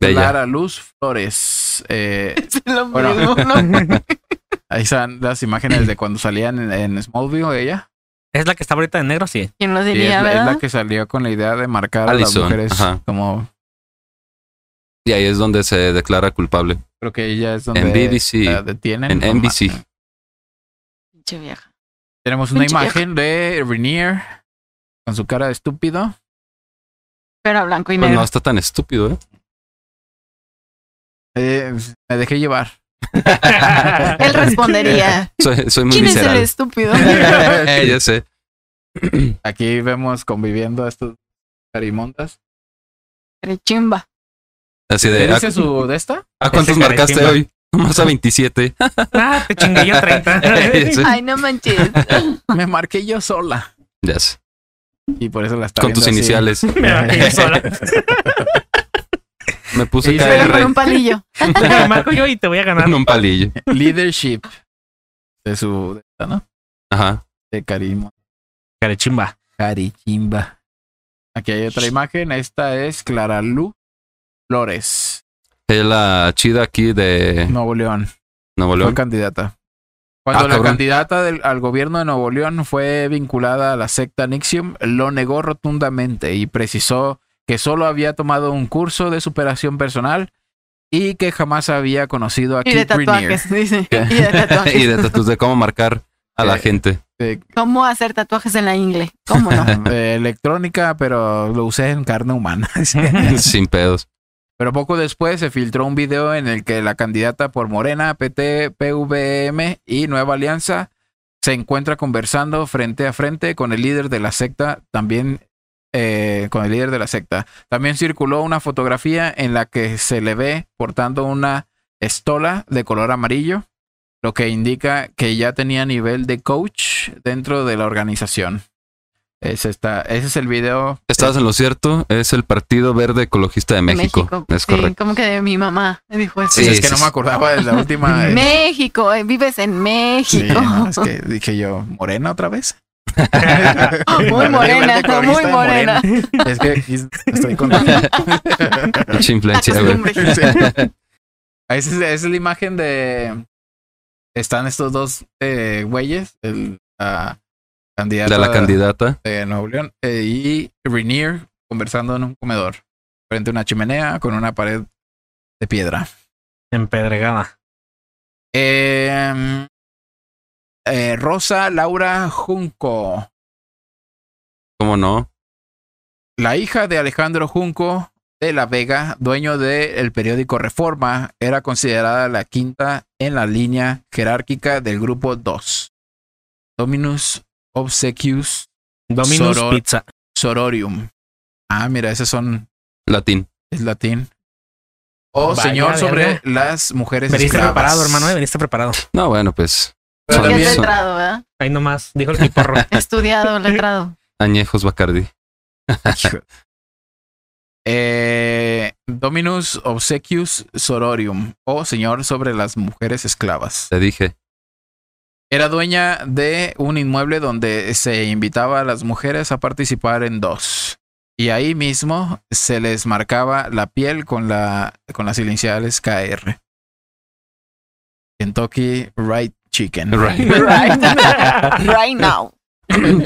[SPEAKER 3] Bella.
[SPEAKER 1] Clara Luz Flores. Eh,
[SPEAKER 2] Es lo
[SPEAKER 1] Bueno.
[SPEAKER 2] mismo, ¿no?
[SPEAKER 1] ahí están las imágenes de cuando salían en, en Smallville ella.
[SPEAKER 4] ¿Es la que está ahorita de negro? Sí.
[SPEAKER 2] ¿Quién lo
[SPEAKER 1] Y es,
[SPEAKER 2] diría,
[SPEAKER 1] la- es
[SPEAKER 2] verdad?
[SPEAKER 1] la que salió con la idea de marcar a
[SPEAKER 3] Allison,
[SPEAKER 1] las mujeres
[SPEAKER 3] ajá.
[SPEAKER 1] como
[SPEAKER 3] Y ahí es donde se declara culpable.
[SPEAKER 1] creo que ella es donde
[SPEAKER 3] En BBC.
[SPEAKER 1] la detienen.
[SPEAKER 3] En
[SPEAKER 1] No
[SPEAKER 3] NBC.
[SPEAKER 1] mames.
[SPEAKER 2] Pinche vieja.
[SPEAKER 1] Tenemos una
[SPEAKER 2] Pinche vieja.
[SPEAKER 1] imagen de Rainier con su cara de estúpido.
[SPEAKER 2] Pero a blanco y
[SPEAKER 3] Pues no
[SPEAKER 2] negro.
[SPEAKER 3] está tan estúpido, ¿eh?
[SPEAKER 1] Eh, me dejé llevar.
[SPEAKER 2] Él respondería.
[SPEAKER 3] Soy, soy muy
[SPEAKER 2] ¿Quién es el
[SPEAKER 3] visceral.
[SPEAKER 2] estúpido?
[SPEAKER 3] Eh, ya sé.
[SPEAKER 1] Aquí vemos conviviendo a estos carimontas.
[SPEAKER 2] Chimba.
[SPEAKER 3] Así
[SPEAKER 1] ¿Te
[SPEAKER 3] de.
[SPEAKER 1] dice su de esta?
[SPEAKER 3] ¿A cuántos
[SPEAKER 4] Ese
[SPEAKER 3] marcaste
[SPEAKER 4] carecimba.
[SPEAKER 3] hoy? Nomás a 27.
[SPEAKER 4] Ah, te chingué yo 30.
[SPEAKER 3] ya sé.
[SPEAKER 2] Ay, no manches.
[SPEAKER 1] Me marqué yo sola.
[SPEAKER 3] Ya sé.
[SPEAKER 1] Y por eso la está
[SPEAKER 3] Con
[SPEAKER 1] viendo
[SPEAKER 3] tus
[SPEAKER 1] así.
[SPEAKER 3] iniciales.
[SPEAKER 4] Me marqué yo sola.
[SPEAKER 3] Me puse
[SPEAKER 1] Sí,
[SPEAKER 3] caer
[SPEAKER 2] Pero con
[SPEAKER 3] rey
[SPEAKER 2] un palillo.
[SPEAKER 4] Me marco yo y te voy a ganar.
[SPEAKER 3] en un palillo.
[SPEAKER 1] Leadership. De su de esta, ¿no?
[SPEAKER 3] Ajá.
[SPEAKER 1] De Carimo.
[SPEAKER 4] Carechimba.
[SPEAKER 1] Carichimba. Aquí hay otra imagen. Esta es Clara Lu Flores,
[SPEAKER 3] Es la chida aquí de
[SPEAKER 1] Nuevo León.
[SPEAKER 3] Nuevo
[SPEAKER 1] Fue
[SPEAKER 3] León.
[SPEAKER 1] candidata. Cuando
[SPEAKER 3] Ah,
[SPEAKER 1] la
[SPEAKER 3] cabrón.
[SPEAKER 1] candidata del- al gobierno de Nuevo León fue vinculada a la secta Nixium, lo negó rotundamente y precisó que solo había tomado un curso de superación personal y que jamás había conocido a
[SPEAKER 2] Y de
[SPEAKER 1] Keith Renier.
[SPEAKER 2] tatuajes, dice.
[SPEAKER 3] ¿Qué?
[SPEAKER 2] Y de
[SPEAKER 3] y
[SPEAKER 2] tatuajes.
[SPEAKER 3] de tatuajes de cómo marcar a la
[SPEAKER 1] Eh,
[SPEAKER 3] gente.
[SPEAKER 1] Eh,
[SPEAKER 2] ¿Cómo hacer tatuajes en la ingle? ¿Cómo no?
[SPEAKER 1] eh, electrónica, pero lo usé en carne humana.
[SPEAKER 3] Sin pedos.
[SPEAKER 1] pero poco después se filtró un video en el que la candidata por Morena, PT, PVM y Nueva Alianza se encuentra conversando frente a frente con el líder de la secta, también eh, con el líder de la secta. También circuló una fotografía en la que se le ve portando una estola de color amarillo, lo que indica que ya tenía nivel de coach dentro de la organización. Es esta, ese es el video.
[SPEAKER 3] Estabas en lo cierto. Es el Partido Verde Ecologista de
[SPEAKER 2] De
[SPEAKER 3] México. Es
[SPEAKER 2] sí,
[SPEAKER 3] correcto.
[SPEAKER 2] como que de mi mamá me dijo eso.
[SPEAKER 1] Pues
[SPEAKER 3] Sí,
[SPEAKER 1] es que
[SPEAKER 3] sí,
[SPEAKER 1] no
[SPEAKER 3] sí.
[SPEAKER 1] me acordaba de la última. eh,
[SPEAKER 2] México, eh, vives en
[SPEAKER 1] Sí,
[SPEAKER 2] México.
[SPEAKER 1] no, es que dije yo, ¿morena otra vez?
[SPEAKER 2] Ah, muy morena, muy morena.
[SPEAKER 1] Es que aquí estoy contando.
[SPEAKER 3] Mucha influencia, güey.
[SPEAKER 2] Acostumbre.
[SPEAKER 1] Sí. Esa es, esa es la imagen de... Están estos dos eh, güeyes, el ah, candidato
[SPEAKER 3] De la candidata.
[SPEAKER 1] de Nuevo León eh, y Rainier conversando en un comedor frente a una chimenea con una pared de piedra.
[SPEAKER 4] Empedregada.
[SPEAKER 1] Eh, eh, Rosa Laura Junco,
[SPEAKER 3] ¿Cómo no?
[SPEAKER 1] la hija de Alejandro Junco de La Vega, dueño del periódico Reforma, era considerada la quinta en la línea jerárquica del grupo 2. Dominus Obsequius
[SPEAKER 4] Dominus
[SPEAKER 1] Soror-
[SPEAKER 4] Pizza.
[SPEAKER 1] Sororium. Ah, mira, esos son
[SPEAKER 3] Latín.
[SPEAKER 1] es latín. O
[SPEAKER 4] Vaya
[SPEAKER 1] señor
[SPEAKER 4] verga.
[SPEAKER 1] sobre las mujeres
[SPEAKER 4] Veniste
[SPEAKER 1] esclavas.
[SPEAKER 4] preparado, hermano, eh, veniste preparado.
[SPEAKER 3] No, bueno, pues.
[SPEAKER 1] Pero
[SPEAKER 2] Que
[SPEAKER 3] Son,
[SPEAKER 1] también-
[SPEAKER 2] es
[SPEAKER 3] son
[SPEAKER 2] letrado, ¿verdad?
[SPEAKER 4] Ahí nomás, dijo el piporro.
[SPEAKER 2] Estudiado, letrado.
[SPEAKER 3] añejos Bacardi.
[SPEAKER 1] Hijo. Eh, Dominus Obsequius Sororium, o señor sobre las mujeres esclavas.
[SPEAKER 3] Te dije.
[SPEAKER 1] Era dueña de un inmueble donde se invitaba a las mujeres a participar en dos. Y ahí mismo se les marcaba la piel con, la, con las iniciales KR. Kentucky Right Chicken.
[SPEAKER 3] Right.
[SPEAKER 2] Right. Right now.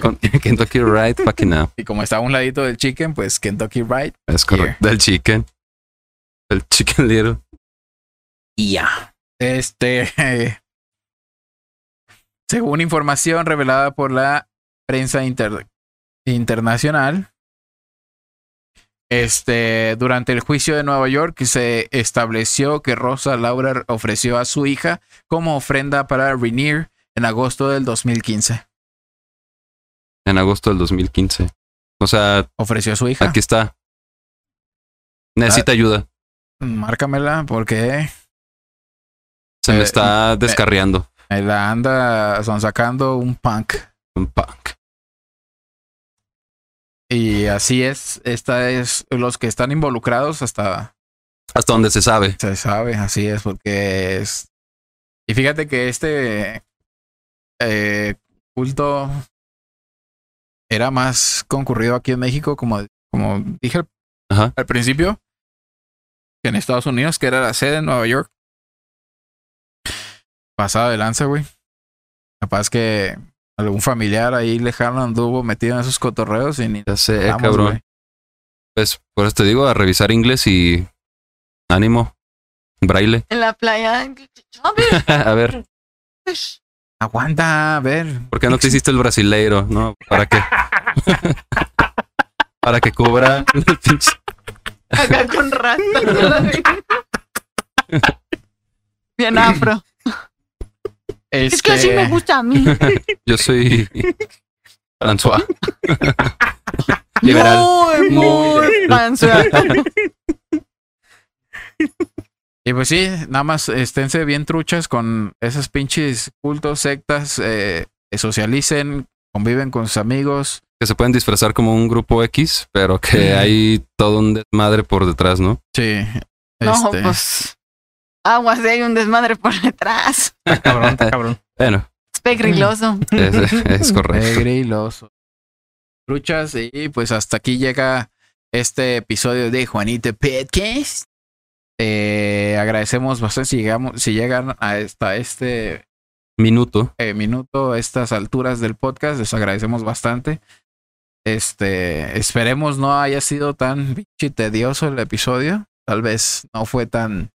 [SPEAKER 3] Con- Kentucky Right fucking up.
[SPEAKER 1] Y como está a un ladito del chicken, pues Kentucky Right.
[SPEAKER 3] Es correcto. Del chicken. El chicken little.
[SPEAKER 1] Y ya. Este. eh, según información revelada por la prensa inter- internacional, este, durante el juicio de Nueva York se estableció que Rosa Laura ofreció a su hija como ofrenda para Rainier en agosto del 2015.
[SPEAKER 3] en agosto del 2015. O sea,
[SPEAKER 1] Ofreció a su hija.
[SPEAKER 3] aquí está. Necesita
[SPEAKER 1] Ah,
[SPEAKER 3] ayuda.
[SPEAKER 1] Mm, Márcamela porque
[SPEAKER 3] Se me
[SPEAKER 1] eh,
[SPEAKER 3] está descarriando.
[SPEAKER 1] ahí la anda son sacando un punk.
[SPEAKER 3] Un punk.
[SPEAKER 1] Y así es. Esta es los que están involucrados hasta
[SPEAKER 3] Hasta donde se sabe.
[SPEAKER 1] Se sabe, así es, porque es. Y fíjate que este eh, culto era más concurrido aquí en México, como, como dije al,
[SPEAKER 3] Ajá.
[SPEAKER 1] al principio, que en Estados Unidos, que era la sede en Nueva York. Pasado de lanza, güey. Capaz que algún familiar ahí lejano anduvo metido en esos cotorreos y ni.
[SPEAKER 3] Ya sé,
[SPEAKER 1] hablamos,
[SPEAKER 3] Eh, cabrón.
[SPEAKER 1] güey.
[SPEAKER 3] Pues por eso te digo, a revisar inglés y ánimo. Braille.
[SPEAKER 2] En la playa.
[SPEAKER 3] a ver,
[SPEAKER 1] Aguanta, a ver.
[SPEAKER 3] ¿por qué no te hiciste el brasileiro? No, ¿para qué? Para que cubra el pinche-
[SPEAKER 2] Acá con ratas. Bien afro. Es que así
[SPEAKER 1] Este-
[SPEAKER 2] me gusta a mí.
[SPEAKER 3] Yo soy François. Liberal.
[SPEAKER 2] Muy, muy panza.
[SPEAKER 1] Y pues sí, nada más esténse bien truchas con esas pinches cultos, sectas, eh, socialicen, conviven con sus amigos.
[SPEAKER 3] Que se pueden disfrazar como un grupo X, pero que hay todo un desmadre por detrás, ¿no?
[SPEAKER 1] Sí.
[SPEAKER 2] No,
[SPEAKER 1] este,
[SPEAKER 2] pues. Aguas, hay un desmadre por detrás.
[SPEAKER 4] Está cabrón, está cabrón.
[SPEAKER 3] Bueno,
[SPEAKER 2] Es pegriloso.
[SPEAKER 3] es, es correcto.
[SPEAKER 1] pegriloso. Truchas, y pues hasta aquí llega este episodio de Juanito Podcast. Eh, agradecemos bastante si, llegamos, si llegan a- hasta este
[SPEAKER 3] Minuto.
[SPEAKER 1] eh, minuto a estas alturas del podcast. Les agradecemos bastante. Este, esperemos no haya sido tan pinche tedioso el episodio. Tal vez no fue tan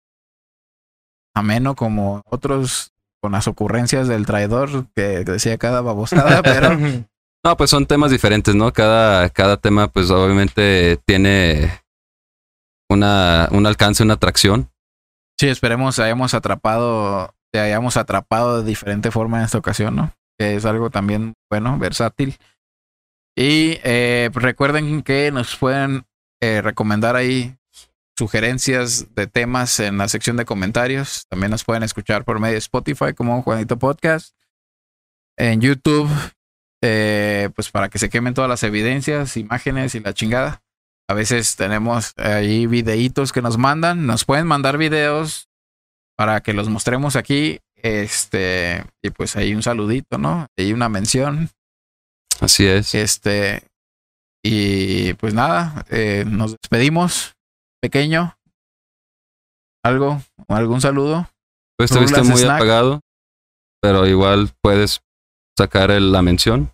[SPEAKER 1] ameno como otros con las ocurrencias del traidor que decía cada babosada, pero
[SPEAKER 3] No, pues son temas diferentes, ¿no? Cada, cada tema, pues obviamente tiene una, un alcance, una atracción.
[SPEAKER 1] sí, esperemos hayamos atrapado, te hayamos atrapado de diferente forma en esta ocasión, ¿no? Que es algo también, bueno, versátil. Y eh, pues recuerden que nos pueden eh, recomendar ahí sugerencias de temas en la sección de comentarios. También nos pueden escuchar por medio de Spotify como Juanito Podcast. En YouTube, eh, pues para que se quemen todas las evidencias, imágenes y la chingada. A veces tenemos ahí videitos que nos mandan. Nos pueden mandar videos para que los mostremos aquí. Este, y pues ahí un saludito, ¿no? Y una mención.
[SPEAKER 3] Así es.
[SPEAKER 1] Este, y pues nada, eh, nos despedimos. Pequeño, algo, algún saludo.
[SPEAKER 3] Pues te viste
[SPEAKER 1] Rulas
[SPEAKER 3] muy
[SPEAKER 1] Snack.
[SPEAKER 3] apagado, pero igual puedes sacar el- la mención.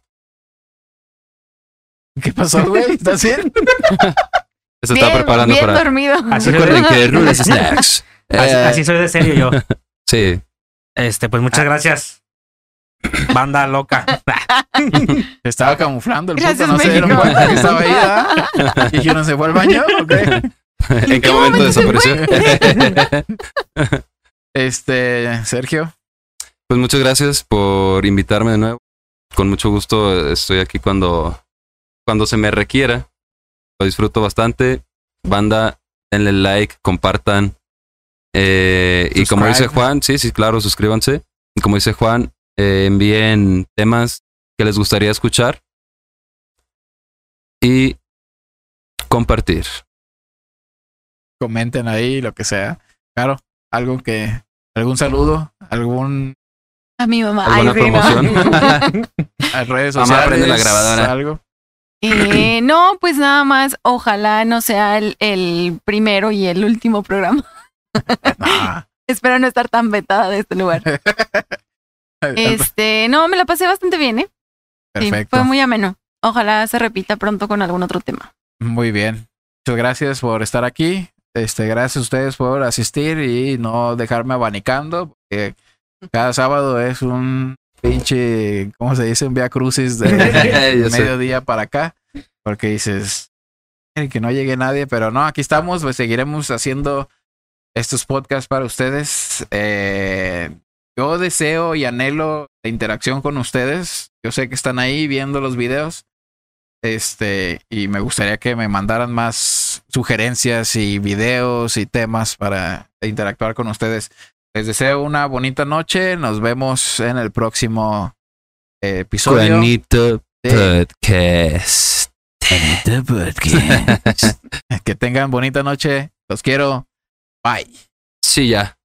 [SPEAKER 1] ¿Qué pasó, güey? ¿Estás bien?
[SPEAKER 3] Se está
[SPEAKER 2] bien,
[SPEAKER 3] preparando
[SPEAKER 2] bien
[SPEAKER 3] para.
[SPEAKER 2] dormido.
[SPEAKER 4] Así se
[SPEAKER 3] Recuerden
[SPEAKER 4] ve.
[SPEAKER 3] que Rulas Snacks. eh,
[SPEAKER 4] Así, así soy de serio yo.
[SPEAKER 3] sí.
[SPEAKER 4] Este, pues
[SPEAKER 3] Ah.
[SPEAKER 4] muchas gracias. Banda loca.
[SPEAKER 1] Se estaba camuflando el puto,
[SPEAKER 2] Gracias,
[SPEAKER 1] no se dieron
[SPEAKER 2] México.
[SPEAKER 1] cuenta que estaba ahí. ¿ah? Y yo no se fue al baño, ¿ok?
[SPEAKER 3] ¿En qué
[SPEAKER 2] qué
[SPEAKER 3] momento
[SPEAKER 2] momento
[SPEAKER 3] desapareció?
[SPEAKER 1] Este, Sergio,
[SPEAKER 3] Pues muchas gracias por invitarme de nuevo. Con mucho gusto estoy aquí cuando, cuando se me requiera. Lo disfruto bastante. Banda, denle like, compartan. Eh, y como dice
[SPEAKER 1] Subscribe.
[SPEAKER 3] Juan, sí, sí, claro, suscríbanse. Y como dice Juan, eh, envíen temas que les gustaría escuchar. Y compartir.
[SPEAKER 1] comenten ahí lo que sea. Claro, algo que, algún saludo, algún
[SPEAKER 2] A mi mamá.
[SPEAKER 3] ¿Alguna
[SPEAKER 2] Ay, sí, no.
[SPEAKER 3] promoción?
[SPEAKER 1] a redes
[SPEAKER 3] Mamá,
[SPEAKER 1] sociales,
[SPEAKER 3] prende la grabadora.
[SPEAKER 1] algo.
[SPEAKER 2] Eh, no, pues nada más. Ojalá no sea el, el primero y el último programa.
[SPEAKER 1] Nah.
[SPEAKER 2] Espero no estar tan vetada de este lugar. Este, no, me la pasé bastante bien, ¿eh? Sí,
[SPEAKER 1] Perfecto.
[SPEAKER 2] fue muy ameno. Ojalá se repita pronto con algún otro tema.
[SPEAKER 1] Muy bien. Muchas gracias por estar aquí. Este, gracias a ustedes por asistir y no dejarme abanicando. porque cada sábado es un pinche, ¿cómo se dice? Un via crucis de
[SPEAKER 3] Yo sé.
[SPEAKER 1] mediodía para acá. Porque dices "Ay, que no llegue nadie, pero no, aquí estamos, pues seguiremos haciendo estos podcasts para ustedes. Eh, Yo deseo y anhelo la interacción con ustedes. Yo sé que están ahí viendo los videos. Este, y me gustaría que me mandaran más sugerencias y videos y temas para interactuar con ustedes. Les deseo una bonita noche. Nos vemos en el próximo eh, episodio.
[SPEAKER 3] Juanito
[SPEAKER 1] de-
[SPEAKER 3] Podcast.
[SPEAKER 1] que tengan bonita noche. Los quiero. Bye.
[SPEAKER 3] sí, ya.